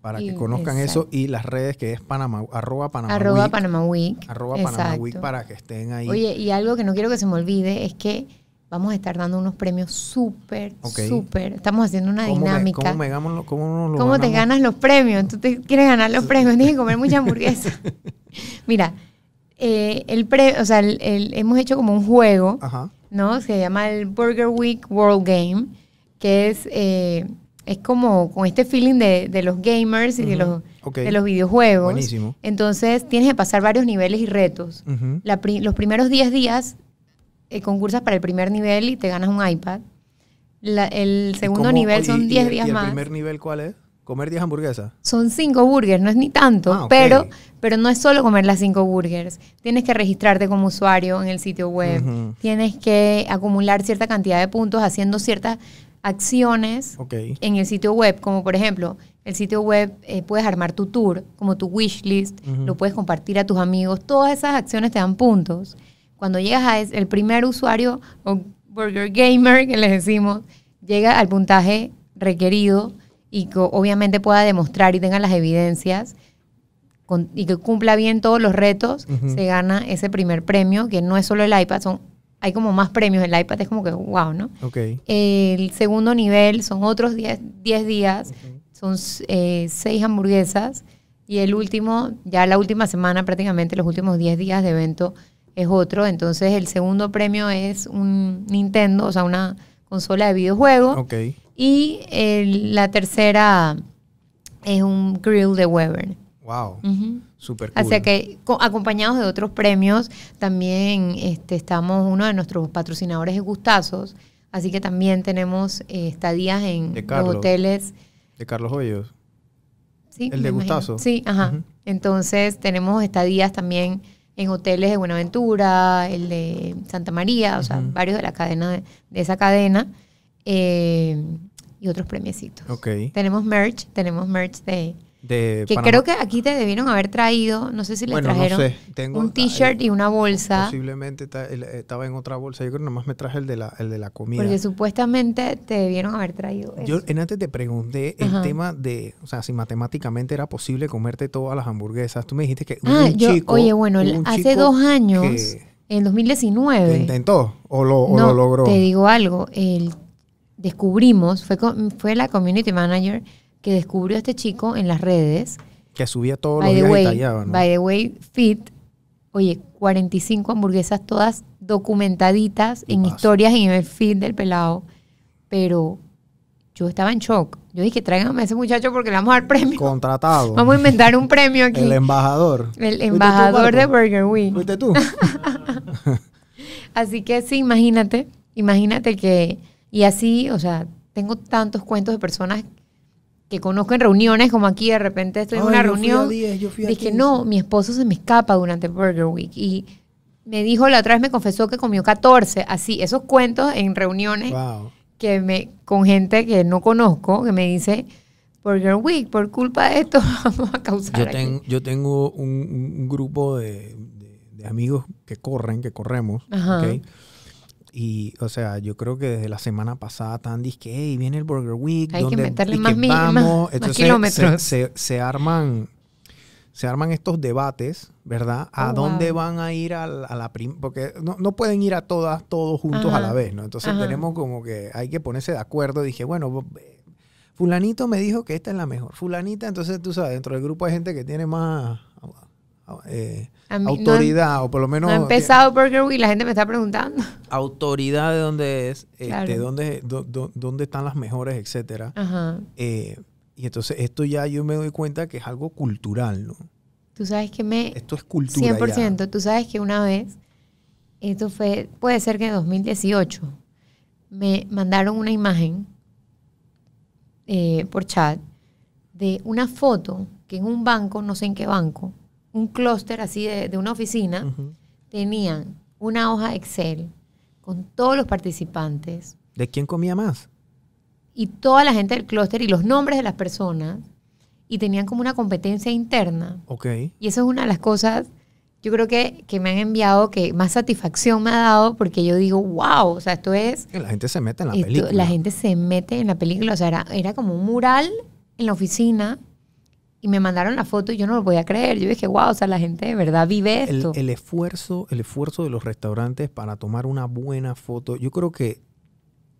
Speaker 2: para que
Speaker 3: Y-
Speaker 2: conozcan eso y las redes que es Panama, arroba Panama
Speaker 3: Arroba
Speaker 2: Week,
Speaker 3: Panama Week.
Speaker 2: arroba Panama
Speaker 3: Exacto.
Speaker 2: Week para que estén ahí.
Speaker 3: Oye, y algo que no quiero que se me olvide es que vamos a estar dando unos premios súper,
Speaker 2: Ok.
Speaker 3: súper. Estamos haciendo una
Speaker 2: ¿Cómo me-
Speaker 3: dinámica.
Speaker 2: ¿Cómo, me gamos- cómo nos lo
Speaker 3: ¿Cómo te
Speaker 2: ganamos?
Speaker 3: ganas los premios? Tú te quieres ganar los premios, tienes que comer mucha hamburguesa. Mira, eh, el pre, o sea, el- el- hemos hecho como un juego,
Speaker 2: Ajá.
Speaker 3: ¿no? Se llama el Burger Week World Game, que es, eh, es como con este feeling de, de los gamers y de,
Speaker 2: Ujú.
Speaker 3: los,
Speaker 2: Ok.
Speaker 3: de los videojuegos.
Speaker 2: Buenísimo.
Speaker 3: Entonces tienes que pasar varios niveles y retos.
Speaker 2: Ujú.
Speaker 3: La pri- los primeros 10 días eh, concursas para el primer nivel y te ganas un iPad. La- el
Speaker 2: ¿Y
Speaker 3: segundo
Speaker 2: cómo-
Speaker 3: nivel
Speaker 2: y-
Speaker 3: son
Speaker 2: y
Speaker 3: 10
Speaker 2: el-
Speaker 3: días
Speaker 2: y
Speaker 3: más.
Speaker 2: ¿El primer nivel cuál es? ¿Comer 10 hamburguesas?
Speaker 3: Son cinco burgers, no es ni tanto,
Speaker 2: Ah, ok.
Speaker 3: pero, pero no es solo comer las cinco burgers. Tienes que registrarte como usuario en el sitio web,
Speaker 2: Ujú.
Speaker 3: tienes que acumular cierta cantidad de puntos haciendo ciertas acciones
Speaker 2: Ok.
Speaker 3: en el sitio web, como por ejemplo, el sitio web eh, puedes armar tu tour, como tu wish list,
Speaker 2: Ujú.
Speaker 3: lo puedes compartir a tus amigos, todas esas acciones te dan puntos. Cuando llegas al primer usuario o Burger Gamer, que les decimos, llega al puntaje requerido y que obviamente pueda demostrar y tenga las evidencias con- y que cumpla bien todos los retos,
Speaker 2: Ujú.
Speaker 3: se gana ese primer premio, que no es solo el iPad, son, hay como más premios. El iPad es como que, wow, ¿no?
Speaker 2: Ok.
Speaker 3: El segundo nivel son otros 10 10 días, son 6 hamburguesas y el último, ya la última semana prácticamente, los últimos 10 días de evento es otro. Entonces el segundo premio es un Nintendo, o sea, una consola de videojuegos.
Speaker 2: Ok.
Speaker 3: Y el- la tercera es un grill de Webern.
Speaker 2: Wow.
Speaker 3: Ujú.
Speaker 2: Super cool.
Speaker 3: Mm. Así que co- acompañados de otros premios, también este, estamos, uno de nuestros patrocinadores es Gustazos, así que también tenemos eh, estadías en
Speaker 2: De
Speaker 3: los
Speaker 2: Carlos.
Speaker 3: hoteles.
Speaker 2: De Carlos Hoyos.
Speaker 3: Sí,
Speaker 2: El
Speaker 3: me
Speaker 2: de
Speaker 3: imagino.
Speaker 2: Gustazo.
Speaker 3: Sí, ajá.
Speaker 2: Ujú.
Speaker 3: Entonces tenemos estadías también en hoteles de Buenaventura, el de Santa María, o sea,
Speaker 2: Ujú.
Speaker 3: varios de la cadena de, de esa cadena eh, y otros premiecitos.
Speaker 2: Ok.
Speaker 3: Tenemos merch, tenemos merch de
Speaker 2: De
Speaker 3: que
Speaker 2: Panamá.
Speaker 3: creo que aquí te debieron haber traído, no sé si les
Speaker 2: Bueno, no
Speaker 3: trajeron
Speaker 2: sé, tengo-
Speaker 3: un t-shirt y una bolsa,
Speaker 2: Posiblemente ta- el- estaba en otra bolsa. Yo creo que nomás me traje el de la, el de la comida.
Speaker 3: porque supuestamente te debieron haber traído eso.
Speaker 2: Yo eh, en antes te pregunté el
Speaker 3: Ajá.
Speaker 2: tema de, o sea, si matemáticamente era posible comerte todas las hamburguesas. Tú me dijiste que hubo
Speaker 3: ah,
Speaker 2: un
Speaker 3: yo,
Speaker 2: chico,
Speaker 3: oye, bueno,
Speaker 2: hubo
Speaker 3: el-
Speaker 2: un
Speaker 3: hace
Speaker 2: chico
Speaker 3: dos años,
Speaker 2: que
Speaker 3: en
Speaker 2: lo
Speaker 3: 2019,
Speaker 2: intentó o lo, o
Speaker 3: no,
Speaker 2: lo logró.
Speaker 3: te digo algo, el- descubrimos, fue, con- fue la community manager que descubrió a este chico en las redes,
Speaker 2: Que subía todos los
Speaker 3: by the,
Speaker 2: días y
Speaker 3: way,
Speaker 2: tallaba, ¿no?
Speaker 3: by the way, fit, oye, 45 hamburguesas todas documentaditas en
Speaker 2: Tipazo.
Speaker 3: historias y en el feed del pelado, pero yo estaba en shock. Yo dije, tráiganme a ese muchacho porque le vamos a dar premio.
Speaker 2: Contratado.
Speaker 3: Vamos a inventar un premio aquí.
Speaker 2: el
Speaker 3: El,
Speaker 2: embajador. ¿Fuiste tú,
Speaker 3: embajador de
Speaker 2: Marco?
Speaker 3: Burger Week.
Speaker 2: ¿Fuiste tú?
Speaker 3: Así que sí, imagínate, imagínate que, y así, o sea, tengo tantos cuentos de personas que conozco en reuniones, como aquí de repente estoy en
Speaker 2: Ay, yo
Speaker 3: una
Speaker 2: fui a
Speaker 3: reunión.
Speaker 2: 10, yo fui a
Speaker 3: Dije,
Speaker 2: 15.
Speaker 3: no, mi esposo se me escapa durante Burger Week. Y me dijo, la otra vez me confesó que comió 14. Así, esos cuentos en reuniones
Speaker 2: Wow.
Speaker 3: que me, con gente que no conozco, que me dice, Burger Week, por culpa de esto, vamos a causar.
Speaker 2: Yo,
Speaker 3: aquí".
Speaker 2: ten- yo tengo un, un- un grupo de, de- de amigos que corren, que corremos.
Speaker 3: Ajá.
Speaker 2: ¿ok? Y, o sea, yo creo que desde la semana pasada tan disque, hey, viene el Burger Week.
Speaker 3: Hay que
Speaker 2: ¿dónde-
Speaker 3: meterle
Speaker 2: y que
Speaker 3: más mi- más- más
Speaker 2: Entonces, se-
Speaker 3: kilómetros.
Speaker 2: Se, se arman se arman estos debates, ¿verdad? ¿A
Speaker 3: Oh,
Speaker 2: dónde
Speaker 3: wow.
Speaker 2: van a ir a la, a la prim- Porque no, no pueden ir a todas, todos juntos a
Speaker 3: Ajá.
Speaker 2: la vez, ¿no? Entonces
Speaker 3: Ajá.
Speaker 2: tenemos como que hay que ponerse de acuerdo. Dije, bueno, eh, fulanito me dijo que esta es la mejor. Fulanita, entonces tú sabes, dentro del grupo hay gente que tiene más ah, eh,
Speaker 3: A mí no em-
Speaker 2: autoridad, o por lo menos...
Speaker 3: No ha empezado Burger Week, la gente me está preguntando.
Speaker 2: autoridad de dónde es, este,
Speaker 3: Claro. Ah.
Speaker 2: dónde, dó- dó- dónde están las mejores, etcétera.
Speaker 3: Ajá.
Speaker 2: Eh, y entonces esto ya yo me doy cuenta que es algo cultural, ¿no?
Speaker 3: Tú sabes que me...
Speaker 2: Esto es cultura. ya.
Speaker 3: 100%. Tú sabes que una vez, esto fue, puede ser que en 2018, me mandaron una imagen eh, por chat de una foto que en un banco, no sé en qué banco, un clúster así de, de una oficina,
Speaker 2: Ujú.
Speaker 3: tenían una hoja Excel con todos los participantes
Speaker 2: ¿De quién comía más?
Speaker 3: y toda la gente del clúster y los nombres de las personas y tenían como una competencia interna
Speaker 2: Ok.
Speaker 3: y eso es una de las cosas, yo creo que, que me han enviado, que más satisfacción me ha dado, porque yo digo, wow, o sea, esto es,
Speaker 2: Que La gente se mete en la
Speaker 3: esto-
Speaker 2: película.
Speaker 3: la gente se mete en la película, o sea, era, era como un mural en la oficina y me mandaron la foto y yo no lo podía creer, yo dije, wow, o sea, la gente de verdad vive
Speaker 2: el,
Speaker 3: esto.
Speaker 2: el esfuerzo, el esfuerzo de los restaurantes para tomar una buena foto. Yo creo que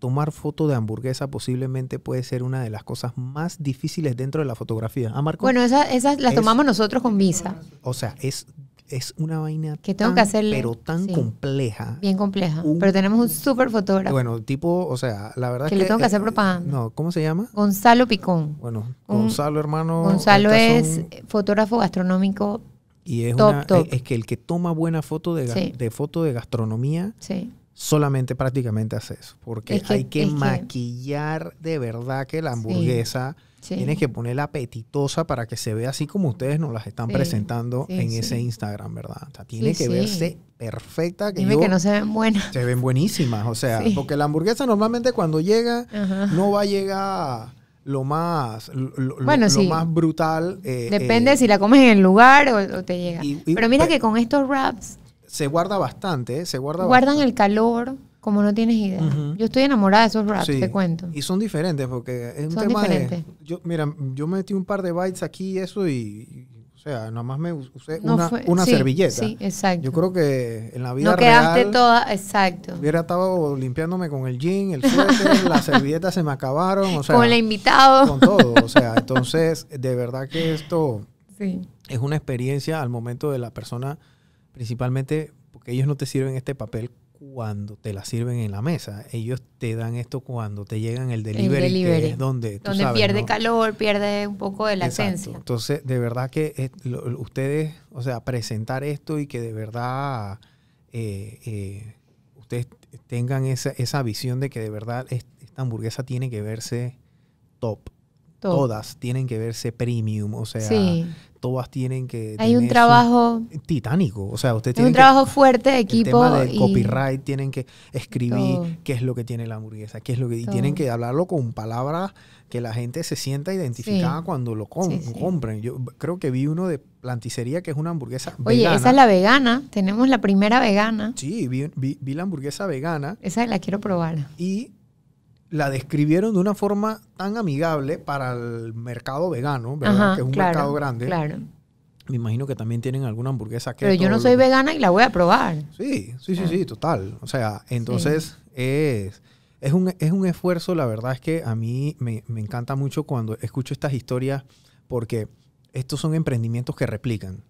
Speaker 2: tomar foto de hamburguesa posiblemente puede ser una de las cosas más difíciles dentro de la fotografía. ¿Ah, Marco?
Speaker 3: bueno, esas, esas las
Speaker 2: Es-
Speaker 3: tomamos nosotros con visa,
Speaker 2: o sea, es, es una vaina
Speaker 3: Que tengo
Speaker 2: tan,
Speaker 3: que hacerle-
Speaker 2: pero tan
Speaker 3: sí.
Speaker 2: compleja.
Speaker 3: bien compleja,
Speaker 2: Un-
Speaker 3: pero tenemos un súper fotógrafo,
Speaker 2: Bueno, tipo, o sea, la verdad
Speaker 3: Que
Speaker 2: es
Speaker 3: le
Speaker 2: que...
Speaker 3: tengo que
Speaker 2: eh,
Speaker 3: hacer propaganda.
Speaker 2: No, ¿cómo se llama?
Speaker 3: Gonzalo Picón.
Speaker 2: Bueno,
Speaker 3: Un-
Speaker 2: Gonzalo, hermano.
Speaker 3: Gonzalo
Speaker 2: estas
Speaker 3: es
Speaker 2: son-
Speaker 3: fotógrafo gastronómico,
Speaker 2: y es,
Speaker 3: top,
Speaker 2: una-
Speaker 3: top.
Speaker 2: es que el que toma buena foto de, ga-
Speaker 3: Sí.
Speaker 2: de foto de gastronomía
Speaker 3: sí.
Speaker 2: solamente prácticamente hace eso. Porque
Speaker 3: Es que-
Speaker 2: hay que
Speaker 3: es que-
Speaker 2: maquillar de verdad que la
Speaker 3: Sí,
Speaker 2: hamburguesa.
Speaker 3: sí.
Speaker 2: Tienes que ponerla apetitosa para que se vea así como ustedes nos las están
Speaker 3: Sí,
Speaker 2: presentando
Speaker 3: sí,
Speaker 2: en
Speaker 3: sí.
Speaker 2: ese Instagram, ¿verdad? O sea, tiene
Speaker 3: Sí,
Speaker 2: que
Speaker 3: sí.
Speaker 2: verse perfecta. Que
Speaker 3: Dime
Speaker 2: yo-
Speaker 3: que no se ven buenas.
Speaker 2: se ven buenísimas. O sea,
Speaker 3: Sí.
Speaker 2: porque la hamburguesa normalmente cuando llega
Speaker 3: Ajá.
Speaker 2: no va a llegar lo más lo, lo-
Speaker 3: Bueno,
Speaker 2: lo
Speaker 3: sí.
Speaker 2: más brutal eh,
Speaker 3: Depende
Speaker 2: eh,
Speaker 3: si la comes en el lugar o, o te llega.
Speaker 2: Y- y-
Speaker 3: Pero mira
Speaker 2: pe-
Speaker 3: que con estos wraps
Speaker 2: se guarda bastante eh, se guarda
Speaker 3: guardan
Speaker 2: bastante.
Speaker 3: el calor, Como no tienes idea.
Speaker 2: Ujú.
Speaker 3: Yo estoy enamorada de esos raps,
Speaker 2: Sí.
Speaker 3: te cuento.
Speaker 2: Y son diferentes porque es un
Speaker 3: Son
Speaker 2: tema
Speaker 3: diferentes.
Speaker 2: de... Yo, mira, yo metí un par de bytes aquí y eso y, y, o sea, nada más me us- usé
Speaker 3: No
Speaker 2: una,
Speaker 3: fue-
Speaker 2: una
Speaker 3: sí,
Speaker 2: servilleta.
Speaker 3: Sí, exacto.
Speaker 2: Yo creo que en la vida
Speaker 3: no quedaste
Speaker 2: real
Speaker 3: toda, exacto.
Speaker 2: hubiera estado limpiándome con el jean, el suéter, las servilletas se me acabaron, o sea,
Speaker 3: Con el invitado.
Speaker 2: con todo. O sea, entonces, de verdad que esto
Speaker 3: Sí.
Speaker 2: es una experiencia al momento de la persona, principalmente porque ellos no te sirven este papel cuando te la sirven en la mesa. Ellos te dan esto cuando te llegan el delivery,
Speaker 3: delivery.
Speaker 2: que es donde, tú
Speaker 3: Donde
Speaker 2: sabes,
Speaker 3: pierde
Speaker 2: ¿no?
Speaker 3: calor, pierde un poco de
Speaker 2: Exacto.
Speaker 3: latencia.
Speaker 2: Entonces, de verdad que eh, lo- lo- ustedes, o sea, presentar esto y que de verdad eh, eh, ustedes tengan esa, esa visión de que de verdad es- esta hamburguesa tiene que verse top.
Speaker 3: Todo.
Speaker 2: Todas tienen que verse premium, o sea,
Speaker 3: sí.
Speaker 2: todas tienen que...
Speaker 3: Hay un
Speaker 2: tener su-
Speaker 3: trabajo,
Speaker 2: titánico. O sea, usted
Speaker 3: es
Speaker 2: tiene
Speaker 3: un trabajo fuerte de
Speaker 2: que, el
Speaker 3: equipo.
Speaker 2: tema del
Speaker 3: y-
Speaker 2: copyright, tienen que escribir
Speaker 3: Todo.
Speaker 2: qué es lo que tiene la hamburguesa, qué es lo que... Y
Speaker 3: Todo.
Speaker 2: tienen que hablarlo con palabras que la gente se sienta identificada
Speaker 3: Sí.
Speaker 2: cuando lo com-
Speaker 3: Sí, sí.
Speaker 2: compren. Yo b- creo que vi uno de planticería que es una hamburguesa
Speaker 3: Oye,
Speaker 2: vegana.
Speaker 3: esa es la vegana. Tenemos la primera vegana.
Speaker 2: Sí, vi, vi- vi la hamburguesa vegana
Speaker 3: Esa la quiero probar.
Speaker 2: y la describieron de una forma tan amigable para el mercado vegano, ¿verdad?
Speaker 3: Ajá,
Speaker 2: que es un
Speaker 3: claro,
Speaker 2: mercado grande.
Speaker 3: Claro.
Speaker 2: Me imagino que también tienen alguna hamburguesa que
Speaker 3: Pero yo no soy vegana y la voy a probar.
Speaker 2: Sí, sí, sí,
Speaker 3: Ah.
Speaker 2: sí, total. O sea, entonces es, es, un, es un esfuerzo, la verdad es que a mí me, me encanta mucho cuando escucho estas historias porque estos son emprendimientos que replican.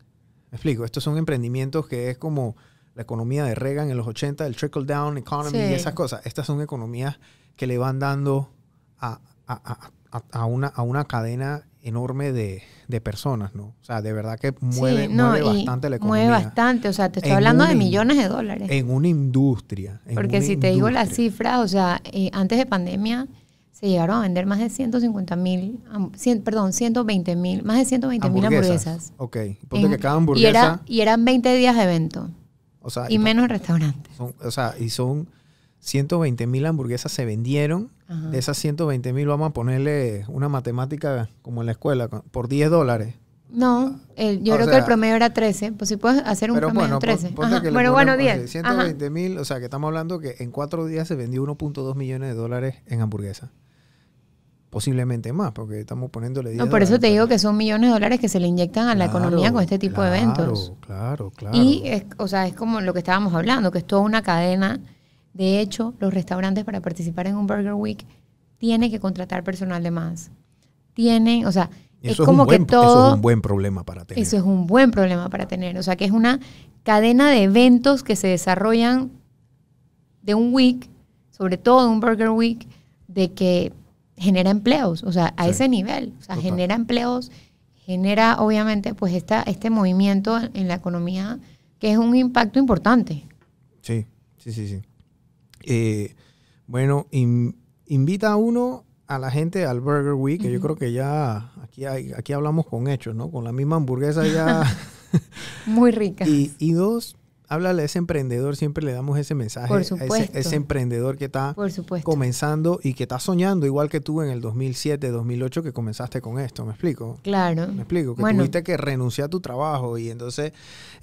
Speaker 2: Me explico, estos son emprendimientos que es como la economía de Reagan en los 80, el trickle down economy y
Speaker 3: Sí.
Speaker 2: esas cosas. Estas son economías que le van dando a, a- a- a- a una, a una cadena enorme de, de personas, ¿no? O sea, de verdad que mueve,
Speaker 3: Sí, no,
Speaker 2: mueve
Speaker 3: y
Speaker 2: bastante la economía
Speaker 3: Mueve bastante. O sea, te estoy
Speaker 2: En
Speaker 3: hablando
Speaker 2: un
Speaker 3: de
Speaker 2: in-
Speaker 3: millones de dólares.
Speaker 2: en una industria. en
Speaker 3: Porque
Speaker 2: una
Speaker 3: si te digo
Speaker 2: industria.
Speaker 3: las cifras, o sea, eh, antes de pandemia se llegaron a vender más de 150 mil, perdón, 120 mil, más de 120 mil hamburguesas.
Speaker 2: Ok, ponte
Speaker 3: En-
Speaker 2: que cada
Speaker 3: y,
Speaker 2: hamburguesa.
Speaker 3: era, y eran 20 días de evento
Speaker 2: o, sea,
Speaker 3: y
Speaker 2: y
Speaker 3: menos restaurantes.
Speaker 2: son, o sea, y son 120 mil hamburguesas se vendieron.
Speaker 3: Ajá.
Speaker 2: De esas 120 mil, vamos a ponerle una matemática como en la escuela, con- por 10 dólares.
Speaker 3: No, el- yo
Speaker 2: O
Speaker 3: creo
Speaker 2: sea-
Speaker 3: que el promedio era 13. Pues si puedes hacer un
Speaker 2: Pero bueno,
Speaker 3: promedio
Speaker 2: pon-
Speaker 3: 13.
Speaker 2: ponte
Speaker 3: Ajá,
Speaker 2: que le eh,
Speaker 3: Bueno, bueno,
Speaker 2: ponemos así,
Speaker 3: 10. ajá.
Speaker 2: 120 mil, o sea, que estamos hablando que en cuatro días se vendió 1.2 millones de dólares en hamburguesas. Posiblemente más, porque estamos poniéndole 10
Speaker 3: No, por eso
Speaker 2: dólares,
Speaker 3: te digo
Speaker 2: pero-
Speaker 3: que son millones de dólares que se le inyectan a la economía
Speaker 2: Claro,
Speaker 3: con este tipo de
Speaker 2: claro,
Speaker 3: eventos.
Speaker 2: Claro, claro.
Speaker 3: Y, es, o sea, es como lo que estábamos hablando, que es toda una cadena. De hecho, los restaurantes para participar en un Burger Week tienen que contratar personal de más. Tienen, o sea,
Speaker 2: Y
Speaker 3: es
Speaker 2: eso,
Speaker 3: como
Speaker 2: es un buen,
Speaker 3: que todo...
Speaker 2: eso es un buen problema para tener.
Speaker 3: Eso es un buen problema para tener. O sea, que es una cadena de eventos que se desarrollan de un week, sobre todo de un Burger Week, de que genera empleos, o sea, a
Speaker 2: Sí.
Speaker 3: ese nivel. O sea,
Speaker 2: Total.
Speaker 3: genera empleos, genera obviamente pues esta, este movimiento en la economía que es un impacto importante.
Speaker 2: Sí, sí, sí, sí. Eh, bueno, in- invita a uno a la gente al Burger Week, que yo
Speaker 3: Ujú.
Speaker 2: creo que ya aquí, hay- aquí hablamos con hechos, ¿no? Con la misma hamburguesa ya.
Speaker 3: Muy rica.
Speaker 2: y, y dos, háblale a ese emprendedor, siempre le damos ese mensaje
Speaker 3: Por
Speaker 2: a ese-
Speaker 3: supuesto.
Speaker 2: ese emprendedor que está
Speaker 3: por supuesto.
Speaker 2: comenzando y que está soñando, igual que tú en el 2007, 2008 que comenzaste con esto, ¿me explico?
Speaker 3: Claro.
Speaker 2: Me explico, que
Speaker 3: Bueno.
Speaker 2: tuviste que renunciar a tu trabajo y entonces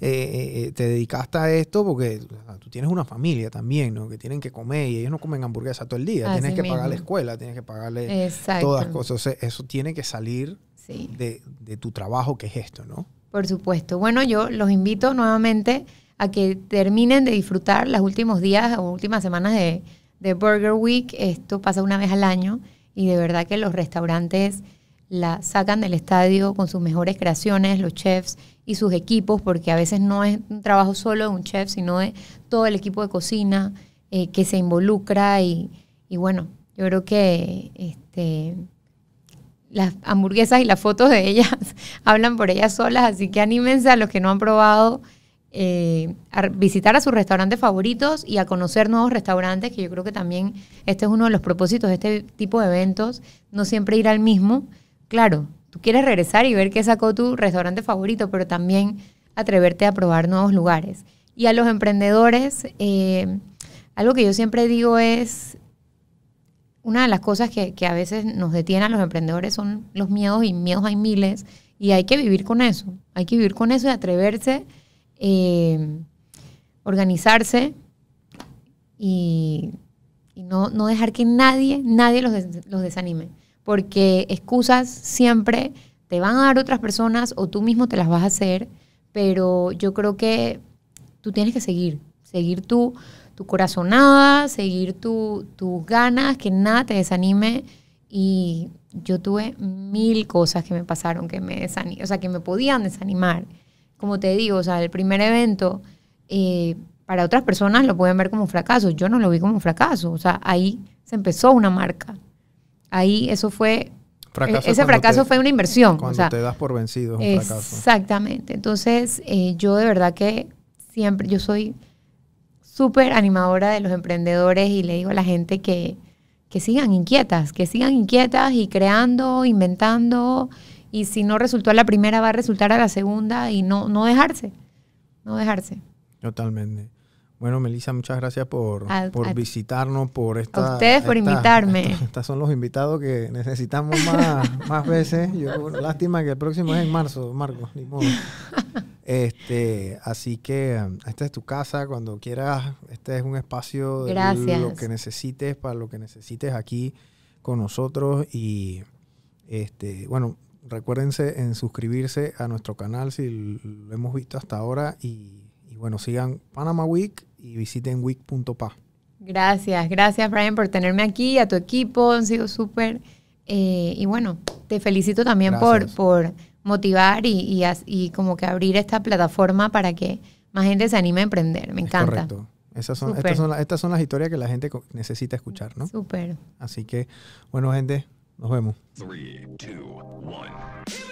Speaker 2: eh, eh, te dedicaste a esto porque o sea, tú tienes una familia también, ¿no? Que tienen que comer y ellos no comen hamburguesa todo el día.
Speaker 3: Así
Speaker 2: tienes que pagar la
Speaker 3: mismo.
Speaker 2: escuela, tienes que pagarle
Speaker 3: Exacto.
Speaker 2: todas las cosas. O sea, eso tiene que salir
Speaker 3: Sí.
Speaker 2: de, de tu trabajo que es esto, ¿no?
Speaker 3: Por supuesto. Bueno, yo los invito nuevamente a que terminen de disfrutar los últimos días o últimas semanas de, de Burger Week. Esto pasa una vez al año y de verdad que los restaurantes la sacan del estadio con sus mejores creaciones, los chefs y sus equipos, porque a veces no es un trabajo solo de un chef, sino de todo el equipo de cocina eh, que se involucra y, y bueno, yo creo que este, las hamburguesas y las fotos de ellas hablan por ellas solas, así que anímense a los que no han probado eh, a re- visitar a sus restaurantes favoritos y a conocer nuevos restaurantes, que yo creo que también este es uno de los propósitos de este tipo de eventos, no siempre ir al mismo. Claro, tú quieres regresar y ver qué sacó tu restaurante favorito, pero también atreverte a probar nuevos lugares. Y a los emprendedores, eh, algo que yo siempre digo es, una de las cosas que, que a veces nos detiene a los emprendedores son los miedos y miedos hay miles y hay que vivir con eso. Hay que vivir con eso y atreverse, eh, organizarse y, y no, no dejar que nadie, nadie los, des- los desanime. Porque excusas siempre te van a dar otras personas o tú mismo te las vas a hacer, pero yo creo que tú tienes que seguir, seguir tu, tu corazonada, seguir tu- tus ganas, que nada te desanime. Y yo tuve mil cosas que me pasaron que me desani- o sea, que me podían desanimar. Como te digo, o sea, el primer evento, eh, para otras personas lo pueden ver como un fracaso. Yo no lo vi como un fracaso. O sea, ahí se empezó una marca. Ahí eso fue,
Speaker 2: Fracaso
Speaker 3: E-, ese
Speaker 2: cuando
Speaker 3: fracaso
Speaker 2: te-
Speaker 3: fue una inversión.
Speaker 2: Cuando
Speaker 3: o sea,
Speaker 2: te das por vencido es un fracaso.
Speaker 3: Exactamente. Entonces, eh, yo de verdad que siempre, yo soy súper animadora de los emprendedores y le digo a la gente que, que sigan inquietas, que sigan inquietas y creando, inventando. Y si no resultó a la primera, va a resultar a la segunda y no, no dejarse. No dejarse.
Speaker 2: Totalmente. Bueno, Melissa, muchas gracias por,
Speaker 3: A-
Speaker 2: por
Speaker 3: a-
Speaker 2: visitarnos, por esta...
Speaker 3: a ustedes por
Speaker 2: esta-
Speaker 3: invitarme.
Speaker 2: esta- Estos son los invitados que necesitamos más, más veces. Yo- bueno, lástima que el próximo es en marzo, Marco, ni modo. Este, así que um, esta es tu casa, cuando quieras, este es un espacio de
Speaker 3: Gracias.
Speaker 2: lo que necesites, para lo que necesites aquí con nosotros y este, bueno, recuérdense en suscribirse a nuestro canal si l- lo hemos visto hasta ahora y, y bueno, sigan Panama Week y visiten week.pa.
Speaker 3: Gracias, gracias Brian por tenerme aquí, a tu equipo, han sido súper. eh, y bueno, te felicito también por,
Speaker 2: Gracias.
Speaker 3: por motivar y, y as- y como que abrir esta plataforma para que más gente se anime a emprender. Me
Speaker 2: Es
Speaker 3: encanta.
Speaker 2: correcto. Esas son,
Speaker 3: Súper.
Speaker 2: estas, son las, estas son las historias que la gente co- necesita escuchar, ¿no?
Speaker 3: Súper.
Speaker 2: Así que, bueno, gente, nos vemos.
Speaker 1: Three, two, one.